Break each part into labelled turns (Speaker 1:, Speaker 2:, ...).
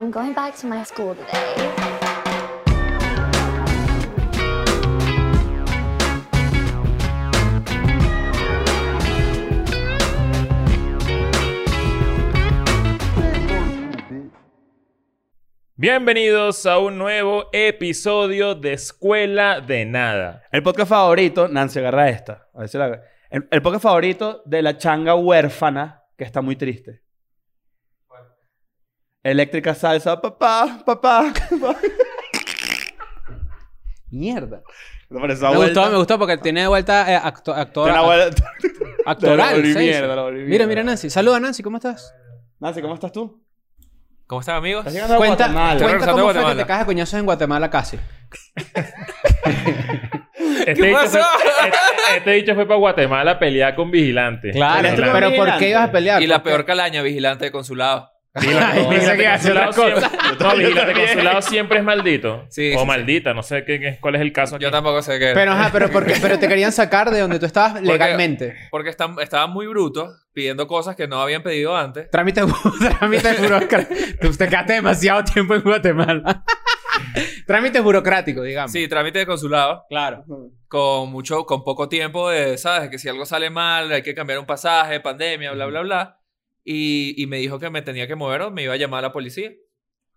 Speaker 1: I'm going back to my school today.
Speaker 2: Bienvenidos a un nuevo episodio de Escuela de Nada.
Speaker 3: El podcast favorito, Nancy, agarra esta. A ver si la- el, el podcast favorito de la changa huérfana que está muy triste. Eléctrica salsa, papá, papá. papá.
Speaker 4: Mierda.
Speaker 3: ¿Te parece esa
Speaker 4: Me
Speaker 3: vuelta?
Speaker 4: gustó, me gustó porque tiene de vuelta eh, acto- actor,
Speaker 3: Tiene una vuelta.
Speaker 4: actoral.
Speaker 3: de la
Speaker 4: se dice.
Speaker 3: mierda, la volví
Speaker 4: mira,
Speaker 3: mierda.
Speaker 4: mira Nancy. Saluda Nancy, ¿cómo estás?
Speaker 3: Nancy, ¿cómo estás tú?
Speaker 5: ¿Cómo están, amigos?
Speaker 3: Estás llegando a
Speaker 4: cuenta
Speaker 3: Guatemala.
Speaker 4: cuenta
Speaker 5: Regresando a
Speaker 4: cómo fue que
Speaker 5: Guatemala.
Speaker 4: te cagas a coñazos en Guatemala casi.
Speaker 2: Este,
Speaker 5: ¿Qué
Speaker 2: dicho,
Speaker 5: pasó?
Speaker 2: fue, este, este dicho fue para Guatemala a pelear con vigilantes.
Speaker 4: Claro,
Speaker 3: Eres tú
Speaker 4: pero ¿por
Speaker 3: vigilante.
Speaker 4: qué ibas a pelear?
Speaker 5: Y la
Speaker 4: ¿Por qué?
Speaker 5: peor calaña, vigilante de consulado.
Speaker 2: Vigilante
Speaker 6: que hace otra
Speaker 2: consulado siempre- No, vigilante consulado siempre es maldito.
Speaker 5: Sí,
Speaker 2: o
Speaker 5: sí, sí.
Speaker 2: maldita, no sé qué, qué- cuál es el caso.
Speaker 5: Yo
Speaker 2: aquí.
Speaker 5: tampoco sé qué.
Speaker 4: Pero, ajá, pero, ¿por qué? pero te querían sacar de donde tú estabas legalmente.
Speaker 5: Porque están- estaban muy brutos pidiendo cosas que no habían pedido antes.
Speaker 6: Trámite, trámite burocrático. Tú te quedaste demasiado tiempo en Guatemala.
Speaker 4: Trámites burocráticos, digamos.
Speaker 5: Sí, trámite de consulado.
Speaker 4: Claro.
Speaker 5: Con mucho, con poco tiempo de, ¿sabes? Que si algo sale mal, hay que cambiar un pasaje, pandemia, bla, bla, bla. Y, y me dijo que me tenía que mover o me iba a llamar a la policía.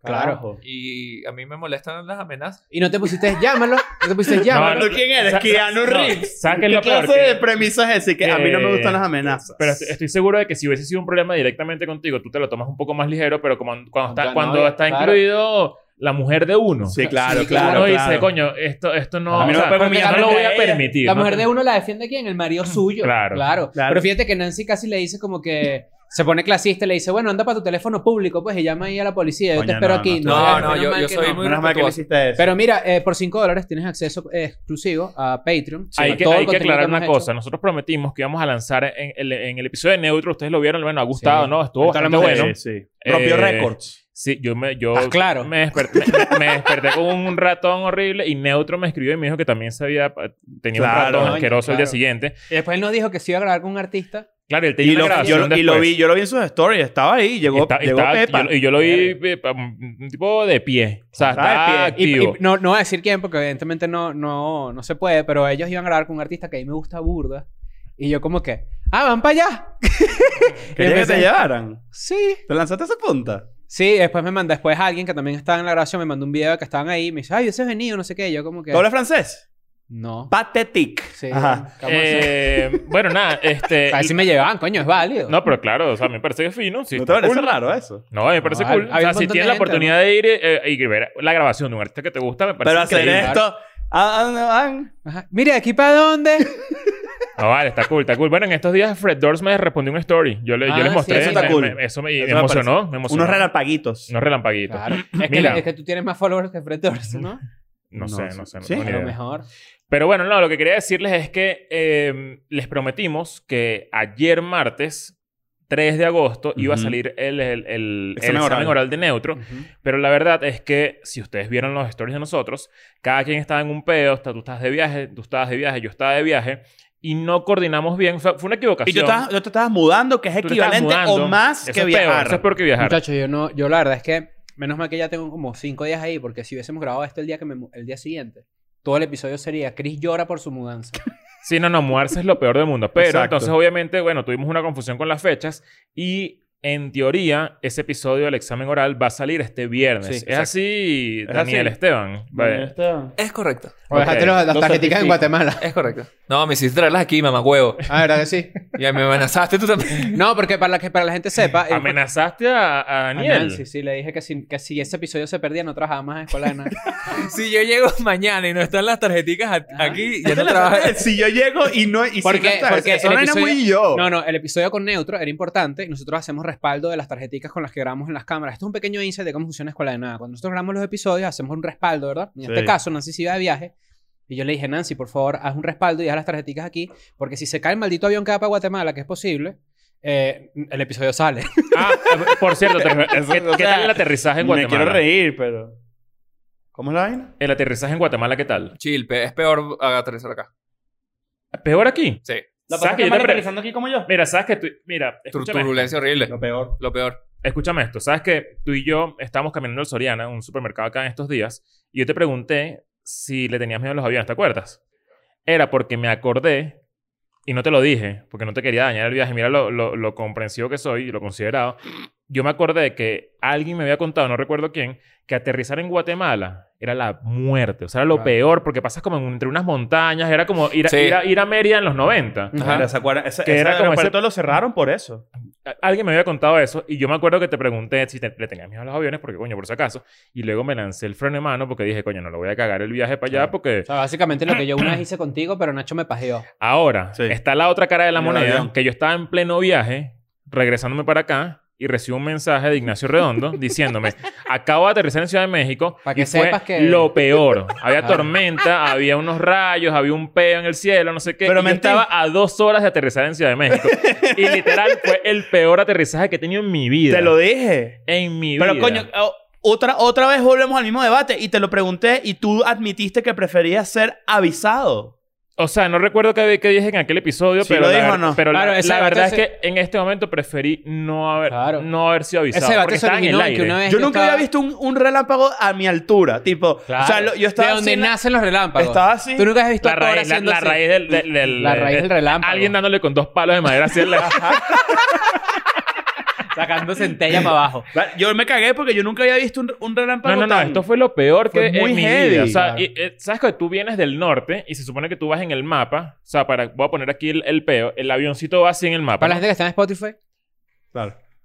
Speaker 3: Carajo.
Speaker 5: Y a mí me molestan las amenazas.
Speaker 4: Y no te pusiste llámalo. No te pusiste
Speaker 2: No,
Speaker 4: llámalo.
Speaker 2: no,
Speaker 3: ¿Quién eres?
Speaker 2: Sa-
Speaker 3: Keanu
Speaker 2: no,
Speaker 3: Reeves.
Speaker 2: ¿Sabes qué es
Speaker 3: ¿Qué
Speaker 2: lo peor?
Speaker 3: clase de
Speaker 2: Que-
Speaker 3: premisa es ese? Que a mí no me
Speaker 2: Eh,
Speaker 3: gustan las amenazas.
Speaker 2: Pero estoy, estoy seguro de que si hubiese sido un problema directamente contigo, tú te lo tomas un poco más ligero, pero como cuando está,
Speaker 4: Ya no,
Speaker 2: cuando
Speaker 4: ya,
Speaker 2: está
Speaker 4: claro.
Speaker 2: incluido la mujer de uno.
Speaker 3: Sí, claro,
Speaker 4: Sí,
Speaker 3: claro,
Speaker 2: uno
Speaker 3: claro.
Speaker 2: dice, coño, esto, esto no,
Speaker 3: A mí no
Speaker 2: o sea,
Speaker 3: me pueden
Speaker 2: yo
Speaker 3: humillar
Speaker 2: no lo voy
Speaker 3: frente
Speaker 2: a
Speaker 3: a ella.
Speaker 2: permitir.
Speaker 4: La
Speaker 2: ¿no?
Speaker 4: mujer de uno la defiende quién? El marido suyo.
Speaker 2: Claro.
Speaker 4: Claro.
Speaker 3: Claro.
Speaker 4: Pero fíjate que Nancy casi le dice como que se pone clasista y le dice, bueno, anda para tu teléfono público, pues, y llama ahí a la policía. Yo
Speaker 3: Coño,
Speaker 4: te espero
Speaker 3: no,
Speaker 4: aquí.
Speaker 3: no,
Speaker 5: no,
Speaker 4: menos
Speaker 5: no, yo-
Speaker 4: mal
Speaker 5: yo
Speaker 4: que
Speaker 5: soy
Speaker 3: Menos
Speaker 5: muy
Speaker 3: mal que no
Speaker 5: respetuoso.
Speaker 3: hiciste eso.
Speaker 4: Pero mira, eh, por 5 dólares tienes acceso eh, exclusivo a Patreon.
Speaker 2: hay
Speaker 4: a
Speaker 2: que,
Speaker 4: todo el
Speaker 2: hay que
Speaker 4: contenido
Speaker 2: aclarar
Speaker 4: hemos
Speaker 2: una
Speaker 4: hecho.
Speaker 2: cosa. Nosotros prometimos que íbamos a lanzar en el, en el episodio de Neutro. Ustedes lo vieron, bueno, ha gustado,
Speaker 4: Sí.
Speaker 2: ¿no? Estuvo
Speaker 3: Ahorita
Speaker 2: bastante
Speaker 3: hablamos de-
Speaker 2: bueno.
Speaker 3: sí. Propio
Speaker 2: Eh,
Speaker 3: Records.
Speaker 2: Sí, yo me, yo
Speaker 4: Ah, claro.
Speaker 2: me, desperté, me, me desperté con un ratón horrible y Neutro me escribió y me dijo que también se había tenido
Speaker 3: Claro,
Speaker 2: un ratón
Speaker 4: coño,
Speaker 2: asqueroso el día
Speaker 4: claro.
Speaker 2: siguiente.
Speaker 4: Y después él nos dijo que se iba a grabar con un artista.
Speaker 2: Claro, él tenía
Speaker 3: Y
Speaker 2: una
Speaker 3: lo, yo,
Speaker 2: grabación
Speaker 3: lo- y lo
Speaker 2: después.
Speaker 3: vi, yo lo vi en sus stories. Estaba ahí. Llegó,
Speaker 2: Está-
Speaker 3: llegó
Speaker 2: está-
Speaker 3: Pepa.
Speaker 2: y yo- Y yo, lo vi Pepa, un tipo de pie. O sea,
Speaker 3: Estaba
Speaker 2: está
Speaker 3: de
Speaker 4: Y- y
Speaker 2: activo.
Speaker 4: no, no voy a decir quién, porque evidentemente no, no, no se puede, pero ellos iban a grabar con un artista que a mí me gusta burda. Y yo como que, ah, van para allá.
Speaker 3: Quería que
Speaker 4: empecé-
Speaker 3: te llevaran.
Speaker 4: Sí.
Speaker 3: ¿Te lanzaste a esa punta?
Speaker 4: Sí, después me mandó, después alguien que también estaba en la grabación me mandó un video de que estaban ahí y me dice, ay, ese es venido, no sé qué. Y yo como que...
Speaker 3: ¿Tú hablas francés?
Speaker 4: No.
Speaker 3: Pathetic.
Speaker 4: Sí.
Speaker 3: Ajá.
Speaker 4: ¿cómo así?
Speaker 2: Eh, bueno, nada, este...
Speaker 4: a ver si me llevaban, coño, es válido.
Speaker 2: No, pero claro, o sea, me parece que es fino. Sí,
Speaker 3: ¿No te
Speaker 2: está
Speaker 3: parece
Speaker 2: cool.
Speaker 3: raro eso?
Speaker 2: No, me parece
Speaker 4: No,
Speaker 2: cool.
Speaker 4: hay-
Speaker 2: O
Speaker 4: hay
Speaker 2: sea,
Speaker 4: un
Speaker 2: si
Speaker 4: montón
Speaker 2: tienes
Speaker 4: de
Speaker 2: la
Speaker 4: gente,
Speaker 2: oportunidad de ir eh, y ver la grabación de un artista que te gusta, me parece
Speaker 3: Pero hacer
Speaker 2: increíble.
Speaker 3: esto... ah, ¿A dónde van?
Speaker 4: Ajá. Mire, ¿aquí para dónde?
Speaker 2: No, vale, está cool, está cool. Bueno, en estos días Fred Doors me respondió una story. Yo, le,
Speaker 4: Ah,
Speaker 2: yo les
Speaker 4: sí,
Speaker 2: mostré.
Speaker 3: eso está
Speaker 2: me-
Speaker 3: cool.
Speaker 2: me- eso me,
Speaker 3: Eso
Speaker 2: me
Speaker 3: me
Speaker 2: emocionó, me emocionó.
Speaker 3: Unos relampaguitos.
Speaker 2: Unos relampaguitos.
Speaker 4: Claro. Es que,
Speaker 2: Mira.
Speaker 4: es que tú tienes más followers que Fred Dorsey, ¿no?
Speaker 2: No,
Speaker 3: No
Speaker 2: sé,
Speaker 3: sé.
Speaker 2: no sé. no
Speaker 3: ¿Sí?
Speaker 2: tengo
Speaker 4: A
Speaker 2: ni
Speaker 4: lo
Speaker 2: idea.
Speaker 4: mejor.
Speaker 2: Pero bueno, no, lo que quería decirles es que eh, les prometimos que ayer martes, 3 de agosto, iba a
Speaker 3: Ujú.
Speaker 2: salir el, el, el- el examen, oral.
Speaker 3: Examen oral.
Speaker 2: de neutro. Pero la verdad es que si ustedes vieron los stories de nosotros, cada quien estaba en un pedo, está- tú estás de viaje, tú estabas de viaje, yo estaba de viaje, y no coordinamos bien. Fue, fue una equivocación.
Speaker 3: Y tú, estabas- tú te estabas mudando, que es
Speaker 2: Tú te estabas
Speaker 3: equivalente
Speaker 2: mudando.
Speaker 3: o más
Speaker 2: Eso
Speaker 3: que
Speaker 2: es peor,
Speaker 3: viajar.
Speaker 2: eso es peor que viajar.
Speaker 4: Muchachos, yo no, yo la verdad es que menos mal que ya tengo como cinco días ahí, porque si hubiésemos grabado esto el día que me mu- el día siguiente, todo el episodio sería Chris llora por su mudanza.
Speaker 2: Sí, no, no, mudarse es lo peor del mundo. Pero
Speaker 3: Exacto.
Speaker 2: entonces, obviamente, bueno, tuvimos una confusión con las fechas y en teoría ese episodio del examen oral va a salir este viernes.
Speaker 4: Sí,
Speaker 2: es
Speaker 3: exacto.
Speaker 2: así,
Speaker 3: Es
Speaker 2: Daniel
Speaker 3: así. Eh,
Speaker 2: Esteban. Vale.
Speaker 5: Es correcto.
Speaker 4: O dejate los- las
Speaker 3: lo
Speaker 4: tarjeticas
Speaker 3: certifico.
Speaker 4: en Guatemala.
Speaker 5: Es correcto. No, me hiciste traerlas aquí, mamá huevo.
Speaker 4: Ah, ¿verdad que sí?
Speaker 5: Y me amenazaste tú también.
Speaker 4: No, porque para la que para la gente sepa,
Speaker 3: pues,
Speaker 4: eh,
Speaker 2: Amenazaste a, a
Speaker 4: a
Speaker 2: Daniel.
Speaker 4: Nancy, sí, le dije que si, que si ese episodio se perdía, no trabajaba más en escuela de nada.
Speaker 5: Si yo llego mañana y no están las tarjeticas a-
Speaker 4: Ajá.
Speaker 5: aquí, ya no trabajo.
Speaker 3: si yo llego y no... Y
Speaker 4: Porque-
Speaker 3: si no estás,
Speaker 4: porque
Speaker 3: eso
Speaker 4: el
Speaker 3: no era
Speaker 4: episodio-
Speaker 3: muy yo.
Speaker 4: No, no, el episodio con Neutro era importante y nosotros hacemos respaldo de las tarjeticas con las que grabamos en las cámaras. Esto es un pequeño insight de cómo funciona Escuela de Nada. Cuando nosotros grabamos los episodios, hacemos un respaldo, ¿verdad? En este
Speaker 3: Sí.
Speaker 4: caso, Nancy se iba de viaje y yo le dije, Nancy, por favor, haz un respaldo y haz las tarjeticas aquí, porque si se cae el maldito avión que va para Guatemala, que es posible, eh, el episodio sale.
Speaker 2: Ah, por cierto, te-
Speaker 3: Eso,
Speaker 2: ¿qué,
Speaker 3: o
Speaker 2: qué
Speaker 3: sea,
Speaker 2: tal el aterrizaje en
Speaker 3: Me
Speaker 2: Guatemala?
Speaker 3: quiero reír, pero... ¿Cómo es la vaina?
Speaker 2: El aterrizaje en Guatemala, ¿qué tal?
Speaker 5: Chill, pe- es peor aterrizar acá.
Speaker 2: ¿Peor aquí?
Speaker 5: Sí.
Speaker 2: ¿Sabes que yo te pre-
Speaker 3: aquí como yo?
Speaker 2: Mira, sabes que tú... Mira,
Speaker 5: Tur-
Speaker 2: escúchame.
Speaker 5: turbulencia horrible.
Speaker 3: Lo peor.
Speaker 5: Lo peor.
Speaker 2: escúchame esto. Sabes que tú y yo estábamos caminando al Soriana, un supermercado acá en estos días, y yo te pregunté si le tenías miedo a los aviones, ¿te acuerdas? Era porque me acordé y no te lo dije, porque no te quería dañar el viaje. Mira lo, lo, lo comprensivo que soy y lo considerado. Yo me acordé que alguien me había contado, no recuerdo quién, que aterrizar en Guatemala era la muerte. O sea, era lo
Speaker 4: Claro.
Speaker 2: peor, porque pasas como entre unas montañas. Era como ir a,
Speaker 5: Sí.
Speaker 2: ir a, ir a Mérida en los 90.
Speaker 4: Ajá.
Speaker 3: Era esa cuadra- esa-
Speaker 2: Que
Speaker 3: ese
Speaker 2: era como ese-
Speaker 3: aeropuerto lo cerraron por eso.
Speaker 2: A- Alguien me había contado eso y yo me acuerdo que te pregunté si te- le tenías miedo a los aviones, porque coño, por si acaso. Y luego me lancé el freno de mano porque dije, coño, no lo voy a cagar el viaje para allá porque
Speaker 4: O sea, básicamente lo que yo una vez hice contigo, pero Nacho me pajeó.
Speaker 2: ahora
Speaker 3: Sí.
Speaker 2: está la otra cara de la
Speaker 3: En el avión.
Speaker 2: moneda, que yo estaba en pleno viaje, regresándome para acá y recibo un mensaje de Ignacio Redondo diciéndome, acabo de aterrizar en Ciudad de México
Speaker 4: Pa' que
Speaker 2: y fue
Speaker 4: sepas que-
Speaker 2: lo peor. Había
Speaker 4: Ah.
Speaker 2: tormenta, había unos rayos, había un peo en el cielo, no sé qué.
Speaker 3: Pero
Speaker 2: y yo
Speaker 3: mentí.
Speaker 2: estaba a dos horas de aterrizar en Ciudad de México. y literal fue el peor aterrizaje que he tenido en mi vida.
Speaker 3: Te lo dije.
Speaker 2: En mi
Speaker 3: Pero
Speaker 2: vida.
Speaker 3: coño, o- otra, otra vez volvemos al mismo debate y te lo pregunté y tú admitiste que preferías ser avisado.
Speaker 2: O sea, no recuerdo qué, qué dije en aquel episodio,
Speaker 3: Si
Speaker 2: pero,
Speaker 3: lo
Speaker 2: la,
Speaker 3: dijo
Speaker 2: ver-
Speaker 3: o no.
Speaker 2: pero la-
Speaker 4: Claro,
Speaker 2: la,
Speaker 4: ese debate
Speaker 2: verdad
Speaker 4: se-
Speaker 2: es que en este momento preferí no haber,
Speaker 4: Claro.
Speaker 2: no haber sido avisado.
Speaker 4: Ese
Speaker 2: porque
Speaker 4: debate se
Speaker 2: estaba en el
Speaker 4: originó en
Speaker 2: aire.
Speaker 4: que una
Speaker 3: Yo
Speaker 4: vez yo
Speaker 3: nunca
Speaker 4: estaba-
Speaker 3: había visto un, un relámpago a mi altura, tipo, o sea, lo- yo estaba
Speaker 4: de donde
Speaker 3: así-
Speaker 4: nacen los relámpagos.
Speaker 3: Estaba así.
Speaker 4: Tú nunca has visto
Speaker 2: La
Speaker 4: a Thor
Speaker 2: raíz, la,
Speaker 4: haciendo
Speaker 2: la
Speaker 4: así?
Speaker 2: raíz del, del- del-
Speaker 4: La raíz del relámpago.
Speaker 2: Alguien dándole con dos palos de madera así en la...
Speaker 4: sacando centella para abajo.
Speaker 3: Va, Yo me cagué porque yo nunca había visto un, un relámpago.
Speaker 2: No, no, no.
Speaker 3: tan-
Speaker 2: Esto fue lo peor que
Speaker 3: Fue
Speaker 2: en
Speaker 3: muy
Speaker 2: mi
Speaker 3: heavy,
Speaker 2: vida. O sea,
Speaker 3: claro.
Speaker 2: y, eh, sabes que tú vienes del norte y se supone que tú vas en el mapa. O sea, para, voy a poner aquí el, el peo. El avioncito va así en el mapa.
Speaker 4: Para
Speaker 2: ¿no?
Speaker 4: la gente que está en Spotify.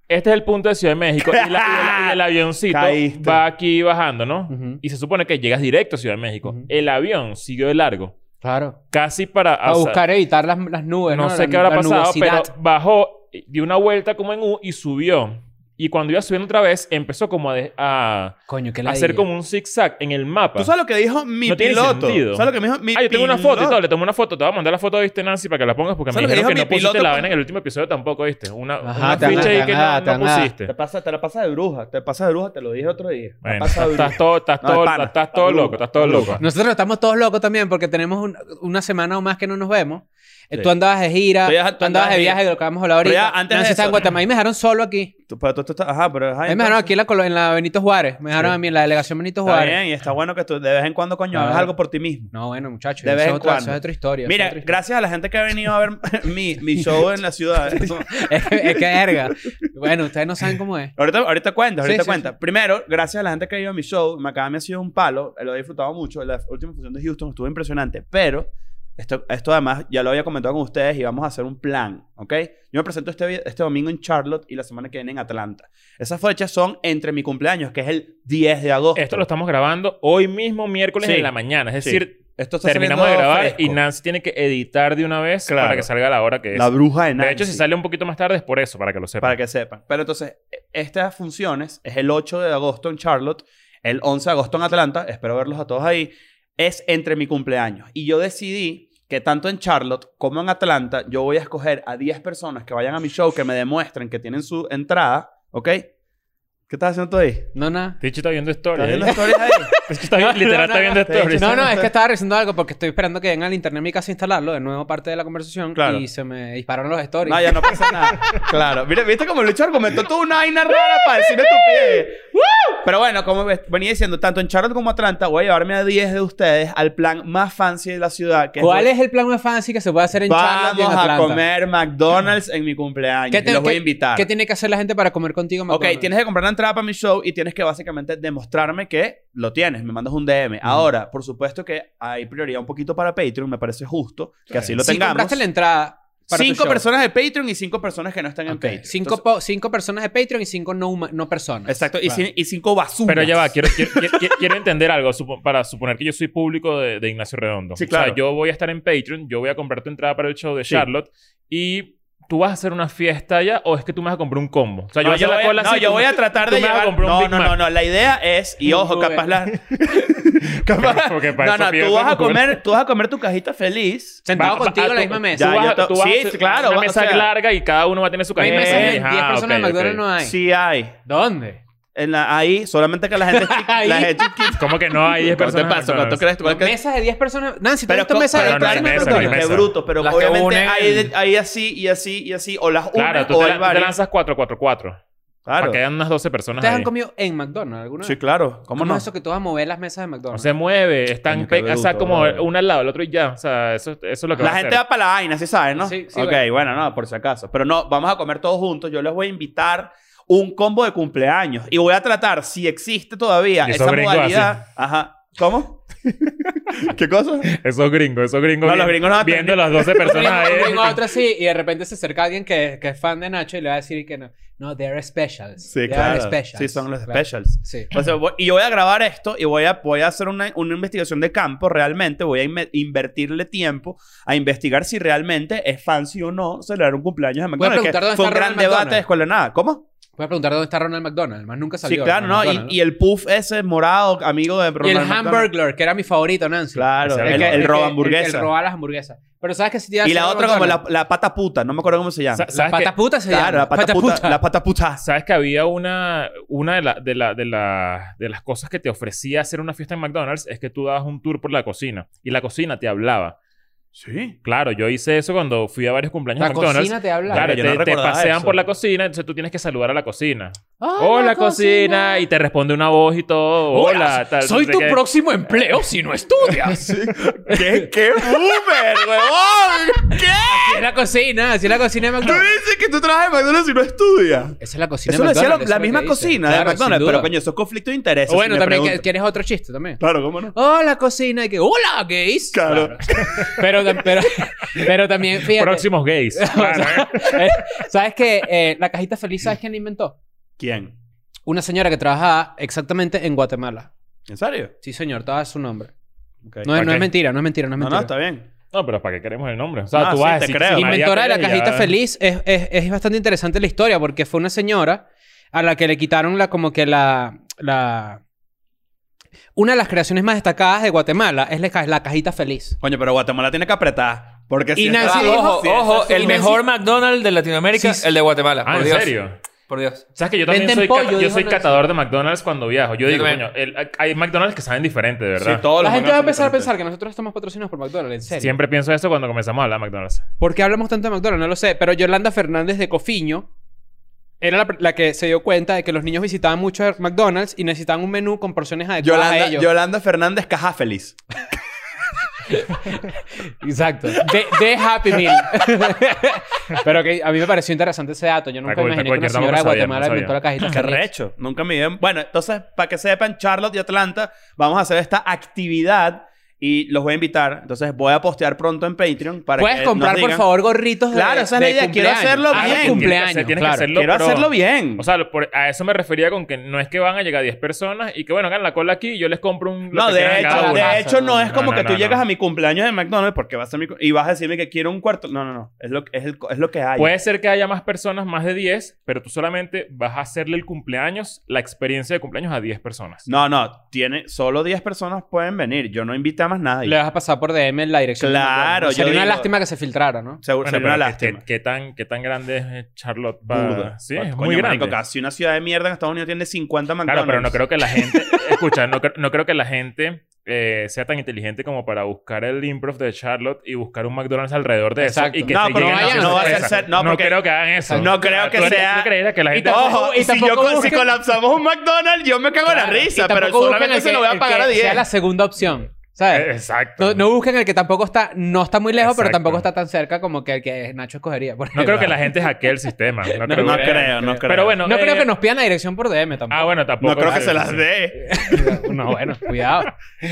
Speaker 2: Este es el punto de Ciudad de México. y, la- y la- y el avioncito
Speaker 3: Caíste.
Speaker 2: va aquí bajando, ¿no?
Speaker 4: Ujú.
Speaker 2: Y se supone que llegas directo a Ciudad de México.
Speaker 4: Ujú.
Speaker 2: El avión siguió de largo.
Speaker 4: Claro.
Speaker 2: Casi para...
Speaker 4: A
Speaker 2: Ah, o sea,
Speaker 4: buscar evitar las, las nubes.
Speaker 2: No,
Speaker 4: No,
Speaker 2: sé
Speaker 4: La-
Speaker 2: qué habrá
Speaker 4: la
Speaker 2: pasado, pero
Speaker 4: nubosidad.
Speaker 2: bajó, dio una vuelta como en U y subió. Y cuando iba subiendo otra vez, empezó como a, de- a-
Speaker 4: Coño, qué
Speaker 2: a hacer
Speaker 4: ladilla.
Speaker 2: como un zigzag en el mapa.
Speaker 3: ¿Tú sabes lo que dijo mi
Speaker 2: No tiene
Speaker 3: piloto?
Speaker 2: sentido.
Speaker 3: ¿Sabes lo que me dijo mi
Speaker 2: Ah, yo tengo una foto y
Speaker 3: piloto?
Speaker 2: todo. Le tomé una foto. Te voy a mandar la foto, ¿viste, Nancy? Para que la pongas. Porque me
Speaker 3: ¿Sabes lo que
Speaker 2: dijeron que, no
Speaker 3: dijo mi
Speaker 2: pusiste
Speaker 3: piloto
Speaker 2: la
Speaker 3: cuando-
Speaker 2: vaina en el último episodio tampoco, ¿viste? Una,
Speaker 4: Ajá,
Speaker 2: una
Speaker 4: te van a-
Speaker 2: ficha ahí
Speaker 4: te
Speaker 2: que
Speaker 4: van a-
Speaker 2: no,
Speaker 4: te
Speaker 2: no
Speaker 4: van a-
Speaker 2: pusiste.
Speaker 3: Te pasa, te la pasas de bruja, te pasas de bruja, te lo dije otro día. Te
Speaker 2: Bueno,
Speaker 3: pasas de bruja.
Speaker 2: estás todo, estás
Speaker 3: No, de
Speaker 2: todo,
Speaker 3: pana.
Speaker 2: estás todo
Speaker 3: Está
Speaker 2: loco, estás todo
Speaker 3: bruja.
Speaker 2: loco.
Speaker 4: Nosotros estamos todos locos también porque tenemos un- una semana o más que no nos vemos. Eh,
Speaker 3: Sí.
Speaker 4: Tú andabas de gira,
Speaker 3: Tú ya-
Speaker 4: tú andabas de viaje, de lo que habíamos hablado
Speaker 3: Pero ya,
Speaker 4: ahorita.
Speaker 3: antes de
Speaker 4: Nancy está
Speaker 3: eso.
Speaker 4: en Guatemala y me dejaron solo aquí.
Speaker 3: Tú- pero tú- tú estás- ajá, pero pues. ajá,
Speaker 4: A mí me dejaron
Speaker 3: entonces-
Speaker 4: aquí en la, colo- en la Benito Juárez. Me dejaron a mí en la delegación Benito
Speaker 3: Está
Speaker 4: Juárez.
Speaker 3: bien, y está bueno que tú de vez en cuando, coño,
Speaker 4: Claro.
Speaker 3: hagas algo por ti mismo.
Speaker 4: No, bueno, muchachos.
Speaker 3: De
Speaker 4: eso
Speaker 3: vez
Speaker 4: es
Speaker 3: en
Speaker 4: otra- eso
Speaker 3: cuando.
Speaker 4: es otra historia. eso
Speaker 3: Mira,
Speaker 4: es otra historia.
Speaker 3: gracias a la gente que ha venido a ver mi, mi show en la ciudad.
Speaker 4: es, que, es que verga. Bueno, ustedes no saben cómo es.
Speaker 3: ahorita, ahorita cuenta,
Speaker 4: Sí,
Speaker 3: ahorita
Speaker 4: sí,
Speaker 3: cuenta. Primero, gracias a la gente que ha ido a mi show. Macadamia ha sido un palo, lo he disfrutado mucho. La última función de Houston estuvo impresionante, pero esto, esto además ya lo había comentado con ustedes y vamos a hacer un plan, ¿ok? Yo me presento este, vi- este domingo en Charlotte y la semana que viene en Atlanta. Esas fechas son entre mi cumpleaños, que es el 10 de agosto.
Speaker 2: Esto lo estamos grabando hoy mismo, miércoles
Speaker 3: Sí.
Speaker 2: en la mañana. Es
Speaker 3: Sí.
Speaker 2: decir,
Speaker 3: Esto está
Speaker 2: terminamos de
Speaker 3: saliendo
Speaker 2: grabar
Speaker 3: fresco.
Speaker 2: y Nancy tiene que editar de una vez
Speaker 3: Claro.
Speaker 2: para que salga a la hora que es.
Speaker 3: La bruja de Nancy.
Speaker 2: de hecho, si sale un poquito más tarde es por eso, para que lo sepan.
Speaker 3: Para que sepan. Pero entonces, e- estas funciones es el 8 de agosto en Charlotte, el 11 de agosto en Atlanta, espero verlos a todos ahí, es entre mi cumpleaños. Y yo decidí que tanto en Charlotte como en Atlanta, yo voy a escoger a 10 personas que vayan a mi show, que me demuestren que tienen su entrada, ¿ok? ¿Qué estás haciendo tú ahí?
Speaker 4: No, nada.
Speaker 2: Ticho está viendo
Speaker 3: ¿Estás
Speaker 2: stories.
Speaker 3: viendo
Speaker 2: ¿eh?
Speaker 3: stories ahí?
Speaker 2: Ticho está vi- literal
Speaker 4: no,
Speaker 2: está viendo
Speaker 3: no, te he
Speaker 2: stories.
Speaker 3: dicho,
Speaker 4: No, no, es
Speaker 3: Está-
Speaker 4: que estaba revisando algo porque estoy esperando que venga al internet en mi casa a instalarlo de nuevo parte de la conversación
Speaker 3: Claro.
Speaker 4: y se me dispararon los stories.
Speaker 3: No, ya no pasa nada. Claro. Mira, ¿viste cómo Lucho argumentó toda una vaina rara para decir estupidez? ¡Woo! Pero bueno, como ve- venía diciendo, tanto en Charlotte como Atlanta, voy a llevarme a 10 de ustedes al plan más fancy de la ciudad. Que
Speaker 4: ¿Cuál es el plan más fancy que se puede hacer en Charlotte y en
Speaker 3: Vamos
Speaker 4: Atlanta?
Speaker 3: a comer McDonald's en mi cumpleaños.
Speaker 4: ¿Qué
Speaker 3: y
Speaker 4: te-
Speaker 3: los voy a
Speaker 4: qué-
Speaker 3: invitar.
Speaker 4: ¿Qué tiene que hacer la gente para comer contigo,
Speaker 3: Ok,
Speaker 4: McDonald's?
Speaker 3: tienes que comprar la entrada para mi show y tienes que básicamente demostrarme que lo tienes. Me mandas un DM. Ahora, por supuesto que hay prioridad un poquito para Patreon. Me parece justo que así lo
Speaker 4: si
Speaker 3: tengamos.
Speaker 4: compraste la entrada para tu
Speaker 3: cinco
Speaker 4: show.
Speaker 3: personas de Patreon y cinco personas que no están en
Speaker 4: Ok,
Speaker 3: Patreon.
Speaker 4: Cinco,
Speaker 3: Entonces-
Speaker 4: po- cinco personas de Patreon y cinco no, huma- no personas.
Speaker 3: Exacto, y,
Speaker 4: Claro.
Speaker 3: cin- y cinco basuras.
Speaker 2: Pero ya va, quiero, quiero, quiero- quiero entender algo supo- para suponer que yo soy público de, de Ignacio Redondo.
Speaker 3: Sí,
Speaker 2: O
Speaker 3: claro.
Speaker 2: sea, yo voy a estar en Patreon, yo voy a comprar tu entrada para el show de
Speaker 3: Sí.
Speaker 2: Charlotte y tú vas a hacer una fiesta allá o es que tú me vas a comprar un combo. O sea, yo voy a
Speaker 3: No,
Speaker 2: hacer
Speaker 3: yo
Speaker 2: la
Speaker 3: voy a,
Speaker 2: cola
Speaker 3: no,
Speaker 2: así,
Speaker 3: yo
Speaker 2: tú-
Speaker 3: voy a tratar
Speaker 2: tú
Speaker 3: de
Speaker 2: me vas a
Speaker 3: llevar...
Speaker 2: comprar un
Speaker 3: No,
Speaker 2: Big
Speaker 3: no,
Speaker 2: Mac.
Speaker 3: no, no. La idea es... Y
Speaker 4: Un
Speaker 3: ojo,
Speaker 4: Uber.
Speaker 3: capaz la... capaz-
Speaker 2: Porque para
Speaker 3: no,
Speaker 2: eso
Speaker 3: no.
Speaker 2: pido
Speaker 3: Tú vas, a
Speaker 2: Uber.
Speaker 3: comer, tú vas a comer tu cajita feliz.
Speaker 4: Sentado
Speaker 2: Va- va-
Speaker 4: contigo en la
Speaker 2: tú-
Speaker 4: misma
Speaker 2: Tú
Speaker 4: mesa.
Speaker 3: Ya,
Speaker 2: vas,
Speaker 3: yo
Speaker 2: a-
Speaker 3: to-
Speaker 2: tú vas a
Speaker 3: sí,
Speaker 2: hacer
Speaker 3: claro,
Speaker 2: Una
Speaker 3: o
Speaker 2: mesa
Speaker 3: sea-
Speaker 2: larga y cada uno va a tener su
Speaker 4: No hay
Speaker 2: cajita.
Speaker 4: mesas
Speaker 3: Eh,
Speaker 4: de diez
Speaker 2: Ah,
Speaker 4: personas
Speaker 2: ok,
Speaker 4: en McDonald's
Speaker 2: ok.
Speaker 4: no hay.
Speaker 3: Sí hay.
Speaker 4: ¿Dónde?
Speaker 3: En la, ahí, solamente que la gente es chiquita.
Speaker 4: Ahí.
Speaker 3: la gente es chiquita.
Speaker 2: ¿Cómo que no hay 10
Speaker 3: ¿Cuánto te
Speaker 2: personas?
Speaker 3: paso? ¿Cuánto crees? tú? ¿Cuál que-
Speaker 4: Mesas de 10 personas. Nancy, ¿tú has
Speaker 3: Pero,
Speaker 4: visto mesas de
Speaker 2: pero
Speaker 4: 10
Speaker 2: no hay mesa,
Speaker 4: personas? en
Speaker 2: no hay
Speaker 4: McDonald's?
Speaker 3: Qué
Speaker 2: mesa.
Speaker 3: bruto, pero
Speaker 5: Las que
Speaker 3: obviamente
Speaker 5: unen-
Speaker 3: hay, de- hay así y así y así, o las unes
Speaker 2: Claro, tú
Speaker 3: o
Speaker 2: te,
Speaker 3: hay
Speaker 2: la- tú te
Speaker 3: varias.
Speaker 2: lanzas 4-4-4.
Speaker 3: ¿eh? Claro.
Speaker 2: Para que hayan unas 12 personas
Speaker 4: ¿Ustedes
Speaker 2: ahí.
Speaker 4: han comido en McDonald's alguna
Speaker 3: Sí,
Speaker 4: vez?
Speaker 3: claro. ¿Cómo, no?
Speaker 4: es eso que tú vas a mover las mesas de
Speaker 2: No
Speaker 4: McDonald's?
Speaker 2: se mueve, están
Speaker 3: Coño, qué
Speaker 2: pe- o sea,
Speaker 3: bruto,
Speaker 2: como
Speaker 3: brother.
Speaker 2: uno al lado del otro y ya. O sea, eso, eso es lo que
Speaker 3: La
Speaker 2: van a
Speaker 3: gente
Speaker 2: hacer.
Speaker 3: va para la vaina, sí sabes, ¿no?
Speaker 4: Sí, sí,
Speaker 3: ok,
Speaker 4: bueno.
Speaker 3: bueno. no, por si acaso. Pero no, vamos a comer todos juntos. Yo les voy a invitar un combo de cumpleaños. Y voy a tratar, si existe todavía,
Speaker 2: Y esos
Speaker 3: esa
Speaker 2: gringos
Speaker 3: modalidad. Ajá. ¿Cómo? ¿Qué cosa?
Speaker 2: Esos gringos, esos gringos.
Speaker 3: No,
Speaker 2: vi-
Speaker 3: los gringos no van a
Speaker 2: Viendo las 12 personas ahí.
Speaker 4: Un gringo a otro así y de repente se acerca alguien que, que es fan de Nacho y le va a decir que no. No, they're specials.
Speaker 3: Sí,
Speaker 4: They
Speaker 3: claro.
Speaker 4: are specials.
Speaker 3: Sí, son los
Speaker 4: Claro.
Speaker 3: specials.
Speaker 4: Sí.
Speaker 3: O sea, voy- y yo voy a grabar esto y voy a, voy a hacer una, una investigación de campo realmente. Voy a inme- invertirle tiempo a investigar si realmente es fancy o no celebrar un cumpleaños de McDonald's. que
Speaker 4: preguntar dónde
Speaker 3: fue un
Speaker 4: está
Speaker 3: gran
Speaker 4: Ronald
Speaker 3: debate
Speaker 4: McDonald.
Speaker 3: de escuela de nada. ¿Cómo?
Speaker 4: Voy a preguntar dónde está Ronald McDonald. Más nunca salió.
Speaker 3: sí, claro, ¿no?
Speaker 4: Ronald
Speaker 3: Y,
Speaker 4: McDonald,
Speaker 3: y el puff ese morado, amigo de
Speaker 4: Y el
Speaker 3: Ronald McDonald.
Speaker 4: hamburglar, que era mi favorito, Nancy.
Speaker 3: Claro,
Speaker 2: Ese
Speaker 3: el,
Speaker 2: era
Speaker 3: el roba hamburguesa.
Speaker 4: El, el roba las hamburguesas. Pero sabes que si te
Speaker 3: y la otra como la, la pata puta, no me acuerdo cómo se llama.
Speaker 2: Sa-
Speaker 4: La
Speaker 2: ¿Sabes
Speaker 4: pata
Speaker 2: que,
Speaker 4: puta se
Speaker 3: claro,
Speaker 4: llama.
Speaker 3: la pata, puta, La pata puta.
Speaker 2: sabes que había una, una de, la- de, la- de, la- de las cosas que te ofrecía hacer una fiesta en McDonald's es que tú dabas un tour por la cocina y la cocina te hablaba.
Speaker 3: Sí.
Speaker 2: Claro, yo hice eso cuando fui a varios cumpleaños
Speaker 4: La
Speaker 2: en McDonald's.
Speaker 4: cocina te habla.
Speaker 2: Claro,
Speaker 3: Yo
Speaker 2: te,
Speaker 3: no
Speaker 2: te
Speaker 3: recordaba
Speaker 2: pasean
Speaker 3: eso.
Speaker 2: por la cocina, entonces tú tienes que saludar a la cocina.
Speaker 4: Ah,
Speaker 6: Hola,
Speaker 2: Hola, cocina. Y te responde una voz y todo. Hola, tal.
Speaker 6: Soy
Speaker 2: no sé
Speaker 6: tu
Speaker 2: qué.
Speaker 6: próximo empleo si no estudias.
Speaker 3: ¿Qué, qué boomer, huevón? ¿Qué?
Speaker 4: Así es la cocina, así es la cocina de
Speaker 3: Tú
Speaker 4: McDonald's.
Speaker 3: dices que tú trabajas en McDonald's y no estudias.
Speaker 4: Esa es la cocina
Speaker 3: Eso
Speaker 4: de
Speaker 3: lo decía la,
Speaker 4: McDonald's.
Speaker 3: la misma cocina de McDonald's, pero coño, eso es conflicto de intereses.
Speaker 4: O bueno,
Speaker 3: si me
Speaker 4: también que-
Speaker 3: preguntas.
Speaker 4: quieres otro chiste también.
Speaker 3: Claro, ¿cómo no?
Speaker 4: Hola, cocina. Y que, hola, gays.
Speaker 3: Claro.
Speaker 4: Pero, tam- pero, pero también, fíjate.
Speaker 2: Próximos gays. Claro, ¿eh?
Speaker 4: eh, ¿Sabes qué? Eh, la cajita feliz, ¿sabes quién la inventó?
Speaker 3: ¿Quién?
Speaker 4: Una señora que trabajaba exactamente en Guatemala.
Speaker 3: ¿En serio?
Speaker 4: Sí, señor, estaba su nombre.
Speaker 3: Ok.
Speaker 4: No,
Speaker 3: no,
Speaker 4: es-
Speaker 2: ¿Para
Speaker 4: no
Speaker 2: qué?
Speaker 4: es mentira, no es mentira, no es
Speaker 3: no,
Speaker 4: mentira.
Speaker 3: está bien.
Speaker 2: No, pero ¿para qué queremos el nombre? O sea,
Speaker 3: Ah,
Speaker 2: tú
Speaker 3: sí,
Speaker 2: vas a
Speaker 3: te
Speaker 2: decir
Speaker 3: creo.
Speaker 2: sí, María
Speaker 4: Inventora de la
Speaker 2: Pérez y
Speaker 4: cajita
Speaker 2: ya.
Speaker 4: feliz es, es- es bastante interesante la historia porque fue una señora a la que le quitaron la como que la... la... Una de las creaciones más destacadas de Guatemala es la, ca- la cajita feliz.
Speaker 3: Coño, pero Guatemala tiene que apretar. Porque si
Speaker 4: Y
Speaker 3: está-
Speaker 4: Nancy
Speaker 5: Ah,
Speaker 4: dijo-
Speaker 5: ojo,
Speaker 3: si está
Speaker 5: ojo,
Speaker 3: así-
Speaker 5: el mejor McDonald's de Latinoamérica,
Speaker 4: Sí, sí.
Speaker 5: el de Guatemala.
Speaker 2: Ah,
Speaker 5: por
Speaker 2: ¿en
Speaker 5: Dios.
Speaker 2: serio?
Speaker 5: Por Dios.
Speaker 2: ¿Sabes que yo también
Speaker 4: Venden
Speaker 2: soy,
Speaker 4: pollo,
Speaker 2: cata- yo
Speaker 4: dijo
Speaker 2: soy
Speaker 4: Nancy.
Speaker 2: catador de McDonald's cuando viajo? Yo,
Speaker 5: Yo
Speaker 2: digo,
Speaker 5: también.
Speaker 2: coño, el- hay McDonald's que saben diferente, de verdad.
Speaker 3: Sí, todos
Speaker 4: La
Speaker 3: los
Speaker 4: gente
Speaker 3: McDonald's
Speaker 4: va a empezar
Speaker 3: son
Speaker 4: a
Speaker 3: diferentes.
Speaker 4: pensar que nosotros estamos patrocinados por McDonald's, en serio.
Speaker 2: Siempre pienso eso cuando comenzamos a hablar de McDonald's.
Speaker 4: ¿Por qué hablamos tanto de McDonald's? No lo sé. Pero Yolanda Fernández de Cofiño era la, la que se dio cuenta de que los niños visitaban mucho a McDonald's y necesitaban un menú con porciones adecuadas a
Speaker 3: Yolanda,
Speaker 4: ellos.
Speaker 3: Yolanda Fernández Caja Feliz.
Speaker 4: Exacto. De, de Happy Meal. pero que a mí me pareció interesante ese dato. Yo nunca
Speaker 2: Está cool,
Speaker 4: imaginé
Speaker 2: está
Speaker 4: que
Speaker 2: cool. Yo tampoco
Speaker 4: una señora de
Speaker 2: sabía,
Speaker 4: Guatemala
Speaker 2: no
Speaker 4: inventó la cajita.
Speaker 3: Qué
Speaker 4: feliz.
Speaker 3: recho. Nunca me dieron. Bueno, entonces, para que sepan, Charlotte y Atlanta, vamos a hacer esta actividad y los voy a invitar. Entonces, voy a postear pronto en Patreon para
Speaker 4: Puedes
Speaker 3: que nos
Speaker 4: comprar, por
Speaker 3: digan-
Speaker 4: favor, gorritos de
Speaker 3: Claro, esa es
Speaker 4: de
Speaker 3: la idea. Quiero
Speaker 4: cumpleaños.
Speaker 3: hacerlo
Speaker 4: Ah,
Speaker 3: bien.
Speaker 4: de cumpleaños,
Speaker 2: Tienes que
Speaker 4: claro.
Speaker 2: hacerlo,
Speaker 3: Quiero
Speaker 2: pero-
Speaker 3: hacerlo bien.
Speaker 4: Mm.
Speaker 2: O sea, lo- por- a eso me refería con que no es que van a llegar 10 personas y que, bueno, hagan la cola aquí y yo les compro un... lo
Speaker 3: No,
Speaker 2: que
Speaker 3: de
Speaker 2: quieran a cada
Speaker 3: hecho,
Speaker 2: uno.
Speaker 3: de hecho no es
Speaker 2: No,
Speaker 3: como
Speaker 2: no,
Speaker 3: que tú
Speaker 2: no,
Speaker 3: llegas
Speaker 2: no.
Speaker 3: a mi cumpleaños de McDonald's porque vas a mi cu- y vas a decirme que quiero un cuarto. No, no, no. Es lo, es el, es lo que hay.
Speaker 2: Puede ser que haya más personas, más de 10, pero tú solamente vas a hacerle el cumpleaños, la experiencia de cumpleaños a 10 personas.
Speaker 3: No, no. Tiene, solo 10 personas pueden venir. Yo no invité a más nadie.
Speaker 4: Le vas a pasar por DM la dirección. de
Speaker 3: Claro,
Speaker 4: McDonald's.
Speaker 3: yo
Speaker 4: Sería una
Speaker 3: digo-
Speaker 4: lástima que se filtrara, ¿no?
Speaker 3: Seguro
Speaker 2: Bueno,
Speaker 3: sería
Speaker 2: pero
Speaker 3: una
Speaker 2: ¿qué-
Speaker 3: lástima.
Speaker 2: ¿qué, qué tan, ¿Qué tan grande es eh, Charlotte? para-
Speaker 3: Burda.
Speaker 2: Sí,
Speaker 3: Pa-
Speaker 2: es
Speaker 3: coño,
Speaker 2: muy grande.
Speaker 3: marico, casi una ciudad de mierda en Estados Unidos tiene 50 McDonald's.
Speaker 2: Claro, pero no creo que la gente... escucha, no, cre- no creo que la gente... eh, sea tan inteligente como para buscar el improv de Charlotte y buscar un McDonald's alrededor de
Speaker 4: Exacto.
Speaker 2: eso y que
Speaker 3: No,
Speaker 2: se
Speaker 3: pero
Speaker 2: llenen
Speaker 4: no
Speaker 2: haciendo
Speaker 4: vayan a hacer
Speaker 2: sorpresa.
Speaker 3: ser- no, porque-
Speaker 2: creo que hagan eso
Speaker 3: no creo
Speaker 2: Ah,
Speaker 3: que
Speaker 2: ¿tú eres-
Speaker 3: sea-
Speaker 2: tú creerías que la gente
Speaker 3: Ojo,
Speaker 4: y
Speaker 3: y si,
Speaker 4: tampoco
Speaker 3: yo,
Speaker 4: busquen-
Speaker 3: si colapsamos un McDonald's, yo me cago en la
Speaker 4: Claro.
Speaker 3: risa,
Speaker 4: Y
Speaker 3: pero
Speaker 4: tampoco busquen
Speaker 3: solamente
Speaker 4: el
Speaker 3: se
Speaker 4: que-
Speaker 3: lo voy
Speaker 4: el
Speaker 3: a pagar
Speaker 4: que
Speaker 3: a 10.
Speaker 4: Sea la segunda opción. ¿Sabes?
Speaker 2: Eh, Exacto
Speaker 4: No, no busquen el que tampoco está, no está muy lejos, pero
Speaker 2: Exacto.
Speaker 4: tampoco está tan cerca como que el que Nacho escogería. por
Speaker 2: No creo
Speaker 4: ejemplo.
Speaker 2: que la gente hackee el sistema. No, creo.
Speaker 3: No creo, no creo.
Speaker 2: Pero bueno.
Speaker 4: No creo
Speaker 2: eh,
Speaker 4: que nos pidan la dirección por DM tampoco.
Speaker 2: Ah, bueno, tampoco.
Speaker 3: No creo que
Speaker 2: Sí,
Speaker 3: se
Speaker 2: sí,
Speaker 3: las
Speaker 2: sí.
Speaker 3: dé.
Speaker 4: No, bueno, cuidado.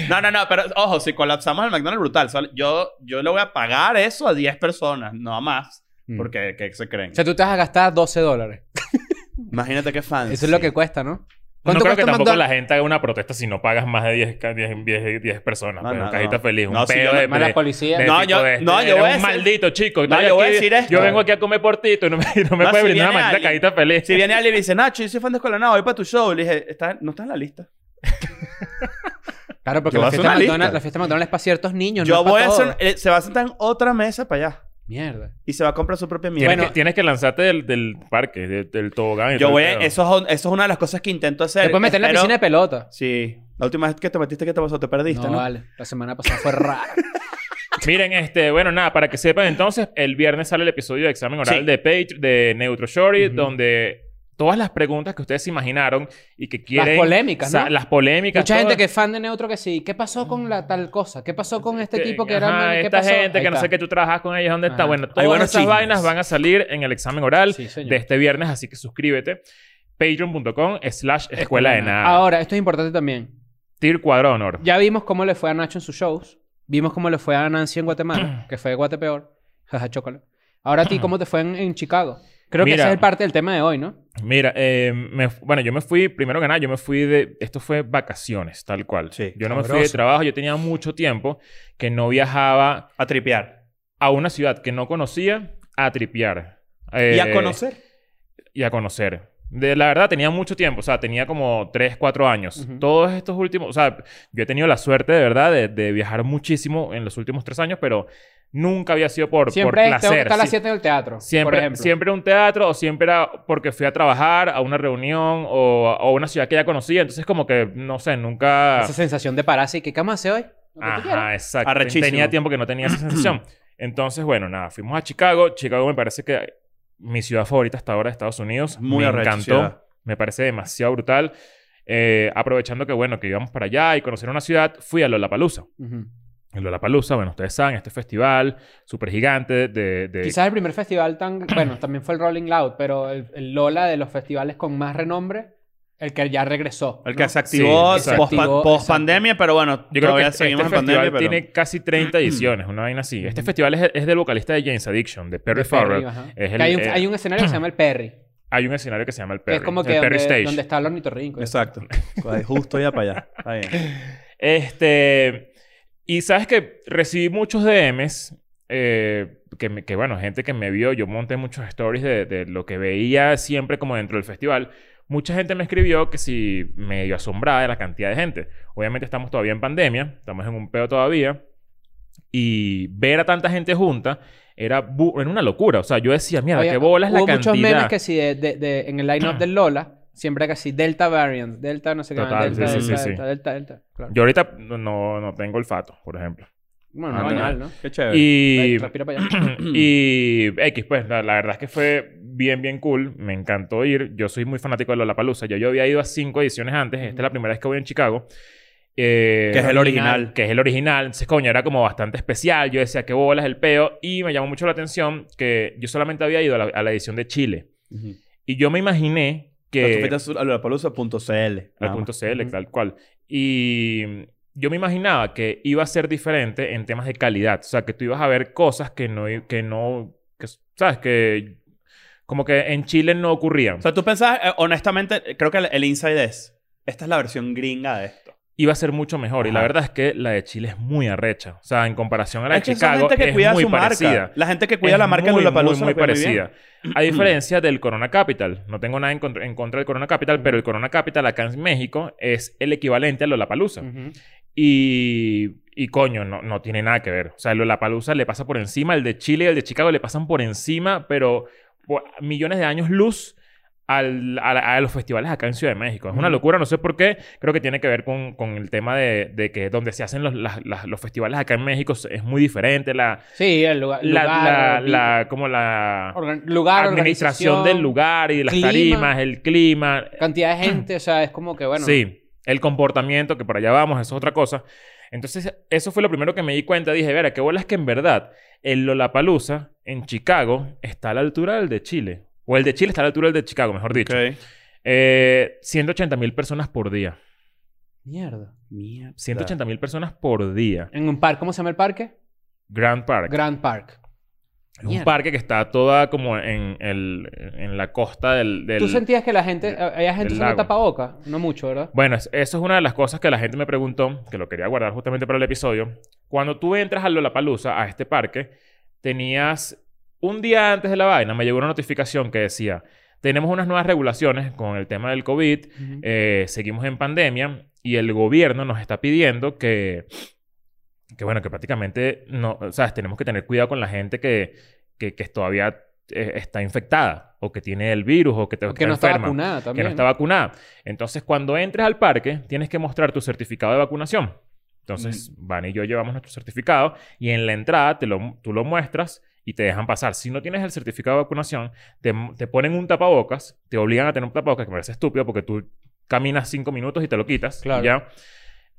Speaker 3: No, no, no, pero ojo, si colapsamos el McDonald's brutal, sol- yo, yo le voy a pagar eso a 10 personas, no a más,
Speaker 4: Mm.
Speaker 3: porque ¿qué se creen?
Speaker 4: O sea, tú te vas a gastar 12 dólares.
Speaker 3: Imagínate qué fan.
Speaker 4: Eso es lo que cuesta, ¿no?
Speaker 2: No creo que
Speaker 4: cuesta
Speaker 2: tampoco
Speaker 4: McDonald's?
Speaker 2: la gente haga una protesta si no pagas más de 10, ca- 10, 10, 10 personas.
Speaker 3: No,
Speaker 2: pero
Speaker 3: no,
Speaker 2: cajita
Speaker 3: no.
Speaker 2: feliz. Un
Speaker 3: No, si
Speaker 2: pedo
Speaker 3: yo
Speaker 2: de,
Speaker 3: no-
Speaker 4: Mala
Speaker 2: de-
Speaker 4: policía.
Speaker 2: de
Speaker 3: No,
Speaker 2: tipo
Speaker 3: yo-
Speaker 2: de este,
Speaker 3: no, yo
Speaker 2: eres
Speaker 3: voy a
Speaker 2: un
Speaker 3: decir-
Speaker 2: maldito chico.
Speaker 3: No,
Speaker 2: estoy
Speaker 3: yo voy a
Speaker 2: aquí-
Speaker 3: decir esto.
Speaker 2: Yo vengo aquí a comer por ti y no me, no me
Speaker 3: No,
Speaker 2: puedes brindar una
Speaker 3: si viene
Speaker 2: maldita
Speaker 3: alguien-
Speaker 2: cajita feliz.
Speaker 3: Si viene alguien y me dice, Nacho, yo soy fan de Escuela de Nada, voy para tu show, le dije, "Está- no está en la lista.
Speaker 4: Claro, porque
Speaker 3: Yo voy a
Speaker 4: la
Speaker 3: hacer
Speaker 4: fiesta, de
Speaker 3: una
Speaker 4: McDonald's,
Speaker 3: lista.
Speaker 4: la fiesta de McDonald's es para ciertos niños.
Speaker 3: yo
Speaker 4: no
Speaker 3: voy
Speaker 4: para
Speaker 3: a
Speaker 4: todos.
Speaker 3: hacer, eh, se va a sentar en otra mesa para allá
Speaker 4: Mierda.
Speaker 3: y se va a comprar su propia mierda.
Speaker 2: Tienes,
Speaker 4: Bueno.
Speaker 2: que, tienes que lanzarte del, del parque, de- del tobogán. y
Speaker 3: yo
Speaker 2: todo
Speaker 3: voy,
Speaker 2: el
Speaker 3: a-
Speaker 2: pedo.
Speaker 3: eso, es, eso es una de las cosas que intento hacer.
Speaker 4: Te puedes meter en la
Speaker 3: Espero-
Speaker 4: piscina de pelota.
Speaker 3: Sí. La última vez que te metiste, ¿qué te pasó? Te perdiste,
Speaker 4: No,
Speaker 3: ¿no?
Speaker 4: vale. La semana pasada fue rara.
Speaker 2: Miren, este, bueno, nada, para que sepan, entonces, el viernes sale el episodio de examen oral
Speaker 3: Sí.
Speaker 2: de Page, de Neutro Shorty, donde todas las preguntas que ustedes se imaginaron y que
Speaker 4: Las
Speaker 2: quieren...
Speaker 4: polémicas,
Speaker 2: sa-
Speaker 4: ¿no?
Speaker 2: Las polémicas.
Speaker 4: Mucha
Speaker 2: todo.
Speaker 4: gente que es fan de Neutro que sí. ¿Qué pasó con la tal cosa? ¿Qué pasó con este
Speaker 2: Que-
Speaker 4: tipo que
Speaker 2: ajá,
Speaker 4: era... ¿Qué
Speaker 2: esta
Speaker 4: pasó?
Speaker 2: gente
Speaker 4: Ahí
Speaker 2: que no sé
Speaker 4: está.
Speaker 2: qué tú trabajas con ellos, ¿dónde está?
Speaker 4: Ajá.
Speaker 2: Bueno,
Speaker 3: Hay
Speaker 2: todas
Speaker 3: buenos
Speaker 2: esas
Speaker 3: chismes.
Speaker 2: vainas van a salir en el examen oral
Speaker 4: Sí, señor.
Speaker 2: de este viernes, así que suscríbete. Patreon.com slash escuela de nada.
Speaker 4: Ahora, esto es importante también.
Speaker 2: Tir cuadro de honor.
Speaker 4: Ya vimos cómo le fue a Nacho en sus shows. Vimos cómo le fue a Nancy en Guatemala, que fue Guatepeor. Jaja, chócala. Ahora a ti, ¿cómo te fue en, en Chicago? Creo que
Speaker 2: Mira.
Speaker 4: ese es el parte del tema de hoy, ¿no?
Speaker 2: Mira, eh, me- bueno, yo me fui, primero que nada, yo me fui de, esto fue vacaciones, tal cual.
Speaker 3: Sí,
Speaker 2: yo no me fui de
Speaker 6: sabroso.
Speaker 2: trabajo, yo tenía mucho tiempo que no viajaba
Speaker 3: A tripear.
Speaker 2: a una ciudad que no conocía a tripear.
Speaker 3: y
Speaker 2: Eh,
Speaker 3: a conocer.
Speaker 2: y a conocer. De, la verdad, tenía mucho tiempo. O sea, tenía como 3, 4 años.
Speaker 4: Ujú.
Speaker 2: Todos estos últimos... O sea, yo he tenido la suerte, de verdad, de, de viajar muchísimo en los últimos 3 años, pero nunca había sido por, por
Speaker 4: Siempre es- tengo que
Speaker 2: placer.
Speaker 4: estar a las
Speaker 2: Sie-
Speaker 4: 7 del teatro, por
Speaker 2: siempre,
Speaker 4: ejemplo.
Speaker 2: siempre un teatro o siempre era porque fui a trabajar, a una reunión o a o a una ciudad que ya conocía. Entonces, como que, no sé, nunca...
Speaker 4: Esa sensación de pararse y que, ¿qué vamos a hacer hoy? Lo que tú quieras.
Speaker 2: Ajá, exacto.
Speaker 3: Arrechísimo.
Speaker 2: Tenía tiempo que no tenía esa sensación. Entonces, bueno, nada, fuimos a Chicago. Chicago me parece que mi ciudad favorita hasta ahora de Estados Unidos.
Speaker 3: Muy
Speaker 2: me
Speaker 3: arrecha
Speaker 2: encantó.
Speaker 3: ciudad.
Speaker 2: Me parece demasiado brutal. Eh, aprovechando que, bueno, que íbamos para allá y conocer una ciudad, fui a Lollapalooza.
Speaker 4: Ujú.
Speaker 2: En Lollapalooza, bueno, ustedes saben, este festival súper gigante de... de-
Speaker 4: Quizás el primer festival tan... Bueno, también fue el Rolling Loud, pero el, el Lola de los festivales con más renombre, el que ya regresó.
Speaker 3: El
Speaker 4: ¿no?
Speaker 3: que se activó
Speaker 2: exacto.
Speaker 3: post,
Speaker 4: Activó,
Speaker 3: pandemia, pero bueno,
Speaker 2: Yo creo que
Speaker 3: todavía
Speaker 2: este,
Speaker 3: seguimos
Speaker 2: este
Speaker 3: en pandemia.
Speaker 2: festival
Speaker 3: Pero...
Speaker 2: tiene casi 30 ediciones, una vaina así. Este festival es, es del vocalista de James Addiction, de Perry
Speaker 4: De Perry,
Speaker 2: Farrell.
Speaker 4: ajá.
Speaker 2: Es
Speaker 4: Que
Speaker 2: el-
Speaker 4: hay, un,
Speaker 2: eh,
Speaker 4: hay un escenario que se llama el Perry.
Speaker 2: Hay un escenario que se llama el
Speaker 4: Que
Speaker 2: Perry.
Speaker 4: es como que
Speaker 2: el Perry
Speaker 4: donde,
Speaker 2: Stage.
Speaker 4: donde está el ornitorrinco.
Speaker 3: Exacto. Ahí, Justo ya para allá. Está bien.
Speaker 2: Este. Y sabes que recibí muchos DMs. eh, que, me- que, bueno, gente que me vio, yo monté muchos stories de, de lo que veía siempre como dentro del festival. Mucha gente me escribió que si medio asombrada de la cantidad de gente. Obviamente estamos todavía en pandemia, estamos en un peo todavía. Y ver a tanta gente junta era, bu- era una locura. O sea, yo decía, mierda,
Speaker 4: Oye,
Speaker 2: qué bola es la
Speaker 4: Hubo
Speaker 2: cantidad.
Speaker 4: muchos memes que sí, de, de- de- en el line-up del Lola, siempre que sí, Delta Variant, Delta no sé qué,
Speaker 2: Total,
Speaker 4: Delta,
Speaker 2: sí, sí,
Speaker 4: Delta,
Speaker 2: sí, sí.
Speaker 4: Delta, Delta, Delta, claro.
Speaker 2: Yo ahorita no, no tengo olfato, por ejemplo.
Speaker 4: Bueno,
Speaker 2: Ah,
Speaker 4: no
Speaker 2: no.
Speaker 4: mal, ¿no?
Speaker 3: Qué chévere.
Speaker 2: Y...
Speaker 4: Respira para allá.
Speaker 2: y X, pues la, la verdad es que fue bien, bien cool. Me encantó ir. Yo soy muy fanático de Lollapalooza. Yo, yo había ido a cinco ediciones antes. Esta es la primera vez que voy en Chicago. Eh,
Speaker 3: Que es el original.
Speaker 2: Que es el original. Entonces, coño, era como bastante especial. Yo decía, qué bolas el peo. Y me llamó mucho la atención que yo solamente había ido a la, a la edición de Chile.
Speaker 3: Ujú.
Speaker 2: Y yo me imaginé que...
Speaker 3: Las ofertas a Lollapalooza.cl.
Speaker 2: Al punto CL, tal cual. Y mm, yo me imaginaba que iba a ser diferente en temas de calidad. O sea, que tú ibas a ver cosas que no... i- Que no que, ¿Sabes? Que como que en Chile no ocurrían.
Speaker 3: O sea, tú pensabas, eh, honestamente, creo que el, el inside es. Esta es la versión gringa de esto.
Speaker 2: iba a ser mucho mejor. Y la
Speaker 3: Ajá.
Speaker 2: verdad es que la de Chile es muy arrecha. O sea, en comparación a la
Speaker 3: Es
Speaker 2: de
Speaker 3: que esa
Speaker 2: Chicago,
Speaker 3: gente que
Speaker 2: es
Speaker 3: cuida
Speaker 2: muy
Speaker 3: su
Speaker 2: parecida.
Speaker 3: marca. La gente que cuida
Speaker 2: Es
Speaker 3: la marca
Speaker 2: muy,
Speaker 3: de Lollapalooza
Speaker 2: muy, muy
Speaker 3: la cuida bien.
Speaker 2: parecida. A diferencia del Corona Capital. No tengo nada en contra, en contra del Corona Capital, pero el Corona Capital acá en México es el equivalente a Lollapalooza.
Speaker 4: Ujú.
Speaker 2: Y, y coño, no, no tiene nada que ver. O sea, el Lollapalooza le pasa por encima, el de Chile y el de Chicago le pasan por encima, pero por millones de años luz al- a, la- a los festivales acá en Ciudad de México. Es una
Speaker 4: Ujú.
Speaker 2: locura, no sé por qué. Creo que tiene que ver con, con el tema de, de que donde se hacen los, las- las- los festivales acá en México es muy diferente. La,
Speaker 4: Sí, el lugar.
Speaker 2: la, la-
Speaker 4: lugar,
Speaker 2: la- como la
Speaker 4: organ- lugar,
Speaker 2: administración
Speaker 4: organización,
Speaker 2: del lugar y de las
Speaker 4: clima.
Speaker 2: tarimas, el clima.
Speaker 4: Cantidad de gente, o sea, es como que bueno.
Speaker 2: Sí, el comportamiento, que para allá vamos, eso es otra cosa. Entonces, eso fue lo primero que me di cuenta. Dije, verá, qué bola es que en verdad el Lollapalooza en Chicago está a la altura del de Chile. O el de Chile está a la altura del de Chicago, mejor dicho.
Speaker 3: Ok.
Speaker 2: Eh, 180 mil personas por día.
Speaker 4: Mierda.
Speaker 3: Mierda.
Speaker 2: 180 mil personas por día.
Speaker 4: En un parque, ¿cómo se llama el parque?
Speaker 2: Grand Park.
Speaker 4: Grand Park.
Speaker 2: Es un
Speaker 4: Mierda.
Speaker 2: parque que está toda como en, el- en la costa del... del-
Speaker 4: ¿Tú sentías que la gente,
Speaker 2: del-
Speaker 4: había gente
Speaker 2: del
Speaker 4: usando
Speaker 2: lago.
Speaker 4: tapaboca? No mucho, ¿verdad?
Speaker 2: Bueno, es- eso es una de las cosas que la gente me preguntó, que lo quería guardar justamente para el episodio. Cuando tú entras a Lollapalooza, a este parque, tenías un día antes de la vaina, me llegó una notificación que decía, tenemos unas nuevas regulaciones con el tema del COVID,
Speaker 4: Ujú.
Speaker 2: eh, seguimos en pandemia y el gobierno nos está pidiendo que, que bueno, que prácticamente no, o sea, tenemos que tener cuidado con la gente que, que, que todavía eh, está infectada o que tiene el virus o que, te,
Speaker 4: Porque
Speaker 2: está
Speaker 4: no está
Speaker 2: enferma
Speaker 4: vacunada también.
Speaker 2: que no está vacunada. Entonces, cuando entres al parque, tienes que mostrar tu certificado de vacunación. Entonces, Van y yo llevamos nuestro certificado y en la entrada te lo, tú lo muestras y te dejan pasar. Si no tienes el certificado de vacunación, te, te ponen un tapabocas, te obligan a tener un tapabocas, que me parece estúpido porque tú caminas cinco minutos y te lo quitas.
Speaker 4: Claro.
Speaker 2: ¿ya?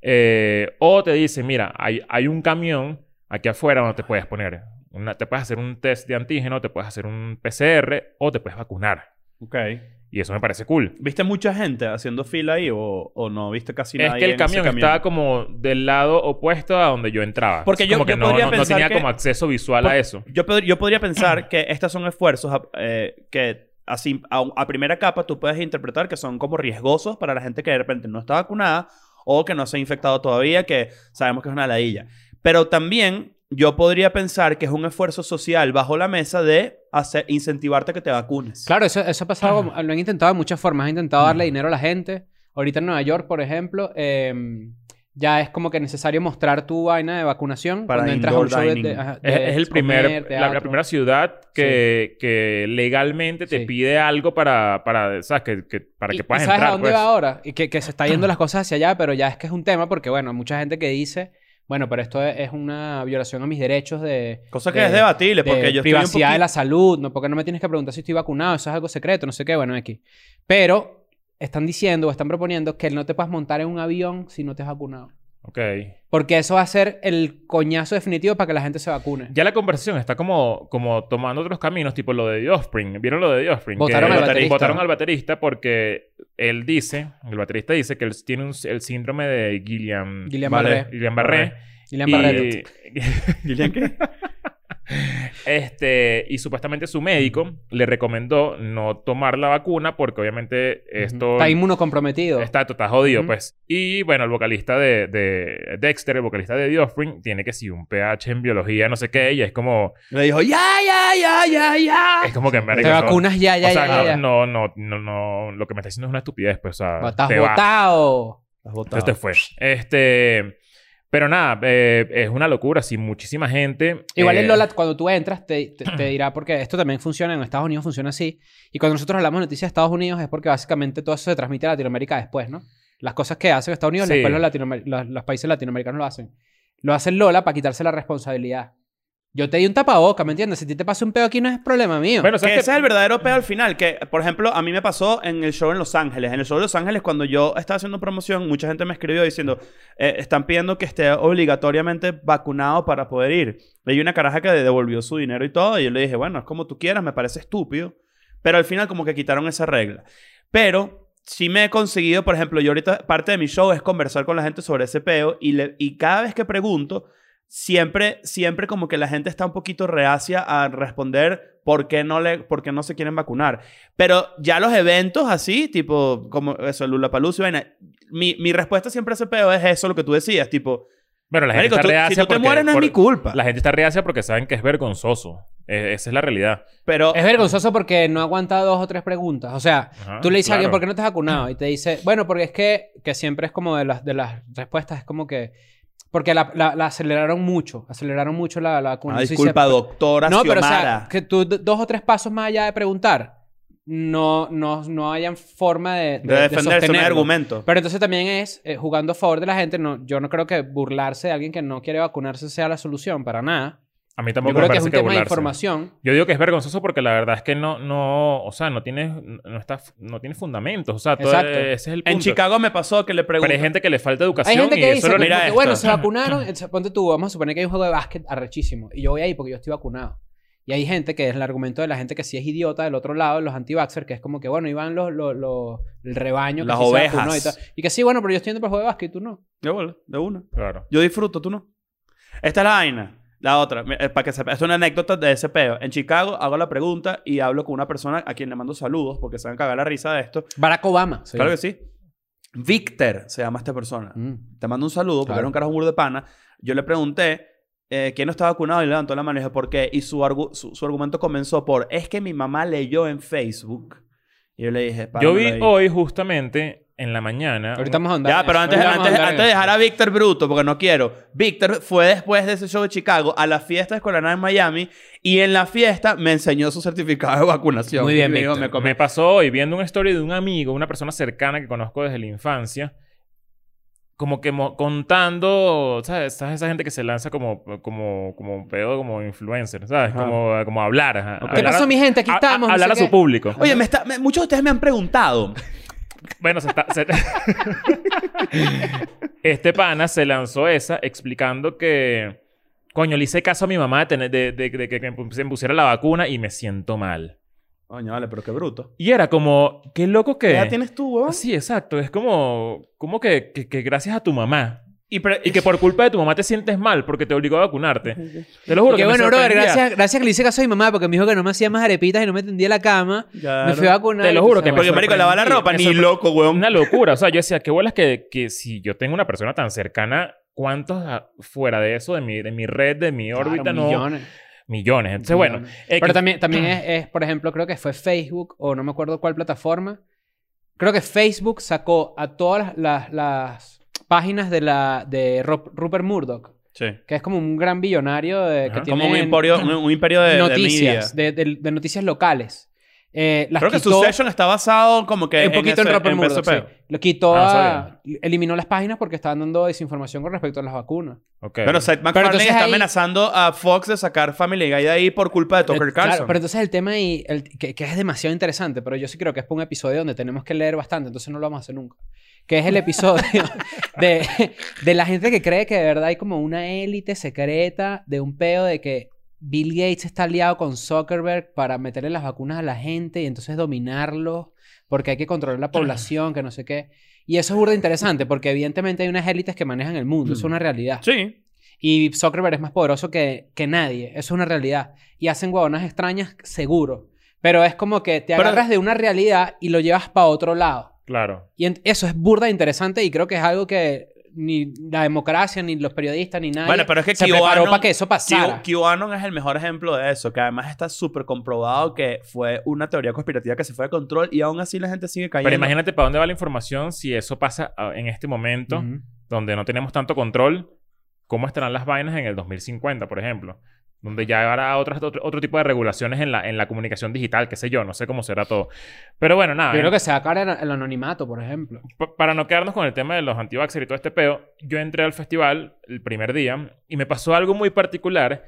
Speaker 2: Eh, o te dicen, mira, hay, hay un camión aquí afuera donde te puedes poner. Una, te puedes hacer un test de antígeno, te puedes hacer un PCR o te puedes vacunar.
Speaker 3: Ok.
Speaker 2: Y eso me parece cool.
Speaker 3: ¿Viste mucha gente haciendo fila ahí o, o no viste casi
Speaker 2: Es
Speaker 3: nadie?
Speaker 2: que el
Speaker 3: en ese
Speaker 2: camión, estaba como del lado opuesto a donde yo entraba.
Speaker 3: Porque
Speaker 2: Es
Speaker 3: yo-
Speaker 2: como que
Speaker 3: yo
Speaker 2: no,
Speaker 3: podría
Speaker 2: no- no
Speaker 3: pensar
Speaker 2: tenía
Speaker 3: que-
Speaker 2: como acceso visual
Speaker 3: Por-
Speaker 2: a eso.
Speaker 3: Yo, pod- yo podría pensar que estos son esfuerzos eh, que así, a, a primera capa tú puedes interpretar que son como riesgosos para la gente que de repente no está vacunada o que no se ha infectado todavía, que sabemos que es una ladilla. Pero también yo podría pensar que es un esfuerzo social bajo la mesa de hacer, incentivarte a que te vacunes.
Speaker 4: Claro, eso, eso ha
Speaker 3: Ah.
Speaker 4: pasado, como- lo han intentado de muchas formas. Han intentado darle dinero a la gente. Ahorita en Nueva York, por ejemplo, eh, ya es como que necesario mostrar tu vaina de vacunación
Speaker 3: Para
Speaker 4: cuando entras a un
Speaker 3: indoor
Speaker 4: show de-
Speaker 3: dining.
Speaker 4: de- ajá,
Speaker 2: Es,
Speaker 4: de
Speaker 2: es el primer,
Speaker 4: comer,
Speaker 2: la- la,
Speaker 4: teatro.
Speaker 2: primera ciudad que, que legalmente te
Speaker 4: Sí.
Speaker 2: pide algo para, para, ¿sabes? Que, que- para
Speaker 4: Y-
Speaker 2: que
Speaker 4: y
Speaker 2: puedas
Speaker 4: ¿Sabes
Speaker 2: entrar.
Speaker 4: a dónde
Speaker 2: pues.
Speaker 4: va ahora? Y que, que se está yendo las cosas hacia allá, pero ya es que es un tema porque, bueno, mucha gente que dice, bueno, pero esto es es una violación a mis derechos de...
Speaker 3: Cosa que
Speaker 4: de-
Speaker 3: es debatible,
Speaker 4: de
Speaker 3: porque yo estoy un
Speaker 4: privacidad de
Speaker 3: poquito-
Speaker 4: la salud, ¿no? Porque no me tienes que preguntar si estoy vacunado, eso es algo secreto, no sé qué, bueno, aquí. Pero están diciendo o están proponiendo que no te puedas montar en un avión si no te has vacunado.
Speaker 2: Ok.
Speaker 4: Porque eso va a ser el coñazo definitivo para que la gente se vacune.
Speaker 2: Ya la conversación está como, como tomando otros caminos, tipo lo de The Offspring. ¿Vieron lo de The Offspring?
Speaker 4: Votaron
Speaker 2: Que
Speaker 4: al
Speaker 2: votaron-
Speaker 4: baterista.
Speaker 2: votaron al baterista porque él dice, el baterista dice que él tiene un- el síndrome de Guillain...
Speaker 4: Guillain
Speaker 3: Vale.
Speaker 4: Barré.
Speaker 2: Guillain Barré.
Speaker 4: Guillain
Speaker 2: Y-
Speaker 4: Barré.
Speaker 3: ¿Dirían que?
Speaker 2: Este, y supuestamente su médico le recomendó no tomar la vacuna porque obviamente esto...
Speaker 4: Está inmunocomprometido.
Speaker 2: Está, tú estás jodido,
Speaker 4: Ujú.
Speaker 2: pues. Y bueno, el vocalista de, de Dexter, el vocalista de The Offspring, tiene que si un PH en biología, no sé qué, y es como,
Speaker 3: Le dijo, ya, ya, ya, ya, ya.
Speaker 2: es como que en
Speaker 4: Te vacunas ya, ya,
Speaker 2: o sea,
Speaker 4: ya, ya.
Speaker 2: No, no, no, no, no, lo que me está diciendo es una estupidez, pues, o sea,
Speaker 4: Estás
Speaker 2: te vas.
Speaker 4: botado.
Speaker 3: Has votado.
Speaker 2: Entonces te fue. Este, pero nada, eh, es una locura, si muchísima gente.
Speaker 4: Igual
Speaker 2: eh,
Speaker 4: el Lola, cuando tú entras, te, te- te dirá, porque esto también funciona, en Estados Unidos funciona así. Y cuando nosotros hablamos de noticias de Estados Unidos es porque básicamente todo eso se transmite a Latinoamérica después, ¿no? Las cosas que hacen Estados Unidos,
Speaker 2: Sí.
Speaker 4: después los, latinoamer- los- los países latinoamericanos lo hacen. Lo hace el Lola para quitarse la responsabilidad. Yo te di un tapaboca, ¿me entiendes? Si a ti te pasa un pedo aquí no es problema mío.
Speaker 2: Bueno, ¿sabes
Speaker 3: que
Speaker 2: qué?
Speaker 3: ese es el verdadero peo al final. Que, por ejemplo, a mí me pasó en el show en Los Ángeles. En el show de Los Ángeles, cuando yo estaba haciendo promoción, mucha gente me escribió diciendo: eh, Están pidiendo que esté obligatoriamente vacunado para poder ir. Y hay una caraja que devolvió su dinero y todo. Y yo le dije: Bueno, es como tú quieras, me parece estúpido. Pero al final, como que quitaron esa regla. Pero sí me he conseguido, por ejemplo, yo ahorita parte de mi show es conversar con la gente sobre ese peo. Y, le- y cada vez que pregunto, siempre, siempre como que la gente está un poquito reacia a responder por qué no, le, por qué no se quieren vacunar. Pero ya los eventos así, tipo como eso, Lula Paluzzi, vaina, mi, mi respuesta siempre a ese peo es eso, lo que tú decías, tipo,
Speaker 2: Bueno, la gente
Speaker 3: "Marico,
Speaker 2: está
Speaker 3: tú-
Speaker 2: reacia
Speaker 3: si tú te
Speaker 2: porque-
Speaker 3: mueres no es
Speaker 2: por-
Speaker 3: mi culpa.
Speaker 2: La gente está reacia porque saben que es vergonzoso. Eh, esa es la realidad.
Speaker 3: Pero
Speaker 4: es vergonzoso porque no aguanta dos o tres preguntas. O sea,
Speaker 2: Ajá,
Speaker 4: Tú le dices a alguien,
Speaker 2: claro.
Speaker 4: ¿por qué no te has vacunado? Y te dice, bueno, porque es que, que siempre es como de las, de las respuestas, es como que. Porque la, la- la aceleraron mucho, aceleraron mucho la, la vacuna.
Speaker 3: Ah,
Speaker 4: Entonces
Speaker 3: disculpa,
Speaker 4: dice,
Speaker 3: doctora
Speaker 4: No, pero o sea,
Speaker 3: Xiomara.
Speaker 4: que tú d- dos o tres pasos más allá de preguntar, no, no, no hayan forma de,
Speaker 3: de defenderse un
Speaker 4: sostenerlo.
Speaker 3: argumento.
Speaker 4: Pero entonces también es eh, jugando a favor de la gente. No, yo no creo que burlarse de alguien que no quiere vacunarse sea la solución, para nada.
Speaker 2: A mí
Speaker 4: Yo
Speaker 2: tampoco me
Speaker 4: creo que es
Speaker 2: parece
Speaker 4: un
Speaker 2: que,
Speaker 4: tema de
Speaker 2: burlarse.
Speaker 4: información.
Speaker 2: Yo digo que es vergonzoso porque la verdad es que no, no, o sea, no tiene, no está, no tiene fundamentos. O sea, todo- e,
Speaker 4: Exacto.
Speaker 2: ese es el punto.
Speaker 3: en Chicago me pasó que le
Speaker 2: Pero
Speaker 3: pregunté.
Speaker 2: hay gente que le falta educación
Speaker 4: Hay gente
Speaker 2: y
Speaker 4: que
Speaker 2: eso
Speaker 4: dice,
Speaker 2: lo
Speaker 4: como
Speaker 3: mira
Speaker 4: que,
Speaker 3: esto.
Speaker 4: bueno, se vacunaron, entonces, ponte tú, vamos a suponer que hay un juego de básquet arrechísimo y yo voy ahí porque yo estoy vacunado. Y hay gente que es el argumento de la gente que sí es idiota del otro lado, los anti que es como que, bueno, iban los, los, los- el rebaño que
Speaker 3: Las
Speaker 4: sí se
Speaker 3: ovejas.
Speaker 4: vacunó y, tal. Y que sí, bueno, pero yo estoy yendo para el juego de básquet y tú no.
Speaker 3: De bola, de una.
Speaker 2: Claro.
Speaker 3: Yo disfruto, tú no. Esta es la vaina. La otra, mi- eh, para que sepa, es una anécdota de ese peo. En Chicago hago la pregunta y hablo con una persona a quien le mando saludos porque se van a cagar la risa de esto.
Speaker 4: Barack Obama. sí.
Speaker 3: Claro que sí. Víctor se llama esta persona.
Speaker 4: Mm.
Speaker 3: Te mando un saludo porque
Speaker 4: Claro.
Speaker 3: era un carajo burro de pana. Yo le pregunté eh, quién no está vacunado y levantó la mano y dije, ¿por qué? Y su, argu- su, su argumento comenzó por, es que mi mamá leyó en Facebook. Y yo le dije,
Speaker 2: Yo
Speaker 3: páramelo
Speaker 2: vi
Speaker 3: ahí.
Speaker 2: hoy justamente en la mañana.
Speaker 4: Ahorita vamos a andar.
Speaker 3: Ya, pero antes, antes, antes de dejar a Víctor bruto, porque no quiero. Víctor fue después de ese show de Chicago a la fiesta escolar en Miami y en la fiesta me enseñó su certificado de vacunación.
Speaker 4: Muy bien,
Speaker 3: Y me dijo,
Speaker 4: Víctor.
Speaker 3: me comí-
Speaker 2: me pasó hoy viendo una historia de un amigo, una persona cercana que conozco desde la infancia, como que mo- contando, ¿sabes? ¿Sabes? Esa gente que se lanza como, como, como pedo, como influencer, ¿sabes?
Speaker 6: Ajá.
Speaker 2: Como, como hablar. ajá.
Speaker 6: Ok.
Speaker 2: Hablar
Speaker 4: ¿Qué pasó,
Speaker 2: a-
Speaker 4: mi gente? Aquí
Speaker 2: a- a-
Speaker 4: estamos. no
Speaker 2: hablar
Speaker 4: sé
Speaker 2: a su
Speaker 4: qué.
Speaker 2: público.
Speaker 3: Oye, me está- me- muchos de ustedes me han preguntado.
Speaker 2: Bueno, se está. se- este pana se lanzó esa explicando que. Coño, le hice caso a mi mamá de, tener- de- de- de que que me pusiera la vacuna y me siento mal.
Speaker 3: Coño, vale, pero qué bruto.
Speaker 2: Y era como, qué loco que.
Speaker 3: ¿Qué edad tienes tú,
Speaker 4: Pues
Speaker 3: weón?
Speaker 2: Sí, exacto. Es como, como que, que- que gracias a tu mamá.
Speaker 3: Y, pero-
Speaker 2: Y que por culpa de tu mamá te sientes mal porque te obligó a vacunarte. Te lo juro
Speaker 4: Y que
Speaker 2: que me
Speaker 4: bueno, brother,
Speaker 2: sorprendía.
Speaker 4: gracias, gracias que le hice caso a mi mamá porque me dijo que no me hacía más arepitas y no me tendía la cama.
Speaker 3: Claro.
Speaker 4: Me fui a vacunar.
Speaker 2: Te lo
Speaker 4: y
Speaker 2: juro
Speaker 4: tú
Speaker 2: que
Speaker 4: sabes.
Speaker 3: Porque,
Speaker 2: me
Speaker 3: marico, lavar la
Speaker 2: sorprendí,
Speaker 3: ropa,
Speaker 2: me
Speaker 3: ni
Speaker 2: sorpre-
Speaker 3: loco, weón.
Speaker 2: Una locura. O sea, yo decía, qué bolas que, que si yo tengo una persona tan cercana, ¿cuántos a- fuera de eso, de mi, de mi red, de mi
Speaker 4: Claro,
Speaker 2: órbita? no.
Speaker 4: millones.
Speaker 2: Millones. Entonces, bueno.
Speaker 4: Millones.
Speaker 2: eh,
Speaker 4: Pero
Speaker 2: que-
Speaker 4: también, también
Speaker 3: Ah.
Speaker 4: es, es, por ejemplo, creo que fue Facebook o no me acuerdo cuál plataforma. Creo que Facebook sacó a todas las, las- las páginas de, la, de Ro- Rupert Murdoch,
Speaker 3: Sí. que
Speaker 4: que es como un gran billonario de, que
Speaker 2: Ajá.
Speaker 4: tiene
Speaker 3: Como un imperio, un, un imperio de, de media.
Speaker 4: noticias, de, de- de noticias locales. Eh, las
Speaker 3: Creo que
Speaker 4: quitó-
Speaker 3: su session está basado como que
Speaker 4: un poquito en,
Speaker 3: ese-
Speaker 4: Rupert Murdoch.
Speaker 3: PSP.
Speaker 4: sí. Lo quitó,
Speaker 2: Ah, no
Speaker 4: a- eliminó las páginas porque estaban dando desinformación con respecto a las vacunas.
Speaker 2: ok.
Speaker 3: Pero Seth MacFarlane
Speaker 4: entonces
Speaker 3: está
Speaker 4: ahí-
Speaker 3: amenazando a Fox de sacar Family Guy de ahí por culpa de Tucker
Speaker 4: Eh, claro,
Speaker 3: Carlson.
Speaker 4: pero entonces el tema ahí, el- que, que es demasiado interesante, pero yo sí creo que es para un episodio donde tenemos que leer bastante, entonces no lo vamos a hacer nunca. Que es el episodio de, de la gente que cree que de verdad hay como una élite secreta de un peo de que Bill Gates está aliado con Zuckerberg para meterle las vacunas a la gente y entonces dominarlos porque hay que controlar la población, que no sé qué. Y eso es burda interesante porque evidentemente hay unas élites que manejan el mundo, eso es una realidad.
Speaker 3: Sí.
Speaker 4: Y Zuckerberg es más poderoso que, que nadie. Eso es una realidad. Y hacen huevonas extrañas, seguro. Pero es como que te
Speaker 3: Pero-
Speaker 4: agarras de una realidad y lo llevas para otro lado.
Speaker 2: Claro.
Speaker 4: Y en- eso es burda de interesante y creo que es algo que ni la democracia, ni los periodistas, ni nadie
Speaker 3: Bueno, pero es que
Speaker 4: se
Speaker 3: QAnon-
Speaker 4: preparó para que eso pasara.
Speaker 3: Q- QAnon es el mejor ejemplo de eso, que además está súper comprobado que fue una teoría conspirativa que se fue de control y aún así la gente sigue cayendo.
Speaker 2: Pero imagínate para dónde va la información si eso pasa ah, en este momento,
Speaker 4: Ujú.
Speaker 2: donde no tenemos tanto control. ¿Cómo estarán las vainas en el 2050, por ejemplo? Donde ya habrá otras- otro, otro tipo de regulaciones en la, en la comunicación digital, qué sé yo, no sé cómo será todo. Pero bueno, nada.
Speaker 4: Yo creo
Speaker 2: ¿eh?
Speaker 4: que se va a caer el, el anonimato, por ejemplo.
Speaker 2: Pa- para no quedarnos con el tema de los anti y todo este peo, yo entré al festival el primer día y me pasó algo muy particular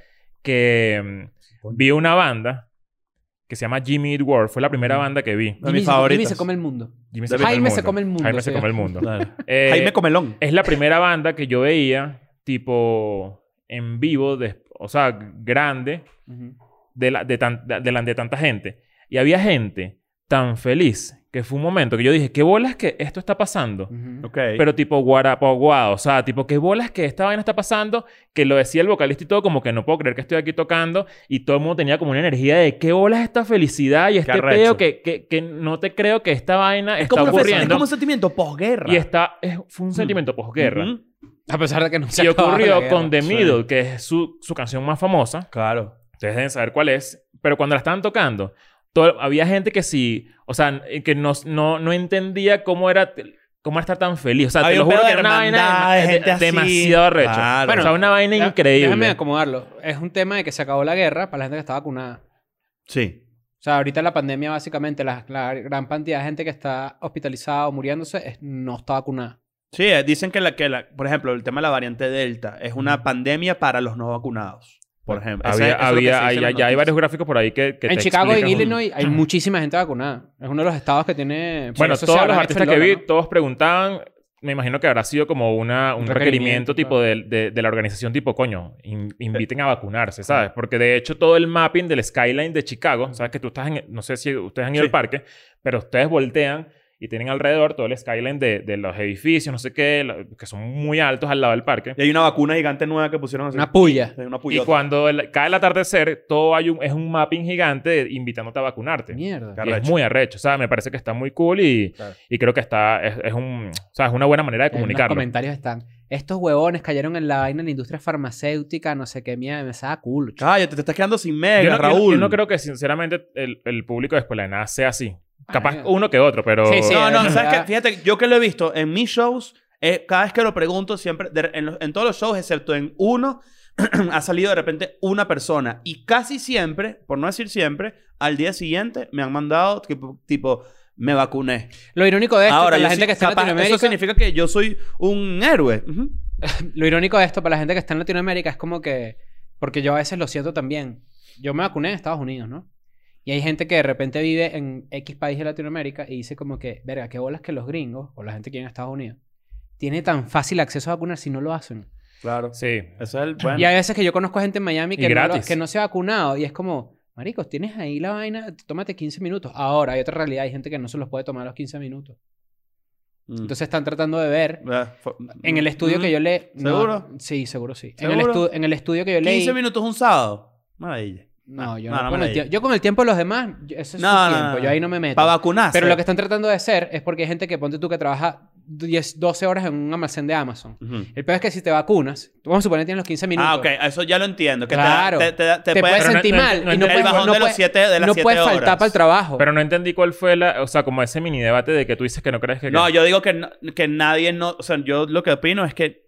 Speaker 2: que mm, vi una banda que se llama Jimmy Eat World. Fue la primera banda que vi.
Speaker 3: de
Speaker 4: Jimmy
Speaker 3: mis
Speaker 4: se- Jimmy
Speaker 3: favoritas.
Speaker 4: se come el mundo.
Speaker 2: Jimmy
Speaker 4: Jaime se come el mundo,
Speaker 2: Jaime se
Speaker 4: sí.
Speaker 2: come el mundo.
Speaker 3: Claro.
Speaker 2: Eh,
Speaker 3: Jaime Comelón.
Speaker 2: es la primera banda que yo veía tipo en vivo, de- o sea, grande,
Speaker 4: Ujú.
Speaker 2: de, la- de, tan- de- de la- de tanta gente. Y había gente tan feliz que fue un momento que yo dije, qué bolas que esto está pasando.
Speaker 4: Ujú.
Speaker 3: Ok.
Speaker 2: Pero tipo guarapaguado, o sea, tipo qué bolas que esta vaina está pasando, que lo decía el vocalista y todo, como que no puedo creer que estoy aquí tocando y todo el mundo tenía como una energía de qué bolas esta felicidad y este
Speaker 3: arrecho.
Speaker 2: peo que, que, que no te creo que esta vaina
Speaker 3: es,
Speaker 2: está
Speaker 3: como un, fe- es
Speaker 2: ocurriendo.
Speaker 3: como un sentimiento posguerra.
Speaker 2: Y está, es- fue un sentimiento posguerra.
Speaker 3: Ujú.
Speaker 4: A pesar de que no se
Speaker 2: Y
Speaker 4: acababa la
Speaker 2: ocurrió
Speaker 4: guerra.
Speaker 2: con The
Speaker 3: Sí.
Speaker 2: Middle, que es su, su canción más famosa.
Speaker 3: Claro.
Speaker 2: Ustedes deben saber cuál es. Pero cuando la estaban tocando, todo- había gente que sí, o sea, eh, que no, no, no entendía cómo era, cómo era estar tan feliz. O sea, te
Speaker 3: Había
Speaker 2: lo
Speaker 3: un
Speaker 2: juro
Speaker 3: pedo
Speaker 2: que
Speaker 3: de
Speaker 2: era una vaina
Speaker 3: hermandad,
Speaker 2: de-
Speaker 3: de gente
Speaker 2: de-
Speaker 3: así.
Speaker 2: demasiado arrecha.
Speaker 3: Claro.
Speaker 2: o sea, una vaina
Speaker 4: Ya,
Speaker 2: increíble.
Speaker 4: Déjame acomodarlo. Es un tema de que se acabó la guerra para la gente que está vacunada.
Speaker 3: Sí.
Speaker 4: O sea, ahorita la pandemia, básicamente, la, la gran cantidad de gente que está hospitalizada o muriéndose es- no está vacunada.
Speaker 3: Sí, eh, dicen que, la, que la, por ejemplo, el tema de la variante Delta es una pandemia para los no vacunados. Por ejemplo. Ese-
Speaker 2: Había-
Speaker 3: eso
Speaker 2: había-
Speaker 3: es lo que se dice
Speaker 2: hay-
Speaker 3: en las
Speaker 2: ya hay
Speaker 3: noticias.
Speaker 2: varios gráficos por ahí que, que
Speaker 4: en
Speaker 2: te
Speaker 4: Chicago y en
Speaker 2: explican.
Speaker 4: Illinois hay muchísima gente vacunada. Es uno de los estados que tiene. por
Speaker 2: Bueno,
Speaker 4: eso se
Speaker 2: todos
Speaker 4: habla
Speaker 2: los
Speaker 4: de
Speaker 2: artistas que
Speaker 4: Florida,
Speaker 2: vi,
Speaker 4: ¿no?
Speaker 2: todos preguntaban. Me imagino que habrá sido como una, un
Speaker 4: Un
Speaker 2: requerimiento,
Speaker 4: requerimiento,
Speaker 2: tipo de, de- de la organización, tipo, coño, in- inviten a vacunarse, ¿sabes? Porque de hecho todo el mapping del skyline de Chicago, ¿sabes? Que tú estás en, no sé si ustedes han ido
Speaker 3: Sí.
Speaker 2: al parque, pero ustedes voltean y tienen alrededor todo el skyline de, de los edificios, no sé qué, la- que son muy altos al lado del parque.
Speaker 3: Y hay una vacuna gigante nueva que pusieron así.
Speaker 4: Una puya.
Speaker 3: Sí, una
Speaker 2: Y
Speaker 3: puyota.
Speaker 2: cuando el- cae el atardecer, todo hay un, es un mapping gigante de- invitándote a vacunarte.
Speaker 4: Mierda.
Speaker 2: Y es muy arrecho. O sea, me parece que está muy cool y,
Speaker 3: Claro.
Speaker 2: y creo que está, es, es un, o sea, es una buena manera de
Speaker 4: En los
Speaker 2: comunicarlo.
Speaker 4: Eh, comentarios están. Estos huevones cayeron en la vaina de la industria farmacéutica, no sé qué mierda, me saca culo. chico".
Speaker 3: Cállate, te estás quedando sin mega,
Speaker 2: Yo no, yo no-
Speaker 3: Raúl.
Speaker 2: yo no creo que, sinceramente, el, el público de Escuela de Nada sea así.
Speaker 4: Ah,
Speaker 2: Capaz
Speaker 4: mierda.
Speaker 2: uno que otro, pero...
Speaker 4: Sí, sí.
Speaker 3: No, no,
Speaker 4: es
Speaker 3: ¿sabes
Speaker 4: verdad.
Speaker 3: qué? Fíjate, yo que lo he visto en mis shows, eh, cada vez que lo pregunto, siempre, de- en, los- en todos los shows, excepto en uno, ha salido de repente una persona. Y casi siempre, por no decir siempre, al día siguiente me han mandado, tipo, tipo me vacuné.
Speaker 4: Lo irónico de esto,
Speaker 3: Ahora,
Speaker 4: para
Speaker 3: yo
Speaker 4: la gente
Speaker 3: sí-
Speaker 4: que está en
Speaker 3: capaz eso
Speaker 4: Latinoamérica,
Speaker 3: significa que yo soy un héroe. Ujú.
Speaker 4: lo irónico de esto para la gente que está en Latinoamérica es como que, porque yo a veces lo siento también. Yo me vacuné en Estados Unidos, ¿no? Y hay gente que de repente vive en X país de Latinoamérica y dice como que, verga, qué bolas que los gringos o la gente que vive en Estados Unidos tiene tan fácil acceso a vacunar si no lo hacen.
Speaker 3: Claro.
Speaker 2: Sí.
Speaker 3: Eso es el bueno.
Speaker 4: Y hay veces que yo conozco gente en Miami
Speaker 2: Y
Speaker 4: que no, lo-
Speaker 2: gratis.
Speaker 4: que no se ha vacunado y es como, maricos, tienes ahí la vaina, tómate 15 minutos. Ahora, hay otra realidad, hay gente que no se los puede tomar los 15 minutos.
Speaker 3: Mm.
Speaker 4: Entonces están tratando de ver
Speaker 3: Ah, fue-
Speaker 4: en el estudio
Speaker 3: Mm.
Speaker 4: que yo le... no,
Speaker 3: ¿Seguro?
Speaker 4: sí, seguro sí. En, el
Speaker 3: ¿Seguro?
Speaker 4: estu- en el estudio que yo leí...
Speaker 3: 15 minutos un sábado. Maravilla.
Speaker 4: No, yo
Speaker 3: Ah, No,
Speaker 4: no,
Speaker 3: no me
Speaker 4: con
Speaker 3: la
Speaker 4: el
Speaker 3: di.
Speaker 4: tie- yo con el tiempo de los demás, yo- eso es
Speaker 3: No,
Speaker 4: su
Speaker 3: no,
Speaker 4: tiempo,
Speaker 3: no,
Speaker 4: yo ahí no
Speaker 3: no.
Speaker 4: me meto.
Speaker 3: Para vacunarse.
Speaker 4: Pero lo que están tratando de hacer es porque hay gente que ponte tú que trabaja 10, 12 horas en un almacén de Amazon.
Speaker 3: Ujú.
Speaker 4: El peor es que si te vacunas, tú vamos a suponer que tienes los 15 minutos.
Speaker 3: Ah, ok. Eso ya lo entiendo. Que te-
Speaker 4: Claro.
Speaker 3: Te, te- te puede-
Speaker 4: te puedes
Speaker 2: Pero no-
Speaker 4: sentir
Speaker 2: no-
Speaker 4: mal
Speaker 2: no
Speaker 4: y no
Speaker 2: entiendo.
Speaker 3: el
Speaker 4: puedes,
Speaker 3: bajón
Speaker 4: no
Speaker 3: de, los
Speaker 4: puedes-
Speaker 3: siete, de las
Speaker 4: no
Speaker 3: siete
Speaker 4: puedes
Speaker 3: horas.
Speaker 4: faltar para el trabajo.
Speaker 2: Pero no entendí cuál fue la... O sea, como ese mini debate de que tú dices que no crees que...
Speaker 3: No, yo digo que, no- que nadie no... O sea, yo lo que opino es que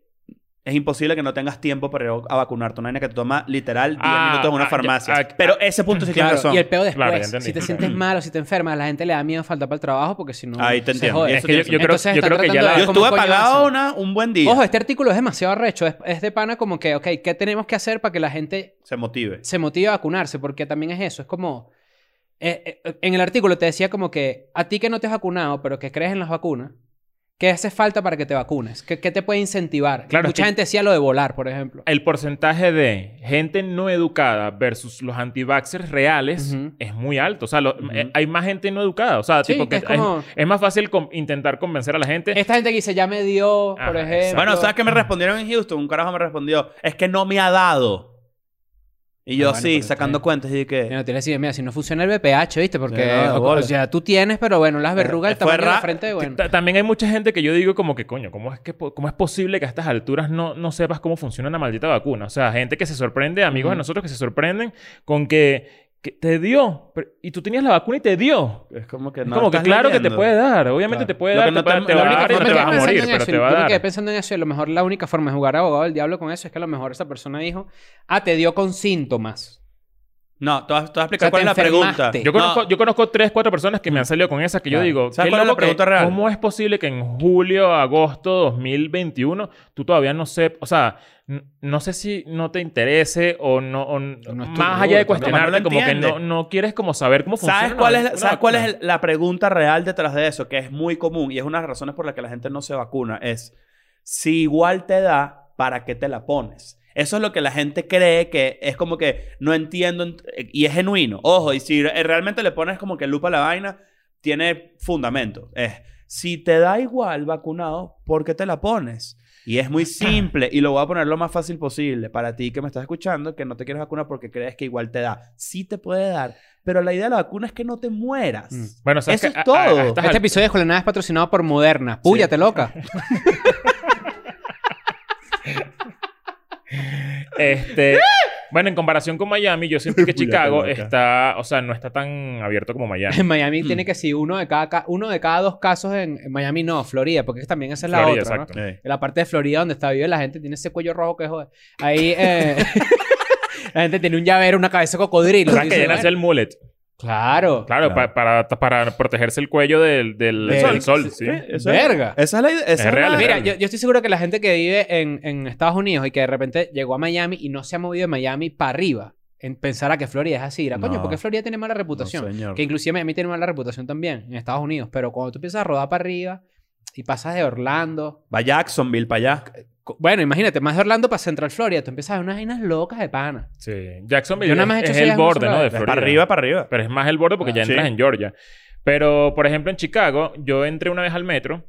Speaker 3: es imposible que no tengas tiempo para ir a vacunarte. Una vaina que te toma literal 10
Speaker 2: Ah,
Speaker 3: minutos en una
Speaker 2: ah,
Speaker 3: farmacia.
Speaker 2: ya, ah,
Speaker 3: Pero ese punto sí
Speaker 4: Claro,
Speaker 3: tienes razón.
Speaker 4: Y el peor después,
Speaker 2: Claro, ya entendí.
Speaker 4: si te
Speaker 2: Claro.
Speaker 4: sientes mal o si te enfermas, a la gente le da miedo faltar para el trabajo porque si no.
Speaker 3: Ahí te
Speaker 4: se
Speaker 3: entiendo.
Speaker 4: jode.
Speaker 3: Y
Speaker 2: Es que yo, yo creo,
Speaker 4: Entonces
Speaker 2: yo
Speaker 4: están
Speaker 2: creo que ya
Speaker 4: tratando
Speaker 2: la...
Speaker 4: de-
Speaker 3: Yo
Speaker 4: ¿cómo
Speaker 3: estuve
Speaker 4: coño
Speaker 3: apagado
Speaker 4: hacen?
Speaker 3: una, un buen día.
Speaker 4: Ojo, este artículo es demasiado arrecho. Es, es de pana como que, ok, ¿qué tenemos que hacer para que la gente
Speaker 3: Se motive.
Speaker 4: se motive a vacunarse? Porque también es eso. Es como. eh, eh, en el artículo te decía como que a ti que no te has vacunado, pero que crees en las vacunas, ¿qué hace falta para que te vacunes? ¿Qué, qué te puede incentivar?
Speaker 2: Claro, es
Speaker 4: Mucha
Speaker 2: que-
Speaker 4: gente decía lo de volar, por ejemplo.
Speaker 2: El porcentaje de gente no educada versus los anti-vaxxers reales
Speaker 4: Ujú.
Speaker 2: es muy alto. O sea, lo- eh, hay más gente no educada. O sea,
Speaker 4: Sí,
Speaker 2: Ah, tipo
Speaker 4: que
Speaker 2: que
Speaker 4: es como-
Speaker 2: es, es más fácil com- intentar convencer a la gente.
Speaker 4: Esta gente que dice, ya me dio, por
Speaker 2: Ajá,
Speaker 4: ejemplo.
Speaker 2: exacto.
Speaker 3: Bueno, ¿sabes qué me respondieron en Houston? Un carajo me respondió, es que no me ha dado. Y yo
Speaker 4: Ah, bueno,
Speaker 3: sí,
Speaker 4: pero
Speaker 3: sacando
Speaker 4: está
Speaker 3: cuentas y dije,
Speaker 4: Mira, tienes que decir, mira, si no funciona el BPH, ¿viste? Porque,
Speaker 3: Sí, no, de
Speaker 4: o,
Speaker 3: bola.
Speaker 4: o sea, tú tienes, pero bueno, las verrugas, el
Speaker 3: Eh, fue
Speaker 4: tamaño de la
Speaker 3: ra-
Speaker 4: frente, bueno.
Speaker 2: Ta- También hay mucha gente que yo digo como que, coño, ¿cómo es, que, po- cómo es posible que a estas alturas no, no sepas cómo funciona una maldita vacuna? O sea, gente que se sorprende, amigos de
Speaker 4: Ujú.
Speaker 2: nosotros que se sorprenden con que, que te dio. pero- y tú tenías la vacuna y te dio.
Speaker 3: es como que no.
Speaker 2: Es como que
Speaker 3: estás
Speaker 2: claro que
Speaker 3: leyendo.
Speaker 2: te puede dar. Obviamente
Speaker 3: Claro.
Speaker 2: te puede
Speaker 3: Lo
Speaker 2: dar.
Speaker 3: que no
Speaker 2: te,
Speaker 3: te-
Speaker 2: va- te
Speaker 3: lo
Speaker 2: va
Speaker 3: único
Speaker 2: a dar
Speaker 3: que
Speaker 2: y
Speaker 4: Yo
Speaker 3: no
Speaker 2: no
Speaker 4: me
Speaker 2: te
Speaker 4: quedé
Speaker 2: vas a
Speaker 4: pensando
Speaker 2: morir,
Speaker 4: en
Speaker 2: pero
Speaker 4: eso,
Speaker 2: te
Speaker 4: y
Speaker 2: va a
Speaker 4: Yo me quedé
Speaker 2: dar.
Speaker 4: pensando en eso y a lo mejor la única forma de jugar abogado del diablo con eso es que a lo mejor esa persona dijo, ah, te dio con síntomas.
Speaker 3: No, te vas, te vas a explicar
Speaker 4: O sea,
Speaker 3: cuál
Speaker 4: te
Speaker 3: es la pregunta.
Speaker 4: enfermaste.
Speaker 2: Yo conozco,
Speaker 3: No, Mm.
Speaker 2: yo conozco tres, cuatro personas que me han salido con esa que yo
Speaker 4: Claro.
Speaker 2: digo,
Speaker 3: ¿Sabes
Speaker 2: qué
Speaker 3: cuál es la
Speaker 2: loco que-
Speaker 3: pregunta real?
Speaker 2: ¿cómo es posible que en julio, agosto 2021 tú todavía no sepas, o sea, n- no sé si no te interese o no, o n-
Speaker 4: No es tu
Speaker 2: más
Speaker 4: rubro,
Speaker 2: allá de
Speaker 3: no
Speaker 2: cuestionarte,
Speaker 3: lo
Speaker 2: como que no,
Speaker 3: entiendes.
Speaker 2: no quieres como saber cómo funciona.
Speaker 3: ¿Sabes cuál es, la-
Speaker 2: una
Speaker 3: ¿sabes cuál es
Speaker 2: vacuna?
Speaker 3: el- la pregunta real detrás de eso? Que es muy común y es una de las razones por las que la gente no se vacuna. Es, si igual te da, ¿para qué te la pones? Eso es lo que la gente cree que es como que no entiendo ent- y es genuino. Ojo, y si re- realmente le pones como que lupa la vaina, tiene fundamento. Es, si te da igual vacunado, ¿por qué te la pones? Y es muy simple y lo voy a poner lo más fácil posible para ti que me estás escuchando, que no te quieres vacunar porque crees que igual te da. Sí te puede dar, pero la idea de la vacuna es que no te mueras.
Speaker 4: Mm.
Speaker 2: Bueno, ¿sabes
Speaker 3: Eso
Speaker 2: qué?
Speaker 3: es todo.
Speaker 2: estas
Speaker 4: Este
Speaker 2: al-
Speaker 4: episodio de Escuela de Nada es patrocinado por Moderna. Púyate, loca.
Speaker 2: Este, bueno, en comparación con Miami, yo siento que
Speaker 3: Puya,
Speaker 2: Chicago
Speaker 3: qué loca.
Speaker 2: está, o sea, no está tan abierto como Miami.
Speaker 4: En Miami tiene que sí, uno de cada, ca- uno de cada dos casos en, en Miami no, Florida, porque también esa es la
Speaker 2: Florida,
Speaker 4: otra, ¿no?
Speaker 2: exacto.
Speaker 3: Eh.
Speaker 4: En la parte de Florida donde está vive la gente tiene ese cuello rojo que jode. Ahí eh, la gente tiene un llavero, una cabeza de cocodrilo.
Speaker 2: O sea, que
Speaker 4: Dice,
Speaker 2: llegan a hacer el
Speaker 4: bueno,
Speaker 2: mullet.
Speaker 4: Claro.
Speaker 2: Claro,
Speaker 3: ¿eh? Claro.
Speaker 2: pa- para, para protegerse el cuello del, del,
Speaker 4: Del
Speaker 2: del sol, sí.
Speaker 3: eso
Speaker 4: ¿Eh? Verga.
Speaker 3: Es, esa es la idea. esa
Speaker 2: Es
Speaker 3: es
Speaker 2: real,
Speaker 3: la-
Speaker 2: es
Speaker 4: Mira,
Speaker 2: real.
Speaker 4: yo, yo estoy seguro que la gente que vive en, en Estados Unidos y que de repente llegó a Miami y no se ha movido de Miami para arriba, en, pensará que Florida es así. Dirá, coño,
Speaker 3: No.
Speaker 4: ¿por qué Florida tiene mala
Speaker 3: No,
Speaker 4: reputación?
Speaker 3: señor.
Speaker 4: Que inclusive Miami tiene mala reputación también en Estados Unidos. Pero cuando tú empiezas a rodar para arriba y pasas de Orlando...
Speaker 3: Va Jacksonville para allá.
Speaker 4: co- Bueno, imagínate, más de Orlando para Central Florida. Tú empiezas a ver unas vainas locas de pana.
Speaker 2: Sí. Jacksonville
Speaker 4: Yo nada más he
Speaker 2: es- es
Speaker 4: hecho eso ya
Speaker 2: el
Speaker 4: en una
Speaker 2: borde,
Speaker 4: sola
Speaker 2: ¿no? De
Speaker 4: vez.
Speaker 3: Es
Speaker 2: Florida.
Speaker 3: para arriba, para arriba.
Speaker 2: Pero es más el borde porque
Speaker 4: Ah,
Speaker 2: ya
Speaker 3: sí.
Speaker 2: entras en Georgia. Pero, por ejemplo, en Chicago, yo entré una vez al metro